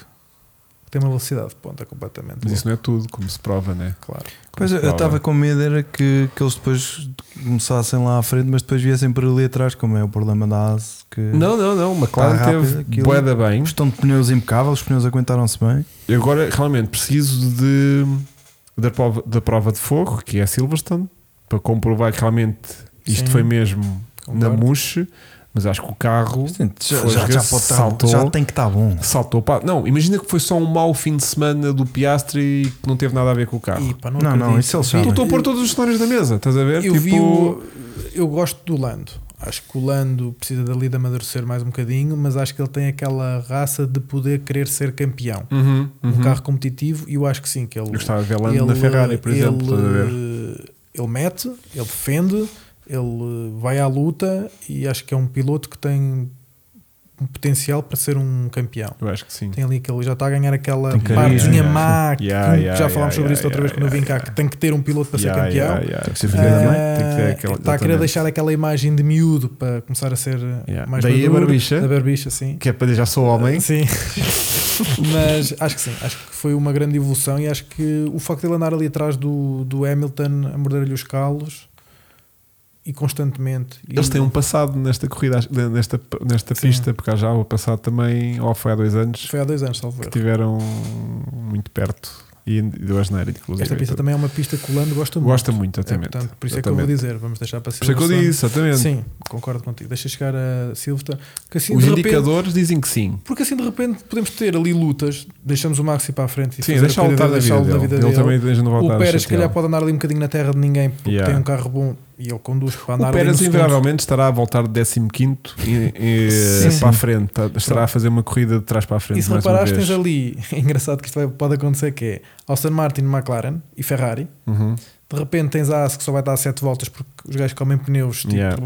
[SPEAKER 3] que tem uma velocidade de ponta completamente.
[SPEAKER 2] Mas isso
[SPEAKER 3] louca,
[SPEAKER 2] não é tudo, como se prova, né?
[SPEAKER 3] Claro.
[SPEAKER 2] Como
[SPEAKER 1] Pois
[SPEAKER 2] se
[SPEAKER 1] eu- eu
[SPEAKER 2] prova.
[SPEAKER 1] estava com medo era que, que eles depois começassem lá à frente, mas depois viessem para ali atrás, como é o problema da ASE. Que
[SPEAKER 2] Não, não, não. McLaren
[SPEAKER 1] Tá rápido
[SPEAKER 2] teve
[SPEAKER 1] aquilo.
[SPEAKER 2] boeda bem.
[SPEAKER 1] Estão de pneus impecáveis, os pneus aguentaram-se bem.
[SPEAKER 2] Eu agora realmente preciso de da prova, da prova de fogo, que é Silverstone, para comprovar que realmente isto
[SPEAKER 3] Sim.
[SPEAKER 2] foi mesmo na
[SPEAKER 3] Concordo.
[SPEAKER 2] murche, mas acho que o carro
[SPEAKER 1] Já,
[SPEAKER 2] Foi
[SPEAKER 1] já, já
[SPEAKER 2] jogar-se,
[SPEAKER 1] pode estar-
[SPEAKER 2] saltou.
[SPEAKER 1] já tem que estar bom.
[SPEAKER 2] saltou. Pá, não, imagina que foi só um mau fim de semana do Piastri e que não teve nada a ver com o carro. Então,
[SPEAKER 3] E, pá,
[SPEAKER 1] Não, não,
[SPEAKER 3] acredito.
[SPEAKER 1] isso eles
[SPEAKER 3] Vi-
[SPEAKER 1] sabem.
[SPEAKER 2] Estou a pôr todos os cenários da mesa, estás a ver?
[SPEAKER 3] Eu,
[SPEAKER 2] tipo,
[SPEAKER 3] vi o- eu gosto do Lando. Acho que o Lando precisa dali de amadurecer mais um bocadinho, mas acho que ele tem aquela raça de poder querer ser campeão.
[SPEAKER 2] Uhum, uhum.
[SPEAKER 3] Um carro competitivo, e eu acho que sim, que ele.
[SPEAKER 2] Eu gostava de ver Lando na Ferrari, por exemplo, estás a ver?
[SPEAKER 3] ele, ele mete, ele defende, ele vai à luta e acho que é um piloto que tem um potencial para ser um campeão.
[SPEAKER 2] Eu acho que sim.
[SPEAKER 3] Tem ali aquele, já está a ganhar aquela
[SPEAKER 1] Tem que-
[SPEAKER 3] partezinha
[SPEAKER 2] Yeah,
[SPEAKER 3] má que
[SPEAKER 2] né? yeah,
[SPEAKER 3] que
[SPEAKER 2] yeah,
[SPEAKER 3] já falámos
[SPEAKER 2] yeah,
[SPEAKER 3] sobre isso
[SPEAKER 2] yeah,
[SPEAKER 3] outra vez quando eu vim cá,
[SPEAKER 2] yeah,
[SPEAKER 3] que tem que ter um piloto para ser
[SPEAKER 2] Yeah,
[SPEAKER 3] campeão.
[SPEAKER 2] yeah, yeah.
[SPEAKER 1] Tem que ser
[SPEAKER 3] Ah,
[SPEAKER 1] filho da mãe.
[SPEAKER 2] Tem que ter aquela-
[SPEAKER 3] está a querer
[SPEAKER 2] exatamente.
[SPEAKER 3] deixar aquela imagem de miúdo para começar a ser
[SPEAKER 2] Yeah.
[SPEAKER 3] mais
[SPEAKER 2] Daí a
[SPEAKER 3] maduro.
[SPEAKER 2] barbicha.
[SPEAKER 3] Da barbicha, sim.
[SPEAKER 2] Que é para dizer, já sou homem.
[SPEAKER 3] Sim. Mas acho que sim, acho que foi uma grande evolução e acho que o facto de ele andar ali atrás do, do Hamilton a morder-lhe os calos e constantemente. e-
[SPEAKER 2] Eles têm um passado nesta corrida, acho- nesta, nesta
[SPEAKER 3] Sim.
[SPEAKER 2] pista, porque há já o passado também, ou foi há dois anos,
[SPEAKER 3] Foi há dois anos, salvo
[SPEAKER 2] que
[SPEAKER 3] erro.
[SPEAKER 2] tiveram muito perto e deu asneira, inclusive. então.
[SPEAKER 3] Esta pista também é uma pista que o Lando gosta muito.
[SPEAKER 2] Gosta muito,
[SPEAKER 3] É,
[SPEAKER 2] exatamente.
[SPEAKER 3] portanto, por isso é que eu
[SPEAKER 2] Exatamente.
[SPEAKER 3] vou dizer, vamos deixar para
[SPEAKER 2] Por isso é que eu
[SPEAKER 3] Silverstone.
[SPEAKER 2] disse, exatamente.
[SPEAKER 3] Sim, concordo contigo. Deixa chegar a Silverstone. Porque assim,
[SPEAKER 2] Os
[SPEAKER 3] de repente-
[SPEAKER 2] indicadores dizem que sim.
[SPEAKER 3] Porque assim de repente podemos ter ali lutas, deixamos o Max ir para a frente e
[SPEAKER 2] Sim,
[SPEAKER 3] fazer
[SPEAKER 2] deixa
[SPEAKER 3] a
[SPEAKER 2] o
[SPEAKER 3] corrida
[SPEAKER 2] lutar da
[SPEAKER 3] dele,
[SPEAKER 2] vida
[SPEAKER 3] deixá-lo
[SPEAKER 2] dele.
[SPEAKER 3] na vida
[SPEAKER 2] Ele
[SPEAKER 3] dele.
[SPEAKER 2] também deixa não voltar
[SPEAKER 3] O
[SPEAKER 2] a
[SPEAKER 3] Pérez, se
[SPEAKER 2] chatear.
[SPEAKER 3] calhar, pode andar ali um bocadinho na terra de ninguém porque
[SPEAKER 2] Yeah.
[SPEAKER 3] tem um carro bom e ele conduz para andar
[SPEAKER 2] O
[SPEAKER 3] ali no
[SPEAKER 2] Pérez
[SPEAKER 3] segundo.
[SPEAKER 2] invariavelmente estará a voltar de 15 e, e eh,
[SPEAKER 3] Sim.
[SPEAKER 2] para a frente. Tá, Estará a fazer uma corrida de trás para a frente.
[SPEAKER 3] E se
[SPEAKER 2] mais uma
[SPEAKER 3] reparares, tens
[SPEAKER 2] vez.
[SPEAKER 3] ali, é engraçado que isto vai- pode acontecer, que é Aston Martin, McLaren e Ferrari.
[SPEAKER 2] Uhum.
[SPEAKER 3] De repente tens a AS que só vai dar 7 voltas porque os gajos comem pneus, tipo,
[SPEAKER 2] Yeah.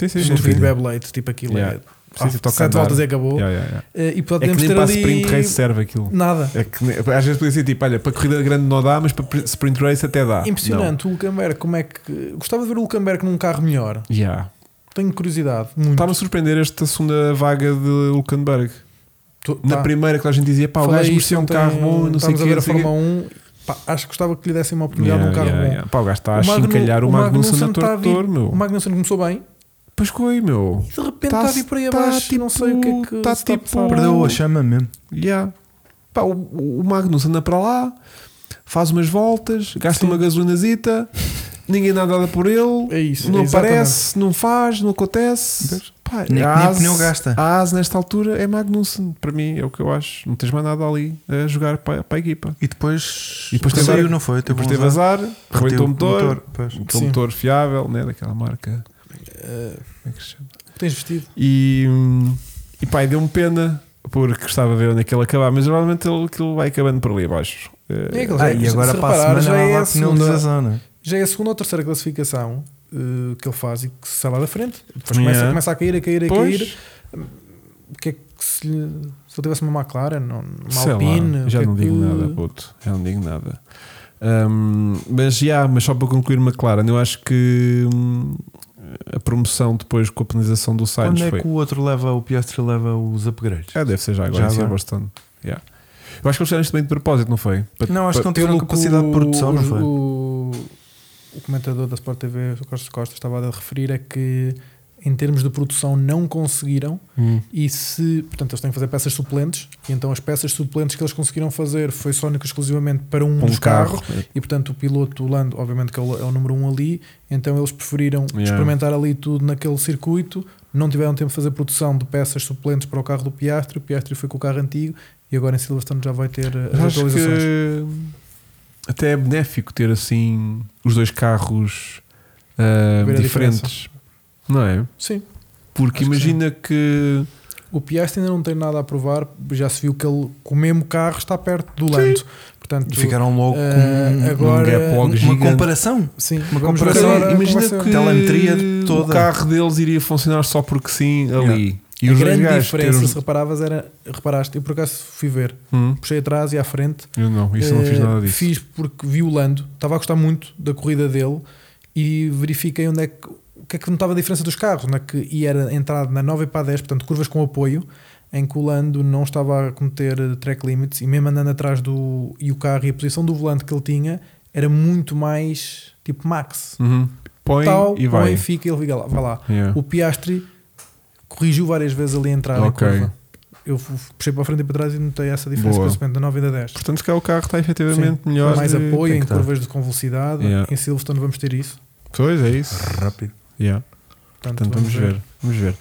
[SPEAKER 2] Sim, sim,
[SPEAKER 3] estúpido,
[SPEAKER 2] sim.
[SPEAKER 3] bebe leite, tipo aquilo.
[SPEAKER 2] Yeah. Precisa de
[SPEAKER 3] é,
[SPEAKER 2] tocar
[SPEAKER 3] 7
[SPEAKER 2] andar.
[SPEAKER 3] voltas e acabou.
[SPEAKER 2] Yeah, yeah, yeah.
[SPEAKER 3] Eh, E portanto,
[SPEAKER 2] É que
[SPEAKER 3] podemos
[SPEAKER 2] nem
[SPEAKER 3] ter
[SPEAKER 2] para
[SPEAKER 3] ali
[SPEAKER 2] sprint race serve aquilo.
[SPEAKER 3] nada.
[SPEAKER 2] É que, ne- às vezes podia ser tipo, olha, para corrida grande não dá, mas para sprint race até dá.
[SPEAKER 3] Impressionante, o Hulkenberg, como é que. Gostava de ver o Hulkenberg num carro melhor.
[SPEAKER 2] Não. Yeah.
[SPEAKER 3] Tenho curiosidade. Muito.
[SPEAKER 2] Estava a surpreender esta segunda vaga de Hulkenberg.
[SPEAKER 3] Tu-
[SPEAKER 2] Na
[SPEAKER 3] tá.
[SPEAKER 2] primeira que a gente dizia, pá, o
[SPEAKER 3] Falei
[SPEAKER 2] gajo
[SPEAKER 3] isto
[SPEAKER 2] merecia um
[SPEAKER 3] ontem,
[SPEAKER 2] carro bom, não sei o
[SPEAKER 3] estávamos
[SPEAKER 2] que.
[SPEAKER 3] a ver
[SPEAKER 2] não
[SPEAKER 3] a
[SPEAKER 2] sei o quê.
[SPEAKER 3] Fórmula 1. Pá, acho que gostava que lhe dessem uma oportunidade num carro bom.
[SPEAKER 2] Pá, o gajo está
[SPEAKER 3] O
[SPEAKER 2] a
[SPEAKER 3] Magnu-
[SPEAKER 2] chincalhar o
[SPEAKER 3] o
[SPEAKER 2] Magnussen a
[SPEAKER 3] Magnussen está a vir-
[SPEAKER 2] tortor, meu.
[SPEAKER 3] O Magnussen começou bem
[SPEAKER 2] Pois coi, meu.
[SPEAKER 3] e de
[SPEAKER 2] Tá
[SPEAKER 3] repente está a vir por aí abaixo. não sei o que é que.
[SPEAKER 2] Está
[SPEAKER 3] se está a
[SPEAKER 2] tá tipo.
[SPEAKER 3] passar.
[SPEAKER 1] Perdeu a chama mesmo.
[SPEAKER 2] Yeah. Pá, o, o Magnus anda para lá, faz umas voltas, gasta uma gasolinazita, ninguém dá nada por ele,
[SPEAKER 3] É isso.
[SPEAKER 2] não
[SPEAKER 3] exatamente.
[SPEAKER 2] aparece, não faz, não acontece. Pá,
[SPEAKER 1] Nem-
[SPEAKER 2] a
[SPEAKER 1] nem
[SPEAKER 2] AS
[SPEAKER 1] pneu gasta.
[SPEAKER 2] A AS nesta altura é Magnussen, para mim é o que eu acho. Não tens mais nada ali a jogar para, para a equipa.
[SPEAKER 1] E depois,
[SPEAKER 2] E depois teve-
[SPEAKER 1] saiu, não foi? Teve
[SPEAKER 2] Depois
[SPEAKER 1] um
[SPEAKER 2] teve
[SPEAKER 1] azar.
[SPEAKER 2] azar,
[SPEAKER 1] Bateu
[SPEAKER 2] arrebentou o motor,
[SPEAKER 1] pois.
[SPEAKER 2] aquele
[SPEAKER 3] Sim.
[SPEAKER 2] motor Um fiável, né, daquela marca.
[SPEAKER 3] Eh,
[SPEAKER 2] Como é que se chama?
[SPEAKER 3] o que tens vestido?
[SPEAKER 2] E, hum, e pá, e deu-me pena porque gostava de ver onde é que ele acabava, mas normalmente ele, aquilo vai acabando por ali abaixo.
[SPEAKER 3] É
[SPEAKER 2] Eh,
[SPEAKER 3] aquele-
[SPEAKER 1] Ah, e
[SPEAKER 3] Se
[SPEAKER 1] agora para
[SPEAKER 3] reparar,
[SPEAKER 1] a
[SPEAKER 3] já
[SPEAKER 1] semana
[SPEAKER 3] é
[SPEAKER 1] há lá
[SPEAKER 3] a
[SPEAKER 1] a
[SPEAKER 3] segunda.
[SPEAKER 1] penalização, não é?
[SPEAKER 3] Já é a segunda ou terceira classificação eh, que ele faz e que sai lá da frente. Depois começa,
[SPEAKER 2] Yeah.
[SPEAKER 3] começa a cair, a cair, a
[SPEAKER 2] Pois,
[SPEAKER 3] cair. O que é que se, lhe- se ele tivesse uma McLaren, não- uma
[SPEAKER 2] sei lá,
[SPEAKER 3] Alpine? o
[SPEAKER 2] já
[SPEAKER 3] que é
[SPEAKER 2] não digo
[SPEAKER 3] que-
[SPEAKER 2] nada, puto, já não digo nada. Hum, mas já, mas só para concluir, McLaren, eu acho que hum, a promoção depois com a penalização do Sainz
[SPEAKER 1] Onde é
[SPEAKER 2] foi.
[SPEAKER 1] que o outro leva, o Piastri leva os upgrades?
[SPEAKER 2] Ah, deve ser já
[SPEAKER 1] Já
[SPEAKER 2] agora, já isso é
[SPEAKER 1] agora.
[SPEAKER 2] bastante. Yeah. Eu acho que eles fizeram isto bem de propósito, não foi? Para-
[SPEAKER 1] Não, acho que não tiveram
[SPEAKER 3] Pelo que
[SPEAKER 1] capacidade de
[SPEAKER 3] o-
[SPEAKER 1] produção, não
[SPEAKER 3] o-
[SPEAKER 1] foi?
[SPEAKER 3] O, o comentador da Sport TV, o Costa Costa, estava a referir a que em termos de produção não conseguiram
[SPEAKER 2] Hum.
[SPEAKER 3] e se, portanto, eles têm que fazer peças suplentes e então as peças suplentes que eles conseguiram fazer foi só única e exclusivamente para um,
[SPEAKER 2] Com
[SPEAKER 3] dos
[SPEAKER 2] um carro.
[SPEAKER 3] carros e portanto o piloto o Lando, obviamente que é o, é o número um ali, então eles preferiram
[SPEAKER 2] Yeah.
[SPEAKER 3] experimentar ali tudo naquele circuito, não tiveram tempo de fazer produção de peças suplentes para o carro do Piastri, o Piastri foi com o carro antigo e agora em Silverstone já vai ter eh, as
[SPEAKER 2] Acho
[SPEAKER 3] atualizações.
[SPEAKER 2] que até é benéfico ter assim os dois carros ah,
[SPEAKER 3] Ver a
[SPEAKER 2] diferentes, não é?
[SPEAKER 3] Sim.
[SPEAKER 2] Porque
[SPEAKER 3] Acho que
[SPEAKER 2] imagina que,
[SPEAKER 3] O Piastri ainda não tem nada a provar, já se viu que ele, com o mesmo carro, está perto do Lando. Portanto,
[SPEAKER 1] Ficaram logo
[SPEAKER 2] Ah,
[SPEAKER 3] eh,
[SPEAKER 1] com um-
[SPEAKER 3] agora-
[SPEAKER 2] um gap
[SPEAKER 1] um-
[SPEAKER 2] log
[SPEAKER 1] uma
[SPEAKER 2] gigante.
[SPEAKER 1] comparação.
[SPEAKER 3] sim,
[SPEAKER 1] uma
[SPEAKER 3] vamos ver
[SPEAKER 1] comparação,
[SPEAKER 3] agora
[SPEAKER 2] imagina
[SPEAKER 3] como é vai ser.
[SPEAKER 2] que
[SPEAKER 1] Telemetria
[SPEAKER 2] o
[SPEAKER 1] toda.
[SPEAKER 2] carro deles iria funcionar só porque sim ali. E
[SPEAKER 3] a
[SPEAKER 2] os dois
[SPEAKER 3] grande
[SPEAKER 2] gajos um-
[SPEAKER 3] diferença,
[SPEAKER 2] terem-
[SPEAKER 3] se reparavas, era, reparaste, eu por acaso fui ver,
[SPEAKER 2] Hum,
[SPEAKER 3] puxei atrás e à frente.
[SPEAKER 2] eu não, isso eu não fiz
[SPEAKER 3] Eh,
[SPEAKER 2] nada disso.
[SPEAKER 3] Fiz porque vi o Lando, estava a gostar muito da corrida dele e verifiquei onde é que o que é que notava a diferença dos carros, na que e era entrada na 9 para a 10, portanto curvas com apoio, em que o Lando não estava a cometer eh, track limits e mesmo andando atrás do e o carro e a posição do volante que ele tinha era muito mais tipo max.
[SPEAKER 2] Uhum. Põe
[SPEAKER 3] Tal,
[SPEAKER 2] e
[SPEAKER 3] põe,
[SPEAKER 2] vai.
[SPEAKER 3] fica, ele fica lá, vai lá.
[SPEAKER 2] Yeah.
[SPEAKER 3] O Piastri corrigiu várias vezes ali a entrada
[SPEAKER 2] Ok.
[SPEAKER 3] em curva. Eu fu- puxei para a frente e para trás e notei essa diferença,
[SPEAKER 2] Boa.
[SPEAKER 3] principalmente da 9 e da 10
[SPEAKER 2] Portanto, se calhar o carro está efetivamente melhor.
[SPEAKER 3] mais
[SPEAKER 2] de-
[SPEAKER 3] apoio
[SPEAKER 1] tem
[SPEAKER 3] em
[SPEAKER 1] que dar.
[SPEAKER 3] curvas de com velocidade.
[SPEAKER 2] Yeah.
[SPEAKER 3] Em Silverstone vamos ter isso.
[SPEAKER 2] Pois é isso.
[SPEAKER 1] Rápido.
[SPEAKER 2] Yeah. Portanto,
[SPEAKER 3] Portanto,
[SPEAKER 2] Então vamos ver. Vamos ver.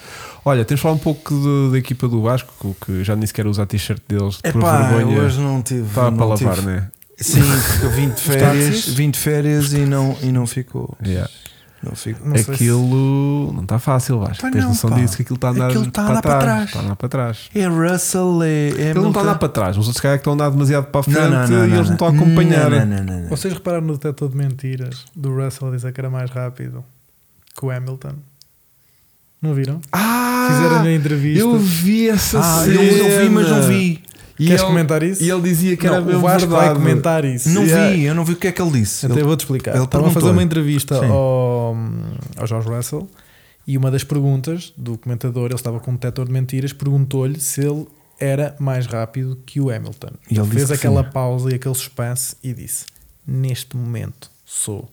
[SPEAKER 2] Olha, temos de falar um pouco do- da equipa do Vasco, que já nem sequer usa a t-shirt deles por
[SPEAKER 1] Epá,
[SPEAKER 2] vergonha.
[SPEAKER 1] hoje não tive.
[SPEAKER 2] Estava
[SPEAKER 1] não
[SPEAKER 2] para lavar,
[SPEAKER 1] tive.
[SPEAKER 2] não é?
[SPEAKER 1] Sim, porque eu vim de férias, vim de férias e não, e não ficou.
[SPEAKER 2] Yeah.
[SPEAKER 1] Não ficou.
[SPEAKER 3] Não sei se-
[SPEAKER 2] Aquilo não está fácil, Vasco.
[SPEAKER 1] Pá,
[SPEAKER 2] Tens
[SPEAKER 1] não,
[SPEAKER 2] noção
[SPEAKER 1] pá.
[SPEAKER 2] disso que aquilo está a andar
[SPEAKER 1] Aquilo está a andar para trás.
[SPEAKER 2] Está a andar para trás.
[SPEAKER 1] É Russell, é, é
[SPEAKER 2] Ele não está a andar
[SPEAKER 1] Hamilton.
[SPEAKER 2] para trás, os outros caras que estão a andar demasiado para a frente
[SPEAKER 1] Não, não, não,
[SPEAKER 2] e eles não estão a acompanhar.
[SPEAKER 1] Não, não, não, não.
[SPEAKER 3] Vocês repararam no detector de mentiras do Russell a dizer que era mais rápido que o Hamilton? Não viram?
[SPEAKER 2] Ah!
[SPEAKER 3] Fizeram na entrevista.
[SPEAKER 2] eu vi essa
[SPEAKER 1] Ah,
[SPEAKER 2] cena.
[SPEAKER 1] eu eu vi, mas não vi.
[SPEAKER 2] E
[SPEAKER 3] Queres
[SPEAKER 2] ele,
[SPEAKER 3] comentar isso?
[SPEAKER 2] E ele dizia que era
[SPEAKER 3] Não,
[SPEAKER 2] mesmo
[SPEAKER 3] o Vasco vai
[SPEAKER 2] verdade.
[SPEAKER 3] comentar isso.
[SPEAKER 1] Não
[SPEAKER 2] Yeah.
[SPEAKER 1] vi, eu não vi o que é que ele disse.
[SPEAKER 3] Até
[SPEAKER 1] Ele-
[SPEAKER 3] vou-te explicar.
[SPEAKER 1] ele
[SPEAKER 3] Estavam a fazer
[SPEAKER 1] perguntou-lhe.
[SPEAKER 3] uma entrevista
[SPEAKER 1] Sim.
[SPEAKER 3] ao, ao George Russell e uma das perguntas do comentador, ele estava com um detector de mentiras, perguntou-lhe se ele era mais rápido que o Hamilton.
[SPEAKER 1] E ele disse
[SPEAKER 3] fez
[SPEAKER 1] que
[SPEAKER 3] aquela
[SPEAKER 1] sim.
[SPEAKER 3] pausa e aquele suspense e disse: Neste momento sou.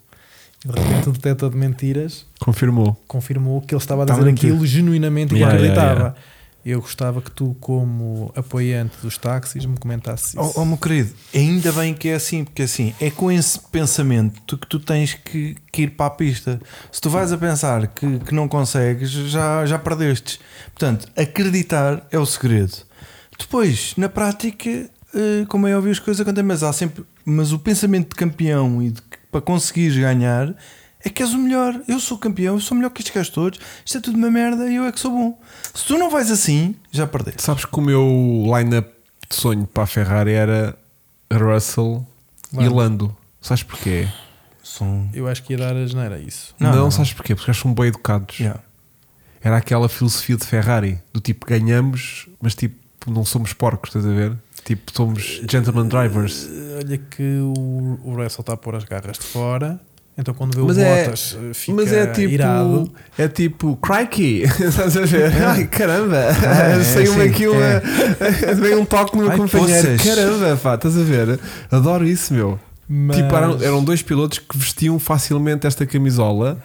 [SPEAKER 3] E de repente o detector de mentiras
[SPEAKER 2] Confirmou.
[SPEAKER 3] confirmou que ele estava a
[SPEAKER 1] Estava
[SPEAKER 3] dizer
[SPEAKER 1] a mentir.
[SPEAKER 3] aquilo genuinamente e que
[SPEAKER 2] Yeah, yeah,
[SPEAKER 3] acreditava.
[SPEAKER 2] yeah.
[SPEAKER 3] Eu gostava que tu, como apoiante dos táxis, me comentasses isso.
[SPEAKER 1] Oh, oh, meu querido, ainda bem que é assim, porque assim é com esse pensamento tu- que tu tens que, que ir para a pista. Se tu vais a pensar que, que não consegues, já, já perdestes. Portanto, acreditar é o segredo. Depois, na prática, eh, como é óbvio, as coisas acontecem, mas há sempre. Mas o pensamento de campeão e de que para conseguires ganhar é que és o melhor. Eu sou campeão, eu sou melhor que estes gajos todos. Isto é tudo uma merda e eu é que sou bom. Se tu não vais assim, já perdeste.
[SPEAKER 2] Sabes que o meu line-up de sonho para a Ferrari era Russell e
[SPEAKER 3] Lando.
[SPEAKER 2] Lando. Sabes porquê?
[SPEAKER 1] São.
[SPEAKER 3] Eu acho que ia dar a geneira a isso.
[SPEAKER 2] Não,
[SPEAKER 1] Não, não.
[SPEAKER 2] sabes porquê? Porque eles são bem educados.
[SPEAKER 1] Yeah.
[SPEAKER 2] Era aquela filosofia de Ferrari, do tipo ganhamos, mas tipo não somos porcos, estás a ver? Tipo, somos gentleman drivers.
[SPEAKER 3] Eh, Olha que o, o Russell está a pôr as garras de fora, então quando vê
[SPEAKER 2] Mas
[SPEAKER 3] o
[SPEAKER 2] é-
[SPEAKER 3] Bottas eh, fica
[SPEAKER 2] mas é tipo,
[SPEAKER 3] irado.
[SPEAKER 2] é tipo, crikey, estás a ver? Ai, caramba,
[SPEAKER 1] é,
[SPEAKER 2] saiu-me
[SPEAKER 1] sim,
[SPEAKER 2] aqui uma, veio um toque no meu
[SPEAKER 1] Ai,
[SPEAKER 2] companheiro.
[SPEAKER 1] poças.
[SPEAKER 2] Caramba, pá, estás a ver? Adoro isso, meu.
[SPEAKER 3] Mas-
[SPEAKER 2] Tipo, eram, eram dois pilotos que vestiam facilmente esta camisola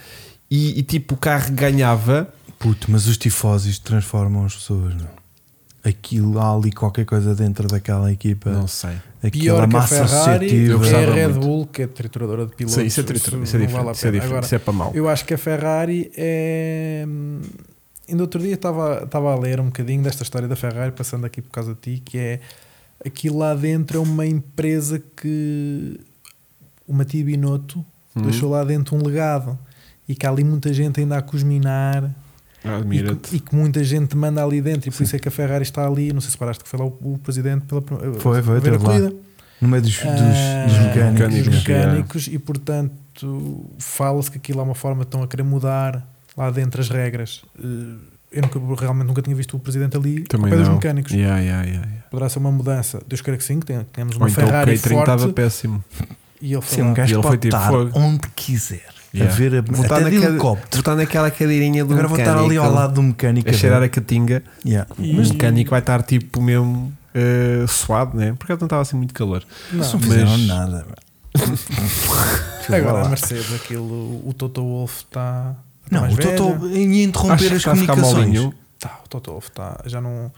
[SPEAKER 2] e, e, tipo, o carro ganhava.
[SPEAKER 1] Puto, mas os tifósis transformam as pessoas, não? aquilo, há ali qualquer coisa dentro daquela equipa.
[SPEAKER 2] Não sei.
[SPEAKER 1] Aquela
[SPEAKER 3] Pior que a
[SPEAKER 1] massa
[SPEAKER 3] Ferrari é
[SPEAKER 1] associativa.
[SPEAKER 2] gostava
[SPEAKER 3] a Red
[SPEAKER 2] muito.
[SPEAKER 3] Bull, que é trituradora de pilotos.
[SPEAKER 2] Sim, isso é
[SPEAKER 3] não
[SPEAKER 2] triturador, isso é
[SPEAKER 3] vale
[SPEAKER 2] diferente.
[SPEAKER 3] a
[SPEAKER 2] Isso é
[SPEAKER 3] pena.
[SPEAKER 2] diferente,
[SPEAKER 3] Agora,
[SPEAKER 2] isso é para mal.
[SPEAKER 3] Eu acho que a Ferrari é. hum, Ainda outro dia estava, estava a ler um bocadinho desta história da Ferrari, passando aqui por causa de ti, que é aquilo lá dentro é uma empresa que o Matia Binotto
[SPEAKER 1] Uhum.
[SPEAKER 2] Hum.
[SPEAKER 3] deixou lá dentro um legado e que há ali muita gente ainda a cosminar e
[SPEAKER 2] Admira-te.
[SPEAKER 3] que, e que muita gente manda ali dentro e por isso é que a Ferrari está ali. Não sei se paraste que foi lá o, o presidente pela prim-
[SPEAKER 1] Foi, foi,
[SPEAKER 3] a ver a
[SPEAKER 1] teve lá.
[SPEAKER 3] corrida.
[SPEAKER 1] No meio dos, dos,
[SPEAKER 3] Ah,
[SPEAKER 1] dos mecânicos.
[SPEAKER 2] mecânicos.
[SPEAKER 3] dos mecânicos, e portanto fala-se que aquilo há uma forma que estão a querer mudar lá dentro as regras. Eh, Eu nunca- realmente nunca tinha visto o presidente ali
[SPEAKER 2] Também
[SPEAKER 3] ao pé dos
[SPEAKER 2] não.
[SPEAKER 3] mecânicos.
[SPEAKER 2] Yeah, yeah, yeah, yeah.
[SPEAKER 3] Poderá ser uma mudança. Deus queira que sim, que tenha- tenhamos uma
[SPEAKER 2] Ou então o
[SPEAKER 3] Ferrari
[SPEAKER 2] catering
[SPEAKER 3] forte
[SPEAKER 2] estava péssimo.
[SPEAKER 3] e ele
[SPEAKER 1] Sim,
[SPEAKER 3] foi
[SPEAKER 1] um
[SPEAKER 3] lá.
[SPEAKER 2] E
[SPEAKER 1] gajo
[SPEAKER 2] ele foi
[SPEAKER 1] pode
[SPEAKER 2] tipo
[SPEAKER 1] estar
[SPEAKER 2] fogo.
[SPEAKER 1] onde quiser.
[SPEAKER 2] Yeah.
[SPEAKER 1] A ver a,
[SPEAKER 4] Vou estar
[SPEAKER 1] até de
[SPEAKER 4] naquela-
[SPEAKER 1] helicóptero.
[SPEAKER 4] Estou naquela cadeirinha do
[SPEAKER 1] Agora vou estar ali ao
[SPEAKER 4] mecânico,
[SPEAKER 1] lado do mecânico.
[SPEAKER 2] A
[SPEAKER 1] ver.
[SPEAKER 2] cheirar a catinga.
[SPEAKER 1] Yeah.
[SPEAKER 2] E... O mecânico vai estar tipo mesmo eh, suado, né? Porque não estava assim muito calor.
[SPEAKER 1] Eles não
[SPEAKER 3] Não.
[SPEAKER 1] fizeram
[SPEAKER 2] mas-
[SPEAKER 1] nada. mano.
[SPEAKER 3] Agora
[SPEAKER 1] lá.
[SPEAKER 3] a Mercedes, aquilo, o Toto Wolff está.
[SPEAKER 1] Não,
[SPEAKER 3] está mais
[SPEAKER 1] o Toto
[SPEAKER 3] velho.
[SPEAKER 1] ia interromper
[SPEAKER 2] Achas
[SPEAKER 1] as
[SPEAKER 2] que vai ficar
[SPEAKER 1] comunicações.
[SPEAKER 2] molinho?
[SPEAKER 3] Tá, o Toto Wolff está. Já não.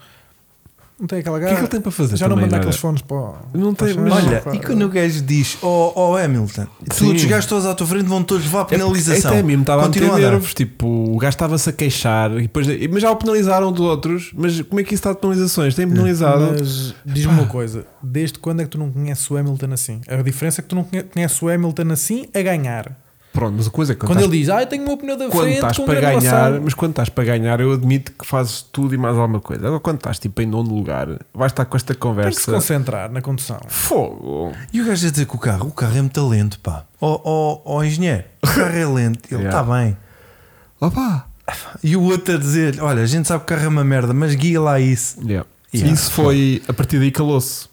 [SPEAKER 3] Não tem aquela
[SPEAKER 2] O que é
[SPEAKER 3] garra.
[SPEAKER 2] que ele tem para fazer?
[SPEAKER 3] Ah, já não
[SPEAKER 2] também,
[SPEAKER 3] manda
[SPEAKER 2] agora?
[SPEAKER 3] aqueles fones para. o-
[SPEAKER 2] Não
[SPEAKER 3] para
[SPEAKER 2] tem-
[SPEAKER 3] a
[SPEAKER 2] mas-
[SPEAKER 3] Ferrari.
[SPEAKER 1] Olha, e quando o gajo diz, oh, oh Hamilton, tu
[SPEAKER 2] Sim.
[SPEAKER 1] os gajos todos à tua frente vão todos levar a penalização.
[SPEAKER 2] É, até mesmo estava a meter
[SPEAKER 1] Continua a dar.
[SPEAKER 2] nervos. Tipo, o gajo estava-se a queixar. E depois, mas já o penalizaram dos outros. Mas como é que isso está de penalizações? Tem penalizado.
[SPEAKER 3] Mas diz-me uma coisa: desde quando é que tu não conheces o Hamilton assim? A diferença é que tu não conhe- conheces o Hamilton assim a ganhar.
[SPEAKER 2] Pronto, mas a coisa é que
[SPEAKER 3] Quando, ele diz, ah, eu tenho o meu pneu da
[SPEAKER 2] quando
[SPEAKER 3] frente,
[SPEAKER 2] estás
[SPEAKER 3] com um
[SPEAKER 2] para
[SPEAKER 3] grande
[SPEAKER 2] ganhar,
[SPEAKER 3] avançado."
[SPEAKER 2] mas quando estás para ganhar, eu admito que fazes tudo e mais alguma coisa. Agora, quando estás tipo em nono lugar, vais estar com esta
[SPEAKER 3] Tem que se
[SPEAKER 2] conversa.
[SPEAKER 3] concentrar na condução.
[SPEAKER 2] Fogo!
[SPEAKER 1] E o gajo a dizer que o carro, o carro é muito lento, pá. Ó oh, engenheiro, o carro é lento. Ele está
[SPEAKER 2] Yeah.
[SPEAKER 1] bem.
[SPEAKER 2] Opa!
[SPEAKER 1] E o outro a dizer, olha, a gente sabe que o carro é uma merda, mas guia lá isso.
[SPEAKER 2] Yeah.
[SPEAKER 1] Yeah.
[SPEAKER 2] Isso foi a partir daí calou-se.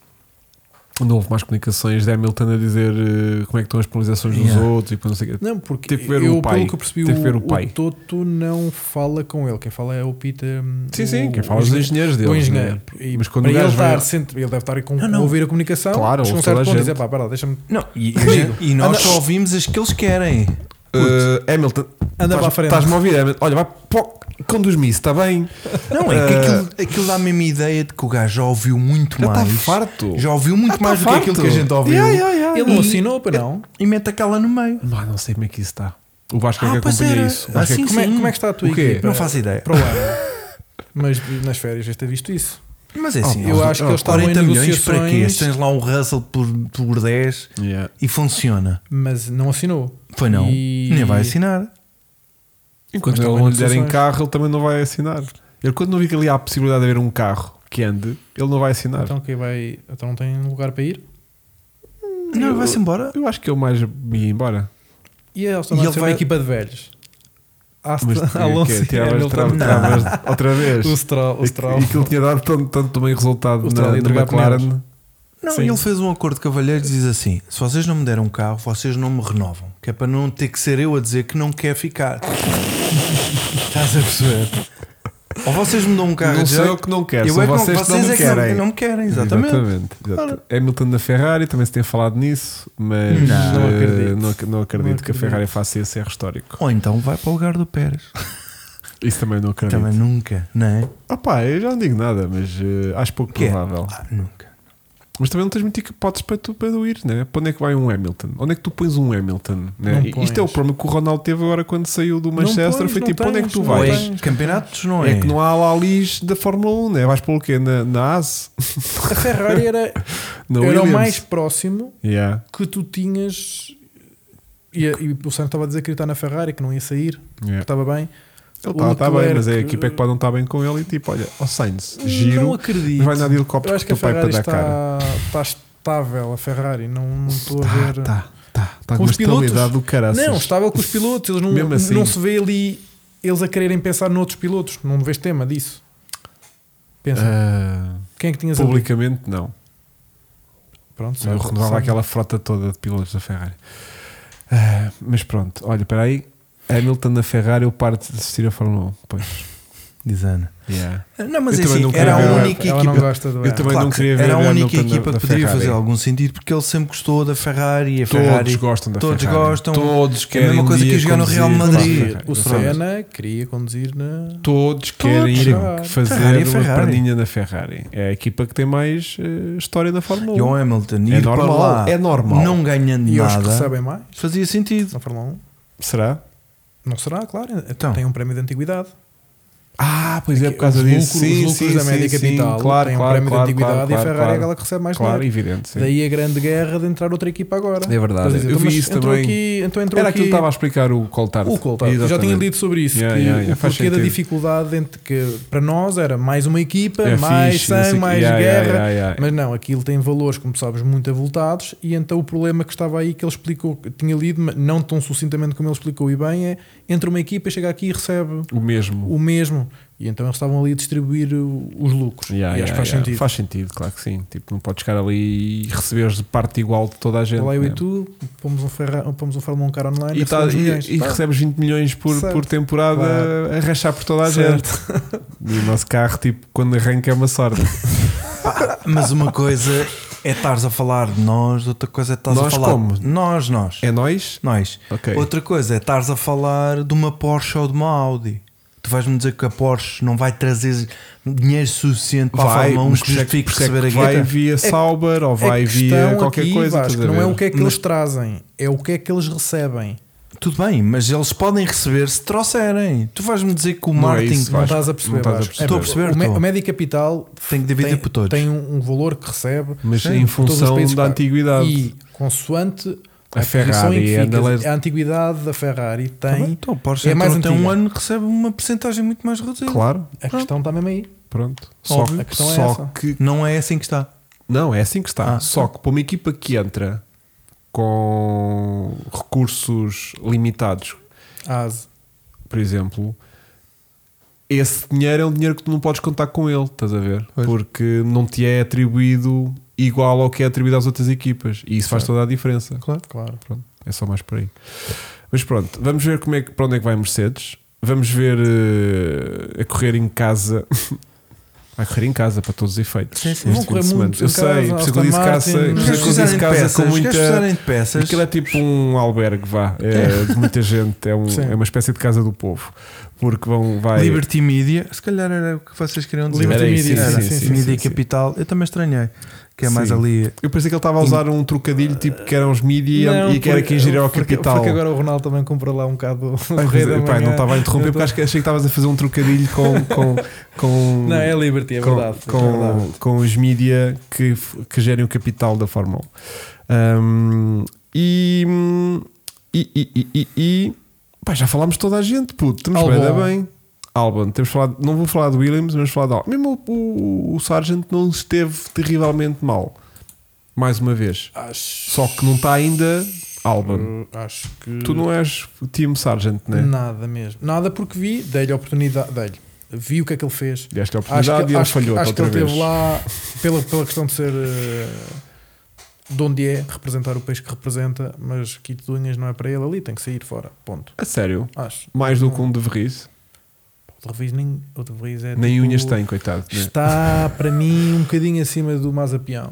[SPEAKER 2] Não houve mais comunicações de Hamilton a dizer eh, como é que estão as penalizações dos
[SPEAKER 1] Yeah.
[SPEAKER 2] outros e para não sei o quê.
[SPEAKER 3] Não, porque
[SPEAKER 2] Teve que ver
[SPEAKER 3] eu,
[SPEAKER 2] o pai.
[SPEAKER 3] pelo que eu percebi,
[SPEAKER 2] Teve que ver
[SPEAKER 3] o,
[SPEAKER 2] o pai.
[SPEAKER 3] o Toto não fala com ele. Quem fala é o Peter. hum,
[SPEAKER 2] Sim, sim,
[SPEAKER 3] o-
[SPEAKER 2] quem fala é os engenheiros deles.
[SPEAKER 3] O engenheiro.
[SPEAKER 2] né?
[SPEAKER 3] E
[SPEAKER 2] Mas quando
[SPEAKER 3] para
[SPEAKER 2] o
[SPEAKER 3] ele
[SPEAKER 2] gajo
[SPEAKER 3] estar
[SPEAKER 2] vai-
[SPEAKER 3] sempre, ele deve estar com,
[SPEAKER 1] Não, não.
[SPEAKER 3] a ouvir a comunicação.
[SPEAKER 2] Claro,
[SPEAKER 3] chega um
[SPEAKER 2] ouve toda
[SPEAKER 3] certo
[SPEAKER 2] a
[SPEAKER 3] ponto e diz,
[SPEAKER 2] gente.
[SPEAKER 3] pá, pera lá, deixa-me.
[SPEAKER 1] Não, e, e a gente- e nós
[SPEAKER 3] Anda-
[SPEAKER 1] só ouvimos as que eles querem.
[SPEAKER 2] Eh, Hamilton,
[SPEAKER 3] Anda para a frente.
[SPEAKER 2] estás-me a ouvir, Hamilton? Olha, vai pô, conduz-me isso, está bem?
[SPEAKER 1] Não, é que aquilo, aquilo dá a mesma ideia de que o gajo já ouviu muito
[SPEAKER 3] tá
[SPEAKER 2] Já está
[SPEAKER 1] mais.
[SPEAKER 2] farto.
[SPEAKER 1] Já ouviu muito
[SPEAKER 2] Já
[SPEAKER 1] mais do
[SPEAKER 2] está
[SPEAKER 1] que aquilo que a
[SPEAKER 2] farto.
[SPEAKER 1] gente ouviu.
[SPEAKER 2] Yeah, yeah, yeah.
[SPEAKER 3] Ele não
[SPEAKER 1] E-
[SPEAKER 3] assinou para não.
[SPEAKER 1] E mete aquela no meio.
[SPEAKER 2] Não, não sei como é que isso está. O Vasco é
[SPEAKER 1] Ah,
[SPEAKER 2] que
[SPEAKER 1] pois
[SPEAKER 2] acompanha
[SPEAKER 1] era.
[SPEAKER 2] isso. O Vasco é
[SPEAKER 1] Assim
[SPEAKER 2] que-
[SPEAKER 3] Como é,
[SPEAKER 1] Sim.
[SPEAKER 3] como é que está a tua
[SPEAKER 2] O quê?
[SPEAKER 3] equipa?
[SPEAKER 1] Não faço ideia.
[SPEAKER 3] Para o ano. Mas nas férias deves ter visto isso.
[SPEAKER 1] Mas é assim,
[SPEAKER 3] eu
[SPEAKER 1] eles-
[SPEAKER 3] acho que eles estavam em
[SPEAKER 1] 40 milhões para quê?
[SPEAKER 3] negociações.
[SPEAKER 1] Se Tens lá um Russell por, por 10
[SPEAKER 2] Yeah.
[SPEAKER 1] e funciona.
[SPEAKER 3] Mas não assinou.
[SPEAKER 1] Pois não,
[SPEAKER 3] E-
[SPEAKER 1] nem vai assinar.
[SPEAKER 2] Enquanto
[SPEAKER 3] Mas
[SPEAKER 2] ele
[SPEAKER 3] também
[SPEAKER 2] não
[SPEAKER 3] não
[SPEAKER 2] lhe der em
[SPEAKER 3] precisas.
[SPEAKER 2] carro, ele também não vai assinar. Ele, quando não vi que ali há a possibilidade de haver um carro que ande, ele não vai assinar.
[SPEAKER 3] Então quem vai. Então não tem lugar para ir.
[SPEAKER 1] Não, vai-se embora.
[SPEAKER 2] Eu acho que eu mais me ia embora.
[SPEAKER 3] E a Aston
[SPEAKER 1] E
[SPEAKER 3] Martin
[SPEAKER 1] ele
[SPEAKER 3] vai... uma
[SPEAKER 1] vai-
[SPEAKER 3] equipa de velhos. Aston
[SPEAKER 2] Mas tinha
[SPEAKER 3] Alonso
[SPEAKER 2] que- é,
[SPEAKER 3] e
[SPEAKER 2] tiravas-
[SPEAKER 3] Hamilton.
[SPEAKER 2] tiravas-
[SPEAKER 1] Não.
[SPEAKER 2] tiravas outra vez.
[SPEAKER 3] O Stroll. O Stroll.
[SPEAKER 2] E aquilo tinha dado tanto, tanto bem resultado
[SPEAKER 3] O
[SPEAKER 2] na,
[SPEAKER 3] Stroll ia
[SPEAKER 2] na
[SPEAKER 3] trocar
[SPEAKER 2] McLaren.
[SPEAKER 1] Não,
[SPEAKER 2] Sim.
[SPEAKER 1] ele fez um acordo de cavalheiros e diz assim: se vocês não me deram um carro, vocês não me renovam. Que é para não ter que ser eu a dizer que não quer ficar. Estás a perceber? Ou vocês me dão um carro
[SPEAKER 2] Não
[SPEAKER 1] a
[SPEAKER 2] sou eu
[SPEAKER 1] dizer.
[SPEAKER 2] que não quero, são
[SPEAKER 1] é que não-
[SPEAKER 2] vocês, que não
[SPEAKER 1] vocês
[SPEAKER 2] me
[SPEAKER 1] é que
[SPEAKER 2] querem.
[SPEAKER 1] não me querem, exatamente.
[SPEAKER 2] Exatamente. exato. Hamilton da Ferrari também se tem falado nisso, mas
[SPEAKER 1] Não.
[SPEAKER 2] eh,
[SPEAKER 3] Não acredito.
[SPEAKER 2] não ac- não acredito
[SPEAKER 3] Não
[SPEAKER 2] que a
[SPEAKER 3] acredito.
[SPEAKER 2] Ferrari faça esse erro histórico.
[SPEAKER 1] Ou então vai para o lugar do Pérez.
[SPEAKER 2] Isso também não acredito.
[SPEAKER 1] Também nunca, não é?
[SPEAKER 2] Ah pá, eu já não digo nada, mas eh, acho pouco
[SPEAKER 1] Que é?
[SPEAKER 2] provável.
[SPEAKER 1] Ah, nunca.
[SPEAKER 2] Mas também não tens muita hipótese para tu para tu ir, né? Para onde é que vai um Hamilton? Onde é que tu pões um Hamilton? Né?
[SPEAKER 3] Não
[SPEAKER 2] E- Isto é o
[SPEAKER 3] pões.
[SPEAKER 2] problema que o Ronaldo teve agora quando saiu do Manchester.
[SPEAKER 3] pões,
[SPEAKER 2] foi
[SPEAKER 3] não
[SPEAKER 2] tipo, onde é que tu
[SPEAKER 3] tens, não
[SPEAKER 1] Ou
[SPEAKER 2] vais?
[SPEAKER 1] é
[SPEAKER 3] tens.
[SPEAKER 1] campeonatos, não é?
[SPEAKER 2] É que não há lá Liz da Fórmula 1, né? Vais pelo quê? Na, na AS?
[SPEAKER 3] A Ferrari era,
[SPEAKER 2] Na
[SPEAKER 3] era o
[SPEAKER 2] Williams?
[SPEAKER 3] mais próximo
[SPEAKER 2] Yeah,
[SPEAKER 3] que tu tinhas. E, e o Santos estava a dizer que ele está na Ferrari, que não ia sair, que
[SPEAKER 2] yeah.
[SPEAKER 3] estava bem.
[SPEAKER 2] Ele
[SPEAKER 3] O
[SPEAKER 2] está tá bem,
[SPEAKER 3] Leclerc-
[SPEAKER 2] mas é a equipa é que pode não estar bem com ele e tipo, olha, ó Sainz, giro,
[SPEAKER 3] Não acredito.
[SPEAKER 2] mas vai andar de
[SPEAKER 3] Eu
[SPEAKER 2] helicóptero
[SPEAKER 3] acho
[SPEAKER 2] com
[SPEAKER 3] que
[SPEAKER 2] o
[SPEAKER 3] a
[SPEAKER 2] teu pai para
[SPEAKER 3] Ferrari
[SPEAKER 2] dar cara.
[SPEAKER 3] está, está estável, a Ferrari. Não não estou a
[SPEAKER 2] Tá,
[SPEAKER 3] ver.
[SPEAKER 2] tá, tá. Está
[SPEAKER 3] Com
[SPEAKER 2] com uma
[SPEAKER 3] os pilotos?
[SPEAKER 2] estabilidade do caraças.
[SPEAKER 3] Não, estável com os pilotos. Eles não,
[SPEAKER 2] Mesmo assim.
[SPEAKER 3] não se vê ali eles a quererem pensar noutros pilotos. Não vês tema disso. Pensa.
[SPEAKER 2] Ah,
[SPEAKER 3] Quem é que tinhas ali?
[SPEAKER 2] publicamente, não.
[SPEAKER 3] Pronto,
[SPEAKER 2] Eu
[SPEAKER 3] sabe-
[SPEAKER 2] renovava
[SPEAKER 3] sabe.
[SPEAKER 2] aquela frota toda de pilotos da Ferrari. Ah, mas pronto, olha, espera aí. Hamilton na Ferrari, eu paro de assistir a Fórmula 1. Pois.
[SPEAKER 1] diz a Ana.
[SPEAKER 2] Yeah.
[SPEAKER 1] Não, mas é
[SPEAKER 2] Eu também
[SPEAKER 1] assim,
[SPEAKER 2] não quero
[SPEAKER 1] era a
[SPEAKER 2] ver o
[SPEAKER 1] única
[SPEAKER 3] ela não
[SPEAKER 1] equipa.
[SPEAKER 3] gosta do
[SPEAKER 2] Eu também
[SPEAKER 1] Claro
[SPEAKER 2] não
[SPEAKER 1] que
[SPEAKER 2] queria ver
[SPEAKER 1] era a
[SPEAKER 2] o
[SPEAKER 1] única
[SPEAKER 2] Hamilton na-
[SPEAKER 1] equipa
[SPEAKER 2] na
[SPEAKER 1] que poderia
[SPEAKER 2] Ferrari.
[SPEAKER 1] fazer algum sentido porque ele sempre gostou da Ferrari e a
[SPEAKER 2] Todos
[SPEAKER 1] Ferrari.
[SPEAKER 2] gostam da
[SPEAKER 1] todos
[SPEAKER 2] Ferrari.
[SPEAKER 1] gostam.
[SPEAKER 2] Todos
[SPEAKER 1] É a mesma
[SPEAKER 2] querem um
[SPEAKER 1] coisa que
[SPEAKER 2] dia
[SPEAKER 1] ir jogar no
[SPEAKER 2] conduzir
[SPEAKER 1] Real
[SPEAKER 2] uma
[SPEAKER 1] Madrid.
[SPEAKER 2] Ferrari.
[SPEAKER 3] O
[SPEAKER 1] Pronto.
[SPEAKER 3] Senna queria conduzir na.
[SPEAKER 2] Todos querem ir
[SPEAKER 3] Ferrari.
[SPEAKER 1] Ferrari é
[SPEAKER 2] fazer uma
[SPEAKER 1] Ferrari.
[SPEAKER 2] perninha na Ferrari. É a equipa que tem mais eh, história da Fórmula
[SPEAKER 1] E
[SPEAKER 2] 1.
[SPEAKER 1] o Hamilton ir
[SPEAKER 2] É
[SPEAKER 1] para
[SPEAKER 2] normal,
[SPEAKER 1] lá,
[SPEAKER 2] é normal.
[SPEAKER 1] não ganhando
[SPEAKER 3] E os que
[SPEAKER 1] nada,
[SPEAKER 3] recebem mais
[SPEAKER 1] fazia sentido.
[SPEAKER 3] na Fórmula 1?
[SPEAKER 2] Será?
[SPEAKER 3] Não será, claro.
[SPEAKER 1] Então.
[SPEAKER 3] Tem um prémio de antiguidade.
[SPEAKER 2] Ah, pois é,
[SPEAKER 3] Aqui,
[SPEAKER 2] por causa
[SPEAKER 3] os
[SPEAKER 2] disso.
[SPEAKER 3] lucros-
[SPEAKER 2] sim,
[SPEAKER 3] os lucros
[SPEAKER 2] sim,
[SPEAKER 3] da média
[SPEAKER 2] sim,
[SPEAKER 3] capital
[SPEAKER 2] sim, claro,
[SPEAKER 3] têm um
[SPEAKER 2] claro,
[SPEAKER 3] prémio
[SPEAKER 2] claro,
[SPEAKER 3] de antiguidade
[SPEAKER 2] claro,
[SPEAKER 3] e a Ferrari
[SPEAKER 2] claro,
[SPEAKER 3] é aquela que recebe mais
[SPEAKER 2] Claro,
[SPEAKER 3] dinheiro.
[SPEAKER 2] evidente. sim.
[SPEAKER 3] Daí a grande guerra de entrar outra equipa agora.
[SPEAKER 2] É verdade.
[SPEAKER 3] Estás a dizer,
[SPEAKER 2] Eu
[SPEAKER 3] "Então,
[SPEAKER 2] vi
[SPEAKER 3] mas
[SPEAKER 2] isso
[SPEAKER 3] entrou
[SPEAKER 2] também.
[SPEAKER 3] Aqui, então entrou
[SPEAKER 2] Era
[SPEAKER 3] aqui
[SPEAKER 2] aquilo que estava a explicar o Coltart.
[SPEAKER 3] o Coulthard. Eu Já tinha
[SPEAKER 2] Ah, Exatamente.
[SPEAKER 3] lido sobre isso.
[SPEAKER 2] Yeah,
[SPEAKER 3] que
[SPEAKER 2] yeah, yeah,
[SPEAKER 3] o
[SPEAKER 2] faz
[SPEAKER 3] porquê da
[SPEAKER 2] sentido.
[SPEAKER 3] dificuldade entre que para nós era mais uma equipa,
[SPEAKER 2] É
[SPEAKER 3] mais
[SPEAKER 2] fixe, não sei o
[SPEAKER 3] sangue,
[SPEAKER 2] quê.
[SPEAKER 3] mais
[SPEAKER 2] Yeah,
[SPEAKER 3] guerra.
[SPEAKER 2] yeah, yeah, yeah.
[SPEAKER 3] Mas não, aquilo tem valores, como sabes, muito avultados. E então o problema que estava aí, que ele explicou, que tinha lido, mas não tão sucintamente como ele explicou, e bem, é entre uma equipa, chega aqui e recebe
[SPEAKER 2] O mesmo.
[SPEAKER 3] o mesmo. E então eles estavam ali a distribuir o- os lucros.
[SPEAKER 2] Yeah,
[SPEAKER 3] e
[SPEAKER 2] yeah,
[SPEAKER 3] acho que faz
[SPEAKER 2] yeah.
[SPEAKER 3] sentido.
[SPEAKER 2] Faz sentido, claro que sim. Tipo, não podes chegar ali e receberes de parte igual de toda a gente.
[SPEAKER 3] Lá eu
[SPEAKER 2] né?
[SPEAKER 3] e tu, pomos um, Ferra, pomos um Fórmula 1 Car online
[SPEAKER 2] E, tá-
[SPEAKER 3] recebemos
[SPEAKER 2] e-
[SPEAKER 3] milhões.
[SPEAKER 2] e
[SPEAKER 3] Pá,
[SPEAKER 2] recebes 20 milhões por,
[SPEAKER 3] Certo.
[SPEAKER 2] por temporada
[SPEAKER 3] Claro.
[SPEAKER 2] a rachar por toda a
[SPEAKER 3] Certo.
[SPEAKER 2] gente. E o nosso carro, tipo, quando arranca é uma sorte.
[SPEAKER 1] Ah, Mas uma coisa é estares a falar de nós, outra coisa é estares a
[SPEAKER 2] Nós
[SPEAKER 1] falar
[SPEAKER 2] como?
[SPEAKER 1] nós, nós.
[SPEAKER 2] É nós?
[SPEAKER 1] Nós.
[SPEAKER 2] Ok.
[SPEAKER 1] Outra coisa é estares a falar de uma Porsche ou de uma Audi. Tu vais-me dizer que a Porsche não vai trazer dinheiro suficiente para a Fórmula 1
[SPEAKER 2] mas
[SPEAKER 1] que
[SPEAKER 2] por isso é
[SPEAKER 1] justifique
[SPEAKER 2] por isso é
[SPEAKER 1] receber a
[SPEAKER 2] que Vai
[SPEAKER 1] guita.
[SPEAKER 2] via Sauber ou vai via
[SPEAKER 3] a É questão
[SPEAKER 2] qualquer
[SPEAKER 3] aqui,
[SPEAKER 2] coisa.
[SPEAKER 3] Vasco,
[SPEAKER 2] estás a
[SPEAKER 3] não é
[SPEAKER 2] ver?
[SPEAKER 3] o que é que eles trazem, é o que é que eles recebem.
[SPEAKER 1] Tudo bem, mas eles podem receber se trouxerem. Tu vais-me dizer que o
[SPEAKER 2] Não é
[SPEAKER 1] Martin
[SPEAKER 2] isso,
[SPEAKER 3] Não
[SPEAKER 2] Vasco,
[SPEAKER 3] estás a perceber.
[SPEAKER 2] não então. estás a
[SPEAKER 3] Vasco.
[SPEAKER 2] perceber.
[SPEAKER 3] É,
[SPEAKER 1] Estou a perceber,
[SPEAKER 3] o, me-
[SPEAKER 1] estou.
[SPEAKER 3] o médio capital
[SPEAKER 1] Tem que dividir
[SPEAKER 3] tem,
[SPEAKER 1] por todos.
[SPEAKER 3] tem um, um valor que recebe
[SPEAKER 2] Mas
[SPEAKER 1] Sim,
[SPEAKER 2] em
[SPEAKER 1] todos
[SPEAKER 3] por todos os
[SPEAKER 2] função
[SPEAKER 3] países,
[SPEAKER 2] da
[SPEAKER 3] claro.
[SPEAKER 2] antiguidade.
[SPEAKER 3] E consoante a,
[SPEAKER 2] A
[SPEAKER 3] Ferrari,
[SPEAKER 2] Ferrari anda lá-
[SPEAKER 3] a antiguidade da Ferrari
[SPEAKER 1] Tá bem,
[SPEAKER 3] tem.
[SPEAKER 1] então, a Porsche
[SPEAKER 3] É mais
[SPEAKER 1] então, tem um
[SPEAKER 3] antiga.
[SPEAKER 1] ano recebe uma porcentagem muito mais reduzida.
[SPEAKER 2] Claro,
[SPEAKER 3] A questão está mesmo aí.
[SPEAKER 2] pronto. Só,
[SPEAKER 3] Óbvio. A
[SPEAKER 2] que,
[SPEAKER 3] questão é
[SPEAKER 2] só
[SPEAKER 3] essa.
[SPEAKER 2] que
[SPEAKER 1] Não é assim que está.
[SPEAKER 2] Não, é assim que está.
[SPEAKER 1] Ah.
[SPEAKER 2] Só que para uma equipa que entra com recursos limitados,
[SPEAKER 3] As.
[SPEAKER 2] por exemplo, esse dinheiro é um dinheiro que tu não podes contar com ele, estás a ver?
[SPEAKER 1] Pois.
[SPEAKER 2] Porque não te é atribuído igual ao que é atribuído às outras equipas. E isso faz toda a diferença.
[SPEAKER 3] Claro. claro.
[SPEAKER 2] Pronto, é só mais por aí. Mas pronto, vamos ver como é que, para onde é que vai a Mercedes. Vamos ver eh, a correr em casa. Vai correr em casa para todos os efeitos.
[SPEAKER 1] Sim, sim.
[SPEAKER 2] Este
[SPEAKER 1] Vão
[SPEAKER 2] fim de
[SPEAKER 3] correr
[SPEAKER 2] semana.
[SPEAKER 3] muito
[SPEAKER 2] Eu
[SPEAKER 3] em casa,
[SPEAKER 2] sei, por isso que eu
[SPEAKER 3] Aston
[SPEAKER 2] disse
[SPEAKER 3] Martin,
[SPEAKER 2] casa.
[SPEAKER 3] Mas
[SPEAKER 1] Os
[SPEAKER 2] Por
[SPEAKER 1] gajos
[SPEAKER 2] isso que eu disse
[SPEAKER 1] precisarem de
[SPEAKER 2] casa
[SPEAKER 1] peças,
[SPEAKER 2] com
[SPEAKER 1] os gajos
[SPEAKER 2] muita.
[SPEAKER 1] precisarem de peças.
[SPEAKER 2] Aquilo é tipo um albergue, vá. É, de muita gente. É, um-
[SPEAKER 3] Sim.
[SPEAKER 2] é uma espécie de casa do povo. Porque vão. Vai,
[SPEAKER 1] Liberty Media, se calhar era o que vocês queriam dizer.
[SPEAKER 2] Liberty
[SPEAKER 1] Era
[SPEAKER 2] Media,
[SPEAKER 1] isso,
[SPEAKER 2] sim,
[SPEAKER 1] era.
[SPEAKER 2] sim, sim,
[SPEAKER 1] Media
[SPEAKER 2] sim, sim.
[SPEAKER 1] Capital, eu também estranhei. Que é mais
[SPEAKER 2] Sim.
[SPEAKER 1] ali.
[SPEAKER 2] Eu pensei que ele estava a usar um trocadilho tipo que eram os mídia
[SPEAKER 3] Não,
[SPEAKER 2] e que era
[SPEAKER 3] porque-
[SPEAKER 2] quem geria ao
[SPEAKER 3] porque-
[SPEAKER 2] capital.
[SPEAKER 3] Porque agora o Ronaldo também comprou lá um bocado
[SPEAKER 2] Ai,
[SPEAKER 3] o
[SPEAKER 2] mas,
[SPEAKER 3] rei da
[SPEAKER 2] epá,
[SPEAKER 3] manhã.
[SPEAKER 2] não tá estava a interromper
[SPEAKER 3] Eu
[SPEAKER 2] porque
[SPEAKER 3] tô-
[SPEAKER 2] acho que achei que estavas a fazer um trocadilho com. com, com
[SPEAKER 3] Não, é Liberty, é
[SPEAKER 2] com,
[SPEAKER 3] verdade. é
[SPEAKER 2] com,
[SPEAKER 3] verdade.
[SPEAKER 2] com os mídia que, f- que gerem o capital da Fórmula 1. Um, e, e, e, e, e, e- pá, já falámos de toda a gente, puto. Estamos
[SPEAKER 3] Albon.
[SPEAKER 2] bem, ainda bem. Albon, temos falado, não vou falar do Williams, mas falar de Albon. Mesmo o, o, o Sargent não esteve terrivelmente mal. Mais uma vez.
[SPEAKER 3] Acho,
[SPEAKER 2] Só que não está ainda Albon.
[SPEAKER 3] eh, acho que.
[SPEAKER 2] Tu não és o time Sargent, né?
[SPEAKER 3] Nada mesmo. Nada porque vi, dei-lhe a oportunidade. Dei-lhe. Vi o que é que ele fez.
[SPEAKER 2] Deste a oportunidade
[SPEAKER 3] Acho que,
[SPEAKER 2] e ele
[SPEAKER 3] acho que-
[SPEAKER 2] falhou
[SPEAKER 3] acho que
[SPEAKER 2] outra
[SPEAKER 3] ele
[SPEAKER 2] vez.
[SPEAKER 3] esteve lá pela, pela questão de ser eh, de onde é, representar o país que representa, mas Quito de Unhas não é para ele ali, tem que sair fora. Ponto.
[SPEAKER 2] A sério,
[SPEAKER 3] Acho.
[SPEAKER 2] mais do que um de Vries,
[SPEAKER 3] O de Revis nem, o de Revis é
[SPEAKER 2] nem
[SPEAKER 3] tipo-
[SPEAKER 2] unhas tem, coitado. né?
[SPEAKER 3] Está para mim um bocadinho acima do Mazapião.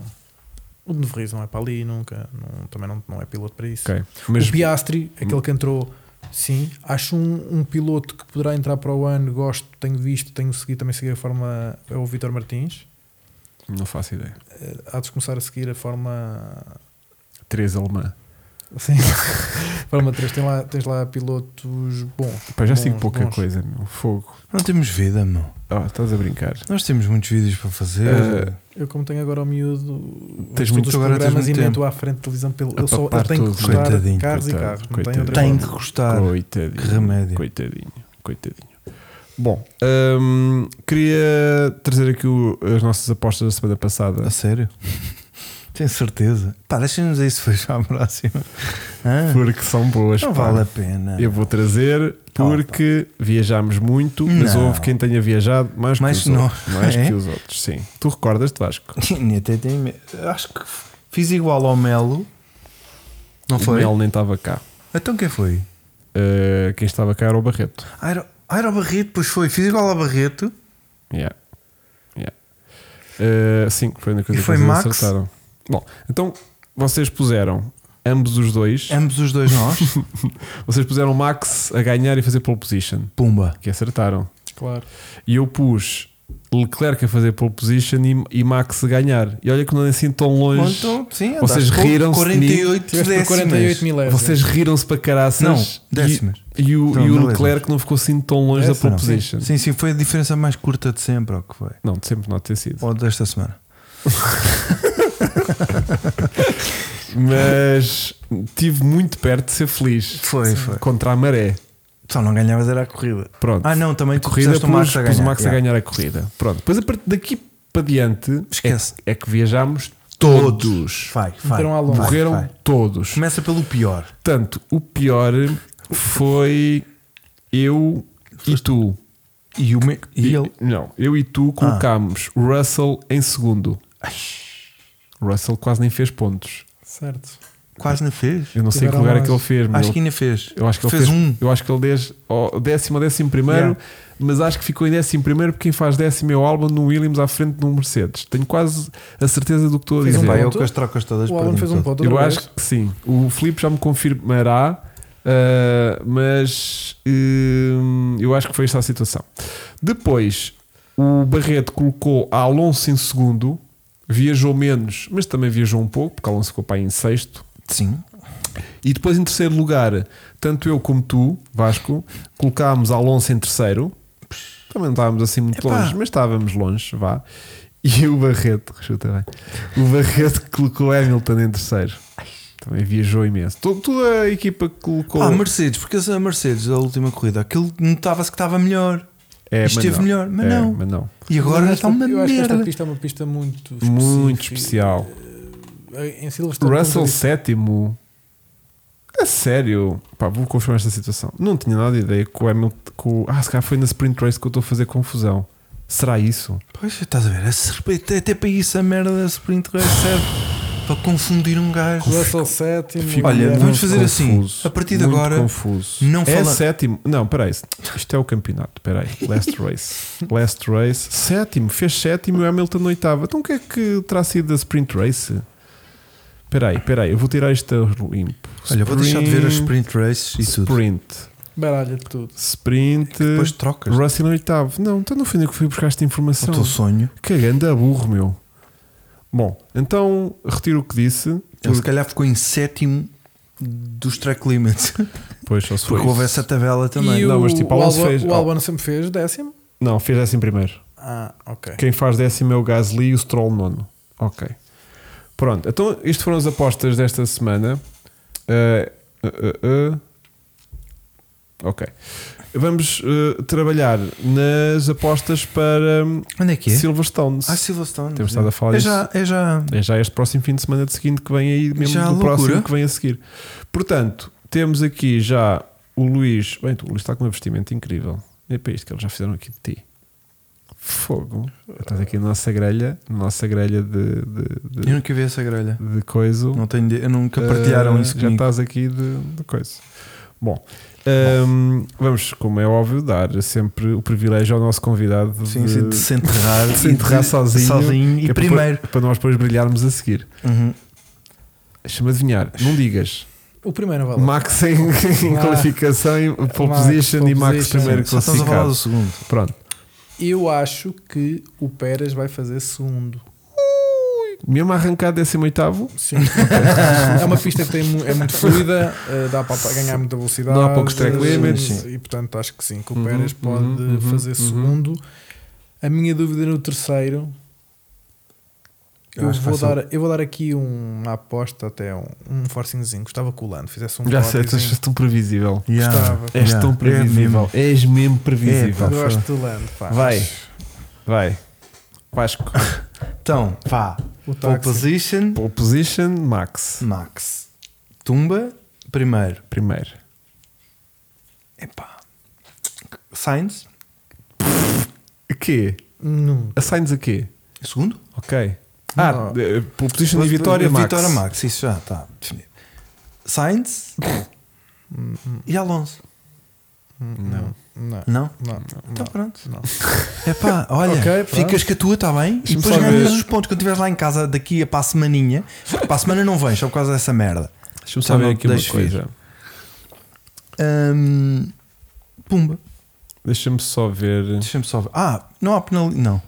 [SPEAKER 3] O de Vries não é para ali nunca, não- também não, não é piloto para isso.
[SPEAKER 2] Ok, Mas
[SPEAKER 3] O Piastri, aquele que entrou, sim, acho um, um piloto que poderá entrar para o ano, gosto, tenho visto, tenho seguido, também segui a forma, é o Vitor Martins.
[SPEAKER 2] não faço ideia.
[SPEAKER 3] Eh, Há de começar a seguir a forma.
[SPEAKER 2] Três alemã.
[SPEAKER 3] Sim, forma 3. Tem lá, tens lá pilotos bons.
[SPEAKER 2] Pá, já
[SPEAKER 3] Bons,
[SPEAKER 2] sigo pouca
[SPEAKER 3] bons.
[SPEAKER 2] coisa, meu. Fogo.
[SPEAKER 1] Não temos vida, meu.
[SPEAKER 2] Ah, estás a brincar.
[SPEAKER 1] Nós temos muitos vídeos para fazer.
[SPEAKER 2] Eh,
[SPEAKER 3] Eu, como tenho agora o miúdo,
[SPEAKER 1] Tens
[SPEAKER 3] vejo
[SPEAKER 1] muito-
[SPEAKER 3] todos os
[SPEAKER 1] agora tens
[SPEAKER 3] programas e
[SPEAKER 1] muito
[SPEAKER 3] meto
[SPEAKER 1] tempo.
[SPEAKER 3] à frente de televisão. Pelo,
[SPEAKER 2] A
[SPEAKER 3] eu só eu
[SPEAKER 2] papar
[SPEAKER 3] tenho que
[SPEAKER 2] tudo.
[SPEAKER 3] gostar de
[SPEAKER 1] Coitadinho,
[SPEAKER 3] carros e
[SPEAKER 2] coitado,
[SPEAKER 3] carros.
[SPEAKER 2] coitado.
[SPEAKER 3] Não tenho
[SPEAKER 1] Tem
[SPEAKER 3] outra
[SPEAKER 1] que
[SPEAKER 3] forma.
[SPEAKER 1] gostar.
[SPEAKER 2] coitadinho.
[SPEAKER 1] que remédio.
[SPEAKER 2] Coitadinho. Coitadinho. Bom, hum, queria trazer aqui o- as nossas apostas da semana passada.
[SPEAKER 1] A sério? Tenho certeza. Pá, deixa-nos isso fechar a próxima. Hã?
[SPEAKER 2] Porque são boas.
[SPEAKER 1] Não
[SPEAKER 2] pá.
[SPEAKER 1] vale a pena. Tá,
[SPEAKER 2] Eu vou trazer porque viajámos muito, mas
[SPEAKER 1] Não.
[SPEAKER 2] houve quem tenha viajado mais que
[SPEAKER 1] Mais
[SPEAKER 2] os
[SPEAKER 1] que nós.
[SPEAKER 2] outros. Mais
[SPEAKER 1] É?
[SPEAKER 2] que os outros, sim. Tu recordas-te, Vasco?
[SPEAKER 1] Nem até tenho medo. Acho que fiz igual ao Melo. Não
[SPEAKER 2] O
[SPEAKER 1] foi?
[SPEAKER 2] Mel nem estava cá.
[SPEAKER 1] Então quem foi?
[SPEAKER 2] Uh, quem estava cá era o Barreto.
[SPEAKER 1] Ah, era- Ah, era o Barreto, pois foi. Fiz igual ao Barreto
[SPEAKER 2] Yeah. Yeah. Eh, sim, foi a única coisa
[SPEAKER 1] E foi
[SPEAKER 2] que vocês
[SPEAKER 1] Max?
[SPEAKER 2] acertaram. Bom, então vocês puseram ambos os dois.
[SPEAKER 1] Ambos os dois nós.
[SPEAKER 2] Vocês puseram Max a ganhar e fazer pole position,
[SPEAKER 1] Pumba.
[SPEAKER 2] que acertaram.
[SPEAKER 3] Claro.
[SPEAKER 2] E eu pus Leclerc a fazer pole position e, e Max a ganhar. E olha que não é assim tão
[SPEAKER 1] Bom,
[SPEAKER 2] longe.
[SPEAKER 1] então, sim,
[SPEAKER 2] Vocês
[SPEAKER 1] andaste pouco,
[SPEAKER 2] riram-se de mim.
[SPEAKER 1] 48
[SPEAKER 3] Tiveste por
[SPEAKER 1] décimas.
[SPEAKER 3] 48 mil euros.
[SPEAKER 2] Vocês riram-se para
[SPEAKER 1] Não,
[SPEAKER 2] caraças. E-
[SPEAKER 1] décimas.
[SPEAKER 2] E, o,
[SPEAKER 1] Não,
[SPEAKER 2] e o
[SPEAKER 1] não
[SPEAKER 2] Leclerc não ficou assim tão longe da
[SPEAKER 1] Essa
[SPEAKER 2] pole
[SPEAKER 1] não.
[SPEAKER 2] position.
[SPEAKER 1] Sim, sim, foi a diferença mais curta de sempre, ou que foi?
[SPEAKER 2] Não, de sempre não ter sido.
[SPEAKER 1] Ou desta semana.
[SPEAKER 2] Mas tive muito perto de ser feliz.
[SPEAKER 1] Foi, foi.
[SPEAKER 2] Contra a maré.
[SPEAKER 1] Só não ganhavas era a corrida.
[SPEAKER 2] Pronto.
[SPEAKER 1] Ah, não, também
[SPEAKER 2] a
[SPEAKER 1] tu
[SPEAKER 2] corrida
[SPEAKER 1] puseste
[SPEAKER 2] pus,
[SPEAKER 1] o Max a ganhar.
[SPEAKER 2] pus o Max
[SPEAKER 1] Yeah.
[SPEAKER 2] a ganhar a corrida. Pronto. Depois a partir daqui para diante
[SPEAKER 1] Esquece.
[SPEAKER 2] É, é que viajámos
[SPEAKER 1] Todos.
[SPEAKER 2] todos.
[SPEAKER 1] Vai, vai.
[SPEAKER 3] Meteram à longa.
[SPEAKER 1] vai,
[SPEAKER 2] Morreram
[SPEAKER 1] vai.
[SPEAKER 2] todos.
[SPEAKER 1] Começa pelo pior.
[SPEAKER 2] Portanto, o pior foi eu e tu.
[SPEAKER 1] E, o me... e Ah. ele.
[SPEAKER 2] Não, eu e tu colocámos Russell em segundo. Russell quase nem fez pontos.
[SPEAKER 3] Certo.
[SPEAKER 1] Quase não fez.
[SPEAKER 2] Eu não sei que
[SPEAKER 3] Tiveram
[SPEAKER 2] lugar é
[SPEAKER 3] mais.
[SPEAKER 2] que ele fez, mas
[SPEAKER 1] Acho
[SPEAKER 2] ele-
[SPEAKER 1] que ainda fez.
[SPEAKER 2] eu acho que ele
[SPEAKER 1] fez,
[SPEAKER 2] fez,
[SPEAKER 1] um.
[SPEAKER 2] Eu acho que ele desde ao décimo ou décimo primeiro,
[SPEAKER 1] Yeah.
[SPEAKER 2] mas acho que ficou em décimo primeiro porque quem faz décimo é o Albon no Williams à frente de um Mercedes. Tenho quase a certeza do que estou a
[SPEAKER 3] Fez um
[SPEAKER 2] dizer.
[SPEAKER 1] Vai, eu
[SPEAKER 3] ponto.
[SPEAKER 1] com as trocas todas.
[SPEAKER 3] O Alan
[SPEAKER 1] perdi-me
[SPEAKER 3] fez um
[SPEAKER 1] todo.
[SPEAKER 3] ponto.
[SPEAKER 2] Eu
[SPEAKER 3] outra vez.
[SPEAKER 2] acho que sim. O Filipe já me confirmará, ah, mas hum, eu acho que foi esta a situação. Depois, o Barreto colocou a Alonso em segundo, viajou menos, mas também viajou um pouco, porque Alonso ficou para aí em sexto.
[SPEAKER 1] Sim.
[SPEAKER 2] E depois, em terceiro lugar, tanto eu como tu, Vasco, colocámos Alonso em terceiro. Também não estávamos assim muito
[SPEAKER 1] Epá.
[SPEAKER 2] longe, mas estávamos longe, vá. E o Barreto, chuta bem. O Barreto colocou Hamilton em terceiro. Também viajou imenso. Toda, toda a equipa que colocou.
[SPEAKER 1] Ah, Mercedes, porque a Mercedes, a última corrida, aquilo notava-se que estava melhor.
[SPEAKER 2] é,
[SPEAKER 1] Isto
[SPEAKER 2] mas
[SPEAKER 1] esteve
[SPEAKER 2] não.
[SPEAKER 1] melhor, mas
[SPEAKER 2] É,
[SPEAKER 1] não.
[SPEAKER 2] mas não.
[SPEAKER 1] E
[SPEAKER 3] Mas
[SPEAKER 1] agora
[SPEAKER 3] esta-
[SPEAKER 1] está uma
[SPEAKER 3] Eu acho que esta
[SPEAKER 1] merda.
[SPEAKER 3] pista é uma pista muito
[SPEAKER 2] Muito
[SPEAKER 3] específica.
[SPEAKER 2] especial.
[SPEAKER 3] Em
[SPEAKER 1] tá
[SPEAKER 3] Silverstone.
[SPEAKER 2] Russell
[SPEAKER 3] como tu
[SPEAKER 2] sétimo. A sério, pá, vou confirmar esta situação. Não tinha nada de ideia que o Hamilton. que o- Ah, se calhar foi na Sprint Race que eu estou a fazer confusão. Será isso?
[SPEAKER 1] Pois, estás a ver? esse respeito, é até para isso a merda da Sprint Race serve para confundir um gajo.
[SPEAKER 3] dizes. Russell sétimo.
[SPEAKER 2] Fico
[SPEAKER 1] Olha,
[SPEAKER 2] muito
[SPEAKER 3] Guilherme.
[SPEAKER 1] vamos fazer
[SPEAKER 2] confuso,
[SPEAKER 1] assim, a partir de
[SPEAKER 2] muito
[SPEAKER 1] agora,
[SPEAKER 2] Confuso.
[SPEAKER 1] não
[SPEAKER 2] É
[SPEAKER 1] fala-
[SPEAKER 2] sétimo. Não, peraí. Isto é o campeonato. Peraí. Last race. Last race. Sétimo. Fez sétimo e o Hamilton na oitava. Então o que é que terá sido a sprint race? Peraí, peraí. Eu vou tirar isto limpo.
[SPEAKER 1] Olha, vou deixar de ver as Sprint Races e tudo. É
[SPEAKER 2] Sprint.
[SPEAKER 3] Baralha tudo.
[SPEAKER 2] Sprint.
[SPEAKER 1] Depois trocas.
[SPEAKER 2] Russell na oitavo. Não, então não foi onde que fui buscar esta
[SPEAKER 1] O
[SPEAKER 2] informação.
[SPEAKER 1] teu sonho.
[SPEAKER 2] Que grande é burro, meu. Bom, então retiro o que disse.
[SPEAKER 1] Ele se calhar ficou em sétimo dos track limits.
[SPEAKER 2] Pois, só se foi
[SPEAKER 1] Porque houve
[SPEAKER 2] isso.
[SPEAKER 1] essa tabela também.
[SPEAKER 3] E
[SPEAKER 2] Não,
[SPEAKER 3] o,
[SPEAKER 2] mas tipo,
[SPEAKER 3] o,
[SPEAKER 2] Alonso
[SPEAKER 3] Albon,
[SPEAKER 2] fez-
[SPEAKER 3] o Albon sempre fez décimo.
[SPEAKER 2] Não, fez assim primeiro.
[SPEAKER 3] Ah, ok.
[SPEAKER 2] Quem faz décimo é o Gasly e o Stroll nono. Ok. Pronto, então isto foram as apostas desta semana. Eh, eh, eh, eh. Ok. Vamos eh, trabalhar nas apostas para hum,
[SPEAKER 1] Onde é que é?
[SPEAKER 2] Silverstone.
[SPEAKER 1] Ah, Silverstone.
[SPEAKER 2] Temos estado a falar
[SPEAKER 1] é
[SPEAKER 2] disso.
[SPEAKER 1] já, é já.
[SPEAKER 2] É já este próximo fim de semana de seguinte que vem aí, mesmo
[SPEAKER 1] Já
[SPEAKER 2] do
[SPEAKER 1] a loucura.
[SPEAKER 2] próximo que vem a seguir. Portanto, temos aqui já o Luís. Bem, o Luís está com um investimento incrível. É para isto que eles já fizeram aqui de ti. Fogo. Estás aqui na nossa grelha, na nossa grelha de, de, de,
[SPEAKER 1] Eu nunca vi essa grelha.
[SPEAKER 2] de coisa.
[SPEAKER 1] Não tenho, de- eu nunca partilharam
[SPEAKER 2] Ah,
[SPEAKER 1] isso
[SPEAKER 2] Já
[SPEAKER 1] comigo.
[SPEAKER 2] estás aqui de, de coisa. Bom, ahm, vamos, como é óbvio, dar sempre o privilégio ao nosso convidado
[SPEAKER 1] Sim,
[SPEAKER 2] de,
[SPEAKER 1] sim, de se enterrar,
[SPEAKER 2] de se
[SPEAKER 1] e
[SPEAKER 2] enterrar
[SPEAKER 1] de-
[SPEAKER 2] sozinho, que
[SPEAKER 1] e
[SPEAKER 2] é para-
[SPEAKER 1] primeiro.
[SPEAKER 2] para nós depois brilharmos a seguir.
[SPEAKER 1] Uhum.
[SPEAKER 2] Deixa-me adivinhar, não digas.
[SPEAKER 3] O primeiro vale.
[SPEAKER 2] Max em, em
[SPEAKER 3] Ah.
[SPEAKER 2] qualificação, em pole
[SPEAKER 3] Max,
[SPEAKER 2] position
[SPEAKER 3] pole
[SPEAKER 2] e Max
[SPEAKER 3] position.
[SPEAKER 2] primeiro
[SPEAKER 1] Só estamos a falar
[SPEAKER 2] classificado.
[SPEAKER 1] do segundo.
[SPEAKER 2] Pronto.
[SPEAKER 3] Eu acho que o Pérez vai fazer segundo.
[SPEAKER 2] Mesmo arrancado décimo oitavo,
[SPEAKER 3] Sim. é uma pista que tem, mu- é muito fluida, eh, dá para ganhar muita velocidade.
[SPEAKER 2] Não há poucos track
[SPEAKER 3] eh,
[SPEAKER 2] limits.
[SPEAKER 3] E portanto acho que sim, que o
[SPEAKER 2] Uhum,
[SPEAKER 3] Pérez pode
[SPEAKER 2] uhum,
[SPEAKER 3] fazer
[SPEAKER 2] uhum.
[SPEAKER 3] segundo. A minha dúvida no terceiro.
[SPEAKER 1] Eu
[SPEAKER 3] Eu,
[SPEAKER 1] acho que
[SPEAKER 3] vou
[SPEAKER 1] vai ser-
[SPEAKER 3] dar, eu vou dar aqui uma aposta, até um, um forcinhozinho. Gostava colando, fizesse um
[SPEAKER 2] já sei, tu
[SPEAKER 3] pódiozinho.
[SPEAKER 2] és tão previsível.
[SPEAKER 1] Yeah.
[SPEAKER 3] Gostava.
[SPEAKER 2] És
[SPEAKER 1] Yeah.
[SPEAKER 2] tão
[SPEAKER 1] É
[SPEAKER 2] previsível.
[SPEAKER 1] mesmo.
[SPEAKER 2] És mesmo previsível.
[SPEAKER 1] É, pá.
[SPEAKER 3] Gosto do Lando, pá.
[SPEAKER 2] Vai. Vai. Vasco.
[SPEAKER 1] Então, pá.
[SPEAKER 3] O
[SPEAKER 1] Pole
[SPEAKER 3] táxi.
[SPEAKER 1] position,
[SPEAKER 2] Pole position, Max.
[SPEAKER 1] Max. Tumba, primeiro.
[SPEAKER 2] Primeiro.
[SPEAKER 1] Epá. Sainz,
[SPEAKER 2] A quê?
[SPEAKER 3] Não.
[SPEAKER 2] A Sainz a quê?
[SPEAKER 1] segundo.
[SPEAKER 2] Ok. Ah,
[SPEAKER 3] Não.
[SPEAKER 2] eh, pole position e vitória, Max.
[SPEAKER 1] Vitória, Max. Isso já tá está definido. Sainz e Alonso.
[SPEAKER 2] Não.
[SPEAKER 3] Não.
[SPEAKER 1] Não?
[SPEAKER 3] Não.
[SPEAKER 1] Então pronto.
[SPEAKER 3] Não.
[SPEAKER 1] Epá, olha,
[SPEAKER 3] Ok, pronto.
[SPEAKER 1] ficas com a tua, está bem? E
[SPEAKER 2] Deixa-me
[SPEAKER 1] depois
[SPEAKER 2] só
[SPEAKER 1] ganhas
[SPEAKER 2] ver.
[SPEAKER 1] os pontos quando estiveres lá em casa daqui a para a semaninha. Porque Para a semana não vens, só por causa dessa merda.
[SPEAKER 2] Deixa-me
[SPEAKER 1] Tá
[SPEAKER 2] só ver
[SPEAKER 1] bom,
[SPEAKER 2] aqui uma
[SPEAKER 1] deixa vir.
[SPEAKER 2] coisa.
[SPEAKER 1] Hum, pumba.
[SPEAKER 2] Deixa-me só ver.
[SPEAKER 1] Deixa-me só ver. Ah, não há penalizações. Não.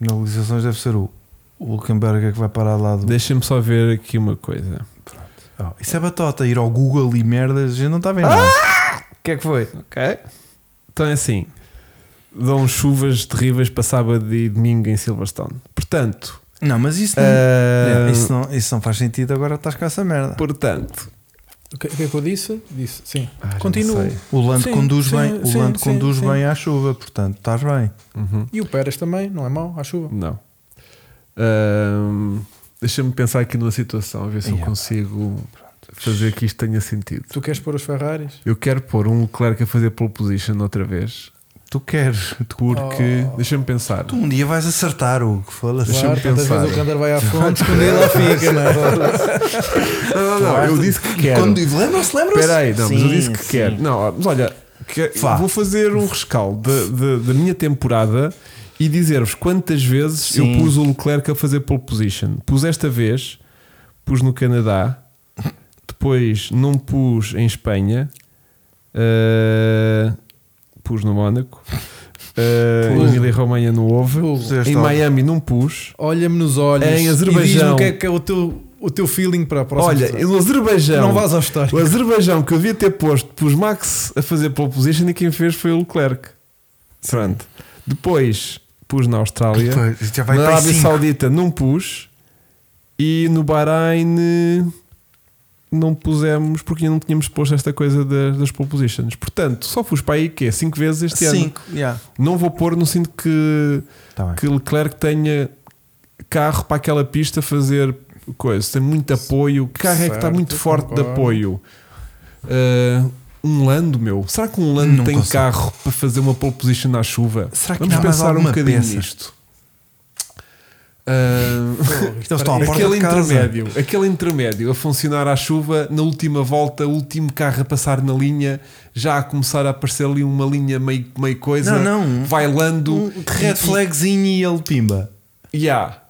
[SPEAKER 1] Penalizações deve ser o o Hulkenberg é que vai parar lá do.
[SPEAKER 2] Deixa-me só ver aqui uma coisa.
[SPEAKER 1] Oh, isso é batota, ir ao Google e merdas, a gente não está vendo. nada. O que é que foi?
[SPEAKER 2] Ok. Então é assim. Dão chuvas terríveis para sábado e domingo em Silverstone. Portanto.
[SPEAKER 1] Não, mas isso não,
[SPEAKER 2] ah,
[SPEAKER 1] É, isso, não isso não faz sentido, agora estás com essa merda.
[SPEAKER 2] Portanto.
[SPEAKER 3] O que, o que é que eu disse? Disse, sim.
[SPEAKER 2] Ah, já
[SPEAKER 3] Continua.
[SPEAKER 2] não sei.
[SPEAKER 1] O Lando
[SPEAKER 3] Sim,
[SPEAKER 1] conduz
[SPEAKER 3] sim,
[SPEAKER 1] bem,
[SPEAKER 3] sim,
[SPEAKER 1] o Lando
[SPEAKER 3] sim,
[SPEAKER 1] conduz
[SPEAKER 3] sim.
[SPEAKER 1] bem à chuva, portanto, estás bem.
[SPEAKER 2] Uhum.
[SPEAKER 3] E o Pérez também, não é mau, à chuva.
[SPEAKER 2] Não. Ahm, Deixa-me pensar aqui numa situação, a ver se
[SPEAKER 1] Yeah.
[SPEAKER 2] eu consigo fazer que isto tenha sentido.
[SPEAKER 3] Tu queres pôr os Ferraris?
[SPEAKER 2] Eu quero pôr um Leclerc a fazer pole position outra vez,
[SPEAKER 1] Tu queres, tu
[SPEAKER 2] porque.
[SPEAKER 3] Oh.
[SPEAKER 2] Deixa-me pensar.
[SPEAKER 1] Tu um dia vais acertar o que fala
[SPEAKER 2] Deixa-me
[SPEAKER 3] claro, tantas
[SPEAKER 2] pensar.
[SPEAKER 3] vezes o Kander vai à fonte, quando ele lá fica, não é?
[SPEAKER 2] Não, não, não, eu disse que quero.
[SPEAKER 1] Quando lembram-se, lembram-se?
[SPEAKER 2] Espera aí, não, mas
[SPEAKER 4] Sim,
[SPEAKER 2] eu disse que
[SPEAKER 4] sim.
[SPEAKER 2] quero. Não, ó, mas olha, que-
[SPEAKER 1] Vá.
[SPEAKER 2] vou fazer um rescaldo da- da- da minha temporada e dizer-vos quantas vezes
[SPEAKER 4] Sim.
[SPEAKER 2] eu pus o Leclerc a fazer pole position. Pus esta vez, pus no Canadá, depois não pus em Espanha, ah, pus no Mónaco, ah, em
[SPEAKER 3] Pus.
[SPEAKER 2] Emília Romanha não houve,
[SPEAKER 3] Pus.
[SPEAKER 2] em Miami não pus.
[SPEAKER 3] Olha-me nos olhos
[SPEAKER 2] Em
[SPEAKER 3] e diz-me
[SPEAKER 2] Azerbaijão.
[SPEAKER 3] o que é que é o teu, o teu feeling para a próxima
[SPEAKER 2] Olha,
[SPEAKER 3] temporada.
[SPEAKER 2] no Azerbaijão.
[SPEAKER 3] não vás ao histórico.
[SPEAKER 2] O Azerbaijão que eu devia ter posto, pus Max a fazer pole position e quem fez foi o Leclerc. Pronto. Depois pus na Austrália.
[SPEAKER 1] Pois, Então, já vai
[SPEAKER 2] na
[SPEAKER 1] para aí
[SPEAKER 2] Arábia
[SPEAKER 1] cinco.
[SPEAKER 2] Saudita não pus. E no Bahrein eh, não pusemos porque ainda não tínhamos posto esta coisa das, das pole positions. Portanto, só pus para aí que 5 vezes este ano.
[SPEAKER 1] Cinco, yeah.
[SPEAKER 2] Não vou pôr, não sinto que,
[SPEAKER 1] Tá bem.
[SPEAKER 2] que Leclerc tenha carro para aquela pista fazer coisa. Tem muito apoio. Que carro é que está
[SPEAKER 3] Certo,
[SPEAKER 2] muito forte de
[SPEAKER 3] concordo.
[SPEAKER 2] apoio? Ah, um Lando, meu. Será que um Lando
[SPEAKER 1] Não
[SPEAKER 2] tem
[SPEAKER 1] consigo.
[SPEAKER 2] carro para fazer uma pole position na chuva?
[SPEAKER 1] Será que
[SPEAKER 2] Vamos
[SPEAKER 1] ainda há mais
[SPEAKER 2] pensar um
[SPEAKER 1] alguma
[SPEAKER 2] bocadinho
[SPEAKER 1] peça?
[SPEAKER 2] nisto. Ah,
[SPEAKER 1] Eles estão à porta
[SPEAKER 2] aquele
[SPEAKER 1] de casa.
[SPEAKER 2] intermédio, aquele intermédio a funcionar à chuva, na última volta, o último carro a passar na linha, já a começar a aparecer ali uma linha meio, meio coisa,
[SPEAKER 1] Não, não.
[SPEAKER 2] vai lando,
[SPEAKER 1] Um red flagzinho e ele pimba.
[SPEAKER 2] Yeah.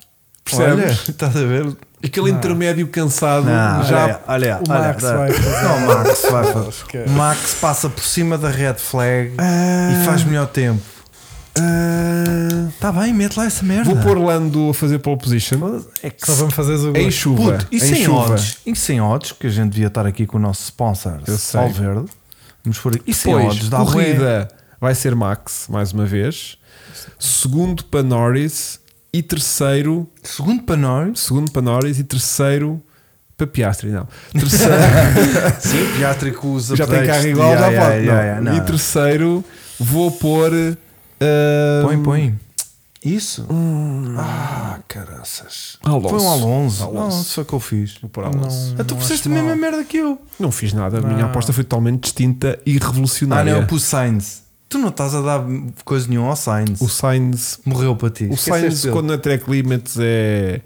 [SPEAKER 1] Olha,
[SPEAKER 2] Percebes?
[SPEAKER 1] estás a ver?
[SPEAKER 2] Aquele intermédio cansado
[SPEAKER 1] Não,
[SPEAKER 2] já.
[SPEAKER 1] olha, é. olha,
[SPEAKER 3] o
[SPEAKER 1] olha,
[SPEAKER 3] Max
[SPEAKER 1] olha.
[SPEAKER 3] vai fazer.
[SPEAKER 1] Não, o Max vai fazer.
[SPEAKER 3] Esquece.
[SPEAKER 1] O Max passa por cima da red flag e faz melhor tempo.
[SPEAKER 2] Ah,
[SPEAKER 1] Está bem, mete lá essa merda.
[SPEAKER 2] vou pôr Lando a fazer pole position
[SPEAKER 1] É que
[SPEAKER 3] Só vamos fazer o
[SPEAKER 2] em chuva.
[SPEAKER 1] Puto, e
[SPEAKER 2] em
[SPEAKER 1] sem
[SPEAKER 2] chuva.
[SPEAKER 1] odds? E sem odds? Que a gente devia estar aqui com o nosso sponsor,
[SPEAKER 2] Eu sei.
[SPEAKER 1] Solverde. Vamos por aí. E sem odds,
[SPEAKER 2] Depois,
[SPEAKER 1] dá bué.
[SPEAKER 2] corrida vai ser Max, mais uma vez. Segundo para Norris e terceiro.
[SPEAKER 1] Segundo para nós,
[SPEAKER 2] Segundo para Norris e terceiro para Piastri, não. Terceiro,
[SPEAKER 1] Sim, pediátrico usa
[SPEAKER 2] já tem carro igual, já pode. não. e terceiro, vou pôr. ah,
[SPEAKER 1] Põe, põe. Isso?
[SPEAKER 2] Hum.
[SPEAKER 1] Ah, caraças.
[SPEAKER 2] Alonso.
[SPEAKER 1] Foi um Alonso.
[SPEAKER 2] Alonso.
[SPEAKER 1] Não, isso foi o que eu fiz.
[SPEAKER 2] Vou pôr
[SPEAKER 3] Não,
[SPEAKER 2] Alonso.
[SPEAKER 1] Ah, tu
[SPEAKER 3] não
[SPEAKER 1] puseste
[SPEAKER 3] acho
[SPEAKER 1] a mesma
[SPEAKER 3] mal.
[SPEAKER 1] merda que eu.
[SPEAKER 2] Não fiz nada, a
[SPEAKER 3] Não.
[SPEAKER 2] minha aposta foi totalmente distinta e
[SPEAKER 1] Ah, não,
[SPEAKER 2] revolucionária.
[SPEAKER 1] eu pus Sainz. Tu não estás a dar coisa nenhuma ao Sainz.
[SPEAKER 2] o Sainz,
[SPEAKER 1] Morreu para ti.
[SPEAKER 2] o
[SPEAKER 1] Esqueceste
[SPEAKER 2] Sainz
[SPEAKER 1] dele.
[SPEAKER 2] quando na track limits é,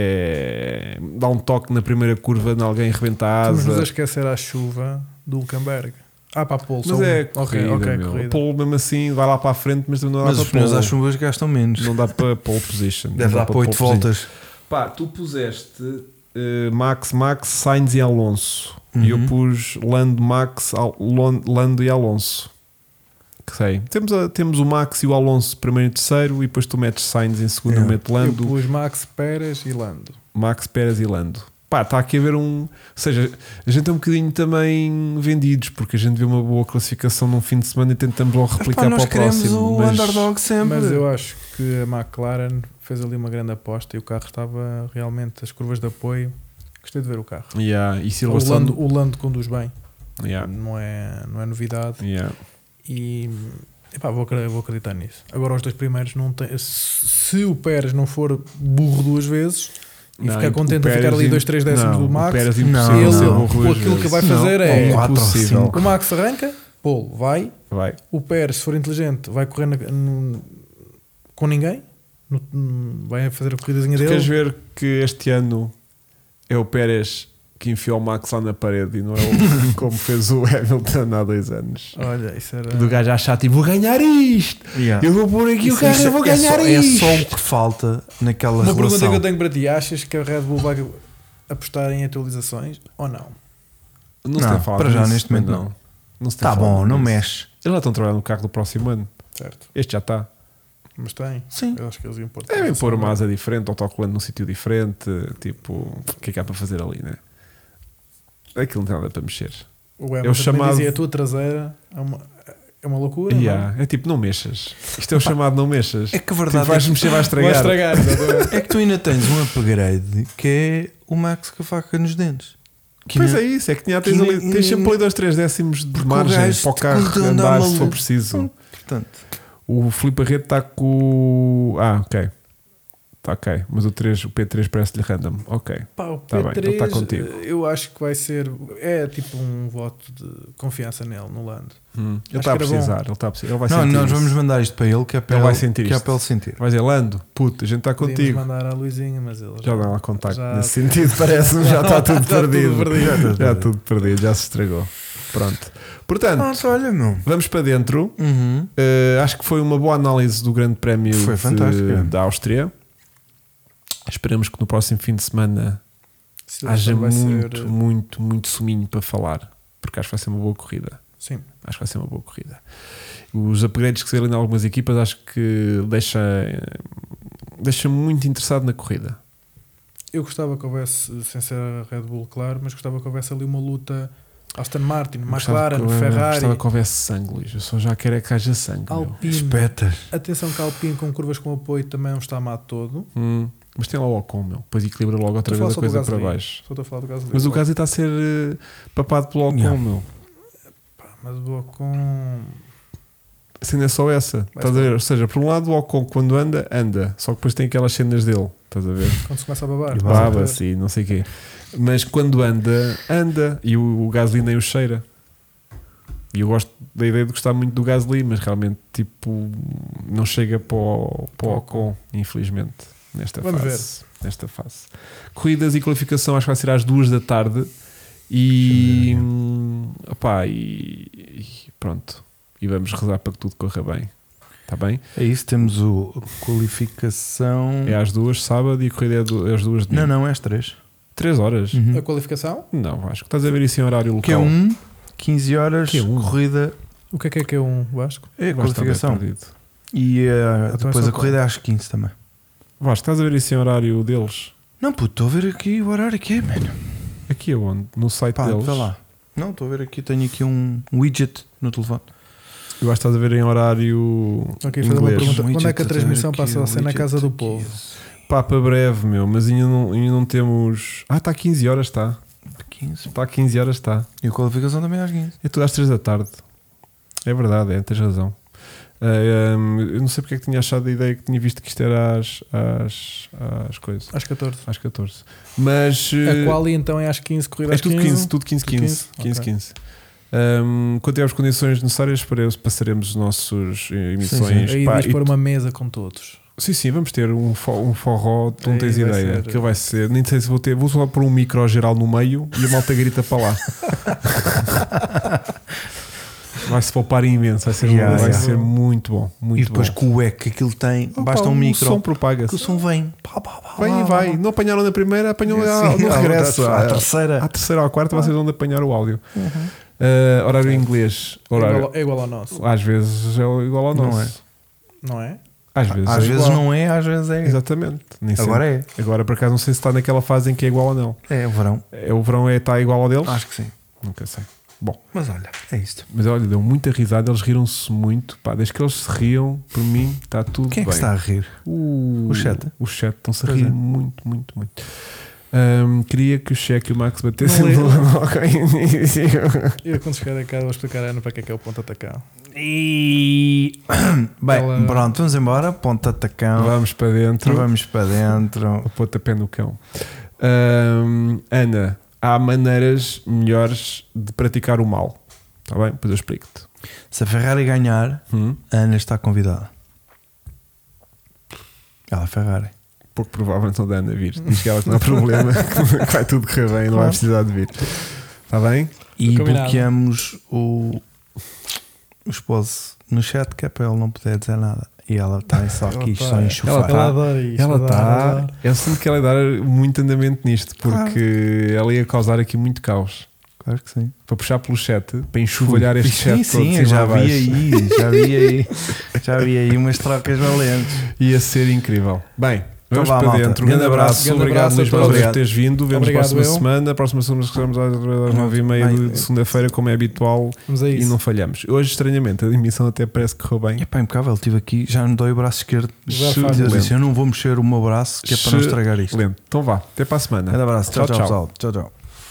[SPEAKER 2] é- dá um toque na primeira curva de alguém rebenta a
[SPEAKER 3] Estamos nos a
[SPEAKER 2] asa.
[SPEAKER 3] esquecer à chuva do Hulkenberg. Ah, para a pole, só
[SPEAKER 2] Mas
[SPEAKER 3] um.
[SPEAKER 2] é
[SPEAKER 3] ok,
[SPEAKER 2] corrida,
[SPEAKER 3] ok,
[SPEAKER 2] meu.
[SPEAKER 3] corrida.
[SPEAKER 2] Pole mesmo assim vai lá para a frente, mas não dá
[SPEAKER 1] Mas
[SPEAKER 2] para
[SPEAKER 1] os pneus
[SPEAKER 2] pole.
[SPEAKER 1] às chuvas gastam menos.
[SPEAKER 2] Não dá para pole position.
[SPEAKER 1] Deve
[SPEAKER 2] não dá
[SPEAKER 1] dar para
[SPEAKER 2] pole
[SPEAKER 1] 8
[SPEAKER 2] position.
[SPEAKER 1] voltas.
[SPEAKER 2] Pá, tu puseste eh, Max, Max, Sainz e Alonso. E
[SPEAKER 1] Uhum.
[SPEAKER 2] eu pus Lando, Max, Al- Lon- Lando e Alonso. Que sei. Temos, a- temos o Max e o Alonso primeiro e terceiro, e depois tu metes Sainz em
[SPEAKER 1] É.
[SPEAKER 2] segundo, eu meto
[SPEAKER 3] Eu
[SPEAKER 2] Lando,
[SPEAKER 3] pus Max, Pérez e Lando.
[SPEAKER 2] Max, Pérez e Lando. Pá, está aqui a ver um. Ou seja, a gente é um bocadinho também vendidos, porque a gente vê uma boa classificação num fim de semana e tentamos logo replicar
[SPEAKER 1] Epá,
[SPEAKER 2] para
[SPEAKER 1] nós
[SPEAKER 2] o
[SPEAKER 1] queremos
[SPEAKER 2] próximo.
[SPEAKER 1] o
[SPEAKER 2] mas-
[SPEAKER 1] underdog sempre.
[SPEAKER 3] Mas eu acho que a McLaren fez ali uma grande aposta e o carro estava realmente as curvas de apoio. Gostei de ver o carro.
[SPEAKER 2] Yeah, e
[SPEAKER 3] O
[SPEAKER 2] Silverstone.
[SPEAKER 3] Lando, o Lando conduz bem,
[SPEAKER 2] Yeah,
[SPEAKER 3] não, é, não é novidade.
[SPEAKER 2] yeah.
[SPEAKER 3] E epá, vou, acre- vou acreditar nisso. Agora, os dois primeiros não tem. Se se o Pérez não for burro duas vezes e
[SPEAKER 2] Não,
[SPEAKER 3] ficar
[SPEAKER 2] o
[SPEAKER 3] contente de ficar
[SPEAKER 2] Pérez
[SPEAKER 3] ali
[SPEAKER 2] im-
[SPEAKER 3] dois, três décimos
[SPEAKER 2] não,
[SPEAKER 3] do Max,
[SPEAKER 2] O Pérez
[SPEAKER 1] Não,
[SPEAKER 2] impossível
[SPEAKER 1] ele-
[SPEAKER 2] ser burro
[SPEAKER 3] com
[SPEAKER 2] duas
[SPEAKER 3] aquilo que
[SPEAKER 2] vezes.
[SPEAKER 3] vai fazer
[SPEAKER 1] Não,
[SPEAKER 3] é.
[SPEAKER 1] ou quatro ou
[SPEAKER 2] impossível.
[SPEAKER 1] cinco.
[SPEAKER 3] O Max arranca, polo, vai.
[SPEAKER 2] assim, Vai.
[SPEAKER 3] O Pérez, se for inteligente, vai correr na- no- com ninguém, no- no- vai fazer a corridazinha
[SPEAKER 2] Tu
[SPEAKER 3] dele.
[SPEAKER 2] queres ver que este ano é o Pérez que enfiou o Max lá na parede e não é o- como fez o Hamilton há dois anos.
[SPEAKER 3] Olha, isso era.
[SPEAKER 2] Do gajo achar tipo, vou ganhar isto,
[SPEAKER 1] Yeah.
[SPEAKER 2] eu vou pôr aqui o
[SPEAKER 1] Isso-
[SPEAKER 2] carro,
[SPEAKER 1] isso
[SPEAKER 2] eu vou
[SPEAKER 1] é
[SPEAKER 2] ganhar
[SPEAKER 1] só, é
[SPEAKER 2] isto.
[SPEAKER 1] só o que falta naquela
[SPEAKER 3] Uma pergunta
[SPEAKER 1] relação.
[SPEAKER 3] que eu tenho para ti: achas que a Red Bull vai apostar em atualizações ou não?
[SPEAKER 2] um- Não, se
[SPEAKER 1] Não,
[SPEAKER 2] tem falado
[SPEAKER 1] para já
[SPEAKER 2] nisso,
[SPEAKER 1] neste momento
[SPEAKER 2] não.
[SPEAKER 1] não.
[SPEAKER 2] Não se tem
[SPEAKER 1] Tá
[SPEAKER 2] falado
[SPEAKER 1] bom, não
[SPEAKER 2] nisso.
[SPEAKER 1] mexe.
[SPEAKER 2] Eles já estão trabalhando no carro do próximo ano.
[SPEAKER 3] Certo.
[SPEAKER 2] Este já está.
[SPEAKER 3] Mas tem.
[SPEAKER 1] Sim.
[SPEAKER 3] Eu acho que eles iam pôr.
[SPEAKER 2] Devem É pôr uma asa diferente, autocolante num sítio diferente. Tipo, o que é que há para fazer ali, né? Aquilo não tem nada para mexer.
[SPEAKER 3] O Hamilton
[SPEAKER 2] chamado-
[SPEAKER 3] chamado... dizia a tua traseira é uma, é uma loucura. não é?
[SPEAKER 2] Yeah, É tipo, não mexas. Isto é o chamado não mexas.
[SPEAKER 1] É que a
[SPEAKER 2] Tipo,
[SPEAKER 1] verdade
[SPEAKER 2] vais
[SPEAKER 1] é,
[SPEAKER 2] mexer, vais
[SPEAKER 3] Vai
[SPEAKER 2] estragar.
[SPEAKER 3] estragar. exatamente.
[SPEAKER 1] que, é que tu ainda tens um upgrade que é o Max com a faca nos dentes. Que
[SPEAKER 2] pois
[SPEAKER 1] ainda-
[SPEAKER 2] é isso, é que tinha, tens,
[SPEAKER 1] que
[SPEAKER 2] ali,
[SPEAKER 1] nem-
[SPEAKER 2] tens sempre ali dois, três décimos de
[SPEAKER 1] Porque o
[SPEAKER 2] margem
[SPEAKER 1] gajo
[SPEAKER 2] para o carro
[SPEAKER 1] quando anda
[SPEAKER 2] andar se
[SPEAKER 1] maluco.
[SPEAKER 2] for preciso.
[SPEAKER 1] Portanto,
[SPEAKER 2] O Filipe Arreto está com. o- Ah, ok. Está ok. Mas o, 3, o P3 parece-lhe random. Ok.
[SPEAKER 3] Pá, o
[SPEAKER 2] Tá bem,
[SPEAKER 3] P3,
[SPEAKER 2] então tá contigo.
[SPEAKER 3] eu acho que vai ser. É tipo um voto de confiança nele, no Lando.
[SPEAKER 2] Hum, Ele
[SPEAKER 3] Acho
[SPEAKER 2] está a
[SPEAKER 3] que era bom.
[SPEAKER 2] precisar. Ele, está a precisar. ele vai
[SPEAKER 1] não,
[SPEAKER 2] sentir.
[SPEAKER 1] nós
[SPEAKER 2] isso.
[SPEAKER 1] vamos mandar isto para ele que é para
[SPEAKER 2] Ele vai
[SPEAKER 1] ele-
[SPEAKER 2] sentir
[SPEAKER 1] que é
[SPEAKER 2] isto.
[SPEAKER 1] para ele sentir.
[SPEAKER 2] Vai dizer, Lando, puto, a gente está
[SPEAKER 3] Podíamos
[SPEAKER 2] contigo.
[SPEAKER 3] mandar à Luizinha, mas ele.
[SPEAKER 2] Já não há contacto
[SPEAKER 3] Já-
[SPEAKER 2] nesse sentido, parece-me, já está tudo
[SPEAKER 3] Está tudo
[SPEAKER 2] perdido.
[SPEAKER 3] perdido.
[SPEAKER 2] Já está Já tudo perdido, já se estragou. Pronto. Portanto,
[SPEAKER 1] Pronto, olha, meu.
[SPEAKER 2] vamos para dentro.
[SPEAKER 1] Uhum.
[SPEAKER 2] Uh, acho que foi uma boa análise do Grande Prémio
[SPEAKER 1] Foi
[SPEAKER 2] de-
[SPEAKER 1] fantástica.
[SPEAKER 2] da Áustria. Esperamos que no próximo fim de semana
[SPEAKER 3] Se ele
[SPEAKER 2] haja
[SPEAKER 3] vai ser-
[SPEAKER 2] muito, um- muito, muito suminho para falar, porque acho que vai ser uma boa corrida.
[SPEAKER 3] Sim,
[SPEAKER 2] Acho que vai ser uma boa corrida. Os upgrades que saíram em algumas equipas acho que deixa, eh, deixa muito interessado na corrida.
[SPEAKER 3] eu gostava que houvesse, sem ser a Red Bull, claro, mas gostava que houvesse ali uma luta Aston Martin,
[SPEAKER 2] Gostava
[SPEAKER 3] McLaren,
[SPEAKER 2] que- Gostava
[SPEAKER 3] Ferrari,
[SPEAKER 2] que houvesse sangue, Luís. Eu só já quero é que haja sangue. meu.
[SPEAKER 3] Alpine.
[SPEAKER 1] Espetas.
[SPEAKER 3] Atenção que a Alpine com curvas com apoio também não está a mato todo.
[SPEAKER 2] Hum, mas tem lá o Ocon, meu. Depois equilibra logo outra
[SPEAKER 3] Estou a
[SPEAKER 2] vez a
[SPEAKER 3] falar só
[SPEAKER 2] coisa
[SPEAKER 3] do
[SPEAKER 2] para
[SPEAKER 3] Gasly.
[SPEAKER 2] baixo.
[SPEAKER 3] Só estou a falar do gasolina.
[SPEAKER 2] Mas o Gasly está a ser eh, papado pelo Ocon,
[SPEAKER 1] Yeah.
[SPEAKER 2] meu.
[SPEAKER 3] Mas o Ocon.
[SPEAKER 2] A cena é só essa.
[SPEAKER 3] Vai
[SPEAKER 2] Estás a ver? Ou seja, por um lado, o Ocon, quando anda, anda. Só que depois tem aquelas cenas dele. Estás a ver?
[SPEAKER 3] Quando se começa a babar.
[SPEAKER 1] E
[SPEAKER 2] Baba-se e assim, não sei o quê. Mas quando anda, anda. E o, o Gasly nem o cheira. E eu gosto da ideia de gostar muito do Gasly, mas realmente, tipo, não chega para o, para o Ocon, infelizmente, nesta
[SPEAKER 3] Vamos
[SPEAKER 2] fase. Nesta fase. Corridas e qualificação acho que vai ser às duas da tarde. E, hum, opá, e, e pronto. E vamos rezar para que tudo corra bem. Está bem?
[SPEAKER 1] É isso, temos o a qualificação.
[SPEAKER 2] É às duas, sábado, e a corrida é do- é às duas de
[SPEAKER 1] Hum. Não, não, é às três.
[SPEAKER 2] Três horas.
[SPEAKER 1] Uhum.
[SPEAKER 3] A qualificação?
[SPEAKER 2] Não, acho que estás a ver isso em horário local.
[SPEAKER 1] Que é um, 15 horas,
[SPEAKER 2] Que é um.
[SPEAKER 1] corrida
[SPEAKER 3] O que é que é que é um Vasco?
[SPEAKER 1] é
[SPEAKER 2] Vais estar bem
[SPEAKER 1] qualificação.
[SPEAKER 2] perdido.
[SPEAKER 1] E eh,
[SPEAKER 3] Então é
[SPEAKER 1] depois
[SPEAKER 3] só
[SPEAKER 1] a corrida é às 15 também.
[SPEAKER 2] Vasco, estás a ver isso em horário deles?
[SPEAKER 1] Não, puto, estou a ver aqui o horário que é, mano.
[SPEAKER 2] Aqui aonde? No site
[SPEAKER 1] Pá,
[SPEAKER 2] deles?
[SPEAKER 1] vê lá. Não, estou a ver aqui, tenho aqui um widget no telefone.
[SPEAKER 2] Eu acho que estás a ver em horário
[SPEAKER 3] Ok, fazer uma
[SPEAKER 2] inglês.
[SPEAKER 3] pergunta.
[SPEAKER 1] Um
[SPEAKER 3] Quando é que a
[SPEAKER 1] widget,
[SPEAKER 3] transmissão
[SPEAKER 1] aqui,
[SPEAKER 3] passa a
[SPEAKER 1] um
[SPEAKER 3] ser na
[SPEAKER 1] widget
[SPEAKER 3] casa do
[SPEAKER 1] aqui,
[SPEAKER 3] povo?
[SPEAKER 2] Pá, para breve, meu, mas ainda não, ainda não temos... Ah, está a 15 horas, está.
[SPEAKER 1] 15.
[SPEAKER 2] Está a 15 horas, está.
[SPEAKER 1] E a qualificação também é às 15.
[SPEAKER 2] É tudo às 3 da tarde. É verdade, é, tens razão. Ah, hum, eu não sei porque é que tinha achado a ideia que tinha visto que isto era às, às, às coisas.
[SPEAKER 3] Às 14.
[SPEAKER 2] Às 14. Mas...
[SPEAKER 3] A
[SPEAKER 2] eh,
[SPEAKER 3] quali então é às 15, corrida
[SPEAKER 2] É
[SPEAKER 3] às
[SPEAKER 2] tudo 15,
[SPEAKER 3] 15.
[SPEAKER 2] tudo 15, 15.
[SPEAKER 3] 15,
[SPEAKER 2] 15,
[SPEAKER 3] ok.
[SPEAKER 2] 15. Hum, quando tivermos condições necessárias, paremos- passaremos os nossos eh,
[SPEAKER 1] Sim,
[SPEAKER 2] emissões.
[SPEAKER 3] Aí
[SPEAKER 2] Pá, e-
[SPEAKER 3] devias
[SPEAKER 2] Sim,
[SPEAKER 3] pôr uma mesa com todos.
[SPEAKER 2] sim, vamos ter um, fo- um forró, tu não
[SPEAKER 3] Aí
[SPEAKER 2] tens
[SPEAKER 3] vai
[SPEAKER 2] ideia.
[SPEAKER 3] ser-
[SPEAKER 2] Que vai ser, nem sei se vou ter, vou só pôr um micro geral no meio e a malta grita para lá. vai se poupar imenso, vai ser, um-
[SPEAKER 1] Yeah,
[SPEAKER 2] vai
[SPEAKER 1] yeah.
[SPEAKER 2] ser muito bom. Muito
[SPEAKER 1] e depois
[SPEAKER 2] bom.
[SPEAKER 1] com o eco que aquilo tem,
[SPEAKER 2] Opa,
[SPEAKER 1] basta um
[SPEAKER 2] o
[SPEAKER 1] micro.
[SPEAKER 2] som
[SPEAKER 1] que o
[SPEAKER 2] propaga-se.
[SPEAKER 1] som vem. Pá, pá, pá,
[SPEAKER 2] Vai
[SPEAKER 1] lá,
[SPEAKER 2] e
[SPEAKER 1] lá,
[SPEAKER 2] vai.
[SPEAKER 3] Ah.
[SPEAKER 1] lá.
[SPEAKER 2] Não apanharam na primeira, apanham
[SPEAKER 3] é
[SPEAKER 1] Sim,
[SPEAKER 2] lá no
[SPEAKER 1] à
[SPEAKER 2] regresso.
[SPEAKER 1] outra- à
[SPEAKER 2] à-
[SPEAKER 1] terceira.
[SPEAKER 2] À terceira ou à quarta vocês vão de apanhar o áudio.
[SPEAKER 1] Uhum.
[SPEAKER 2] Uh, horário inglês.
[SPEAKER 3] É
[SPEAKER 2] Horário.
[SPEAKER 3] igual, é igual ao nosso,
[SPEAKER 2] Às vezes é igual ao
[SPEAKER 1] Não
[SPEAKER 2] nosso.
[SPEAKER 3] não é?
[SPEAKER 2] Às vezes.
[SPEAKER 1] Às
[SPEAKER 2] é
[SPEAKER 1] vezes
[SPEAKER 2] igual.
[SPEAKER 1] não é, às vezes é.
[SPEAKER 2] Exatamente. Nem
[SPEAKER 1] Agora é.
[SPEAKER 2] sempre. Agora por acaso não sei se está naquela fase em que é igual ou não.
[SPEAKER 1] É o verão.
[SPEAKER 2] É, o verão é, está igual ao deles?
[SPEAKER 1] Acho que sim.
[SPEAKER 2] Nunca sei. Bom,
[SPEAKER 1] Mas olha, é isto.
[SPEAKER 2] mas olha, deu muita risada, eles riram-se muito. Pá, desde que eles se riam, por mim, está tudo
[SPEAKER 1] Quem é que
[SPEAKER 2] bem.
[SPEAKER 1] está a rir?
[SPEAKER 2] O,
[SPEAKER 1] O chat?
[SPEAKER 2] O chat estão-se a
[SPEAKER 1] Pois
[SPEAKER 2] rir
[SPEAKER 1] é.
[SPEAKER 2] muito, muito, muito. Ahm, queria que o cheque e o Max batessem
[SPEAKER 3] Não
[SPEAKER 2] no
[SPEAKER 3] leram.
[SPEAKER 2] ao início.
[SPEAKER 3] Eu quando chegar a casa vou explicar a Ana para que é que é o ponto atacão.
[SPEAKER 1] E. Bem,
[SPEAKER 3] Ela-
[SPEAKER 1] pronto, vamos embora. Ponta tacão.
[SPEAKER 2] Vamos para dentro.
[SPEAKER 1] Vamos para dentro.
[SPEAKER 2] O pontapé no cão. Ahm, Ana, há maneiras melhores de praticar o mal. Está bem? Depois eu explico-te.
[SPEAKER 1] Se a Ferrari ganhar,
[SPEAKER 2] Hum?
[SPEAKER 1] a Ana está convidada. Ela é Ferrari.
[SPEAKER 2] pouco provável, então dá-me a vir. Diz que ela que não há problema, que vai tudo correr bem, não vai precisar de vir. Está bem?
[SPEAKER 1] E
[SPEAKER 4] Combinado.
[SPEAKER 1] bloqueamos o, o esposo no chat que é para ele não poder dizer nada. E ela está só aqui,
[SPEAKER 3] tá-
[SPEAKER 1] só a
[SPEAKER 2] ela
[SPEAKER 1] enxofar.
[SPEAKER 2] tá-
[SPEAKER 3] adora isso.
[SPEAKER 2] ela
[SPEAKER 3] adora,
[SPEAKER 2] está.
[SPEAKER 3] adora.
[SPEAKER 2] Eu sinto que ela ia dar muito andamento nisto, porque ela ia causar aqui muito caos.
[SPEAKER 1] Claro que sim.
[SPEAKER 2] Para puxar pelo chat, para enxovalhar este chat
[SPEAKER 1] sim,
[SPEAKER 2] todo de
[SPEAKER 1] sim,
[SPEAKER 2] cima
[SPEAKER 1] eu já
[SPEAKER 2] a
[SPEAKER 1] vi
[SPEAKER 2] baixo.
[SPEAKER 1] aí, já vi aí, já vi aí umas trocas valentes.
[SPEAKER 2] Ia ser incrível. Bem, vamos
[SPEAKER 1] vá,
[SPEAKER 2] para
[SPEAKER 1] malta.
[SPEAKER 2] dentro. Um grande
[SPEAKER 1] Grande
[SPEAKER 2] abraço.
[SPEAKER 3] abraço.
[SPEAKER 2] Obrigado,
[SPEAKER 3] Grande
[SPEAKER 2] Luís,
[SPEAKER 3] abraço a
[SPEAKER 2] por
[SPEAKER 1] todos.
[SPEAKER 2] teres vindo. Vemos
[SPEAKER 3] Obrigado,
[SPEAKER 2] próxima
[SPEAKER 3] eu.
[SPEAKER 2] semana. Próxima semana estamos às nove e meia
[SPEAKER 1] Bem,
[SPEAKER 2] de segunda-feira, como é habitual,
[SPEAKER 3] Vamos a
[SPEAKER 2] e
[SPEAKER 3] isso.
[SPEAKER 2] não falhamos. Hoje, estranhamente, a emissão até parece que correu
[SPEAKER 1] E
[SPEAKER 2] bem.
[SPEAKER 1] pá, impecável, estive aqui, já me dói o braço esquerdo. assim,
[SPEAKER 3] Já
[SPEAKER 1] Eu
[SPEAKER 3] faz
[SPEAKER 1] disse,
[SPEAKER 2] lento.
[SPEAKER 1] eu não vou mexer o meu braço que é para não estragar isto.
[SPEAKER 2] Excelente. Então vá, até para a semana.
[SPEAKER 1] Grande abraço, tchau,
[SPEAKER 2] Tchau,
[SPEAKER 1] tchau,
[SPEAKER 2] tchau.
[SPEAKER 1] pessoal. Tchau, tchau.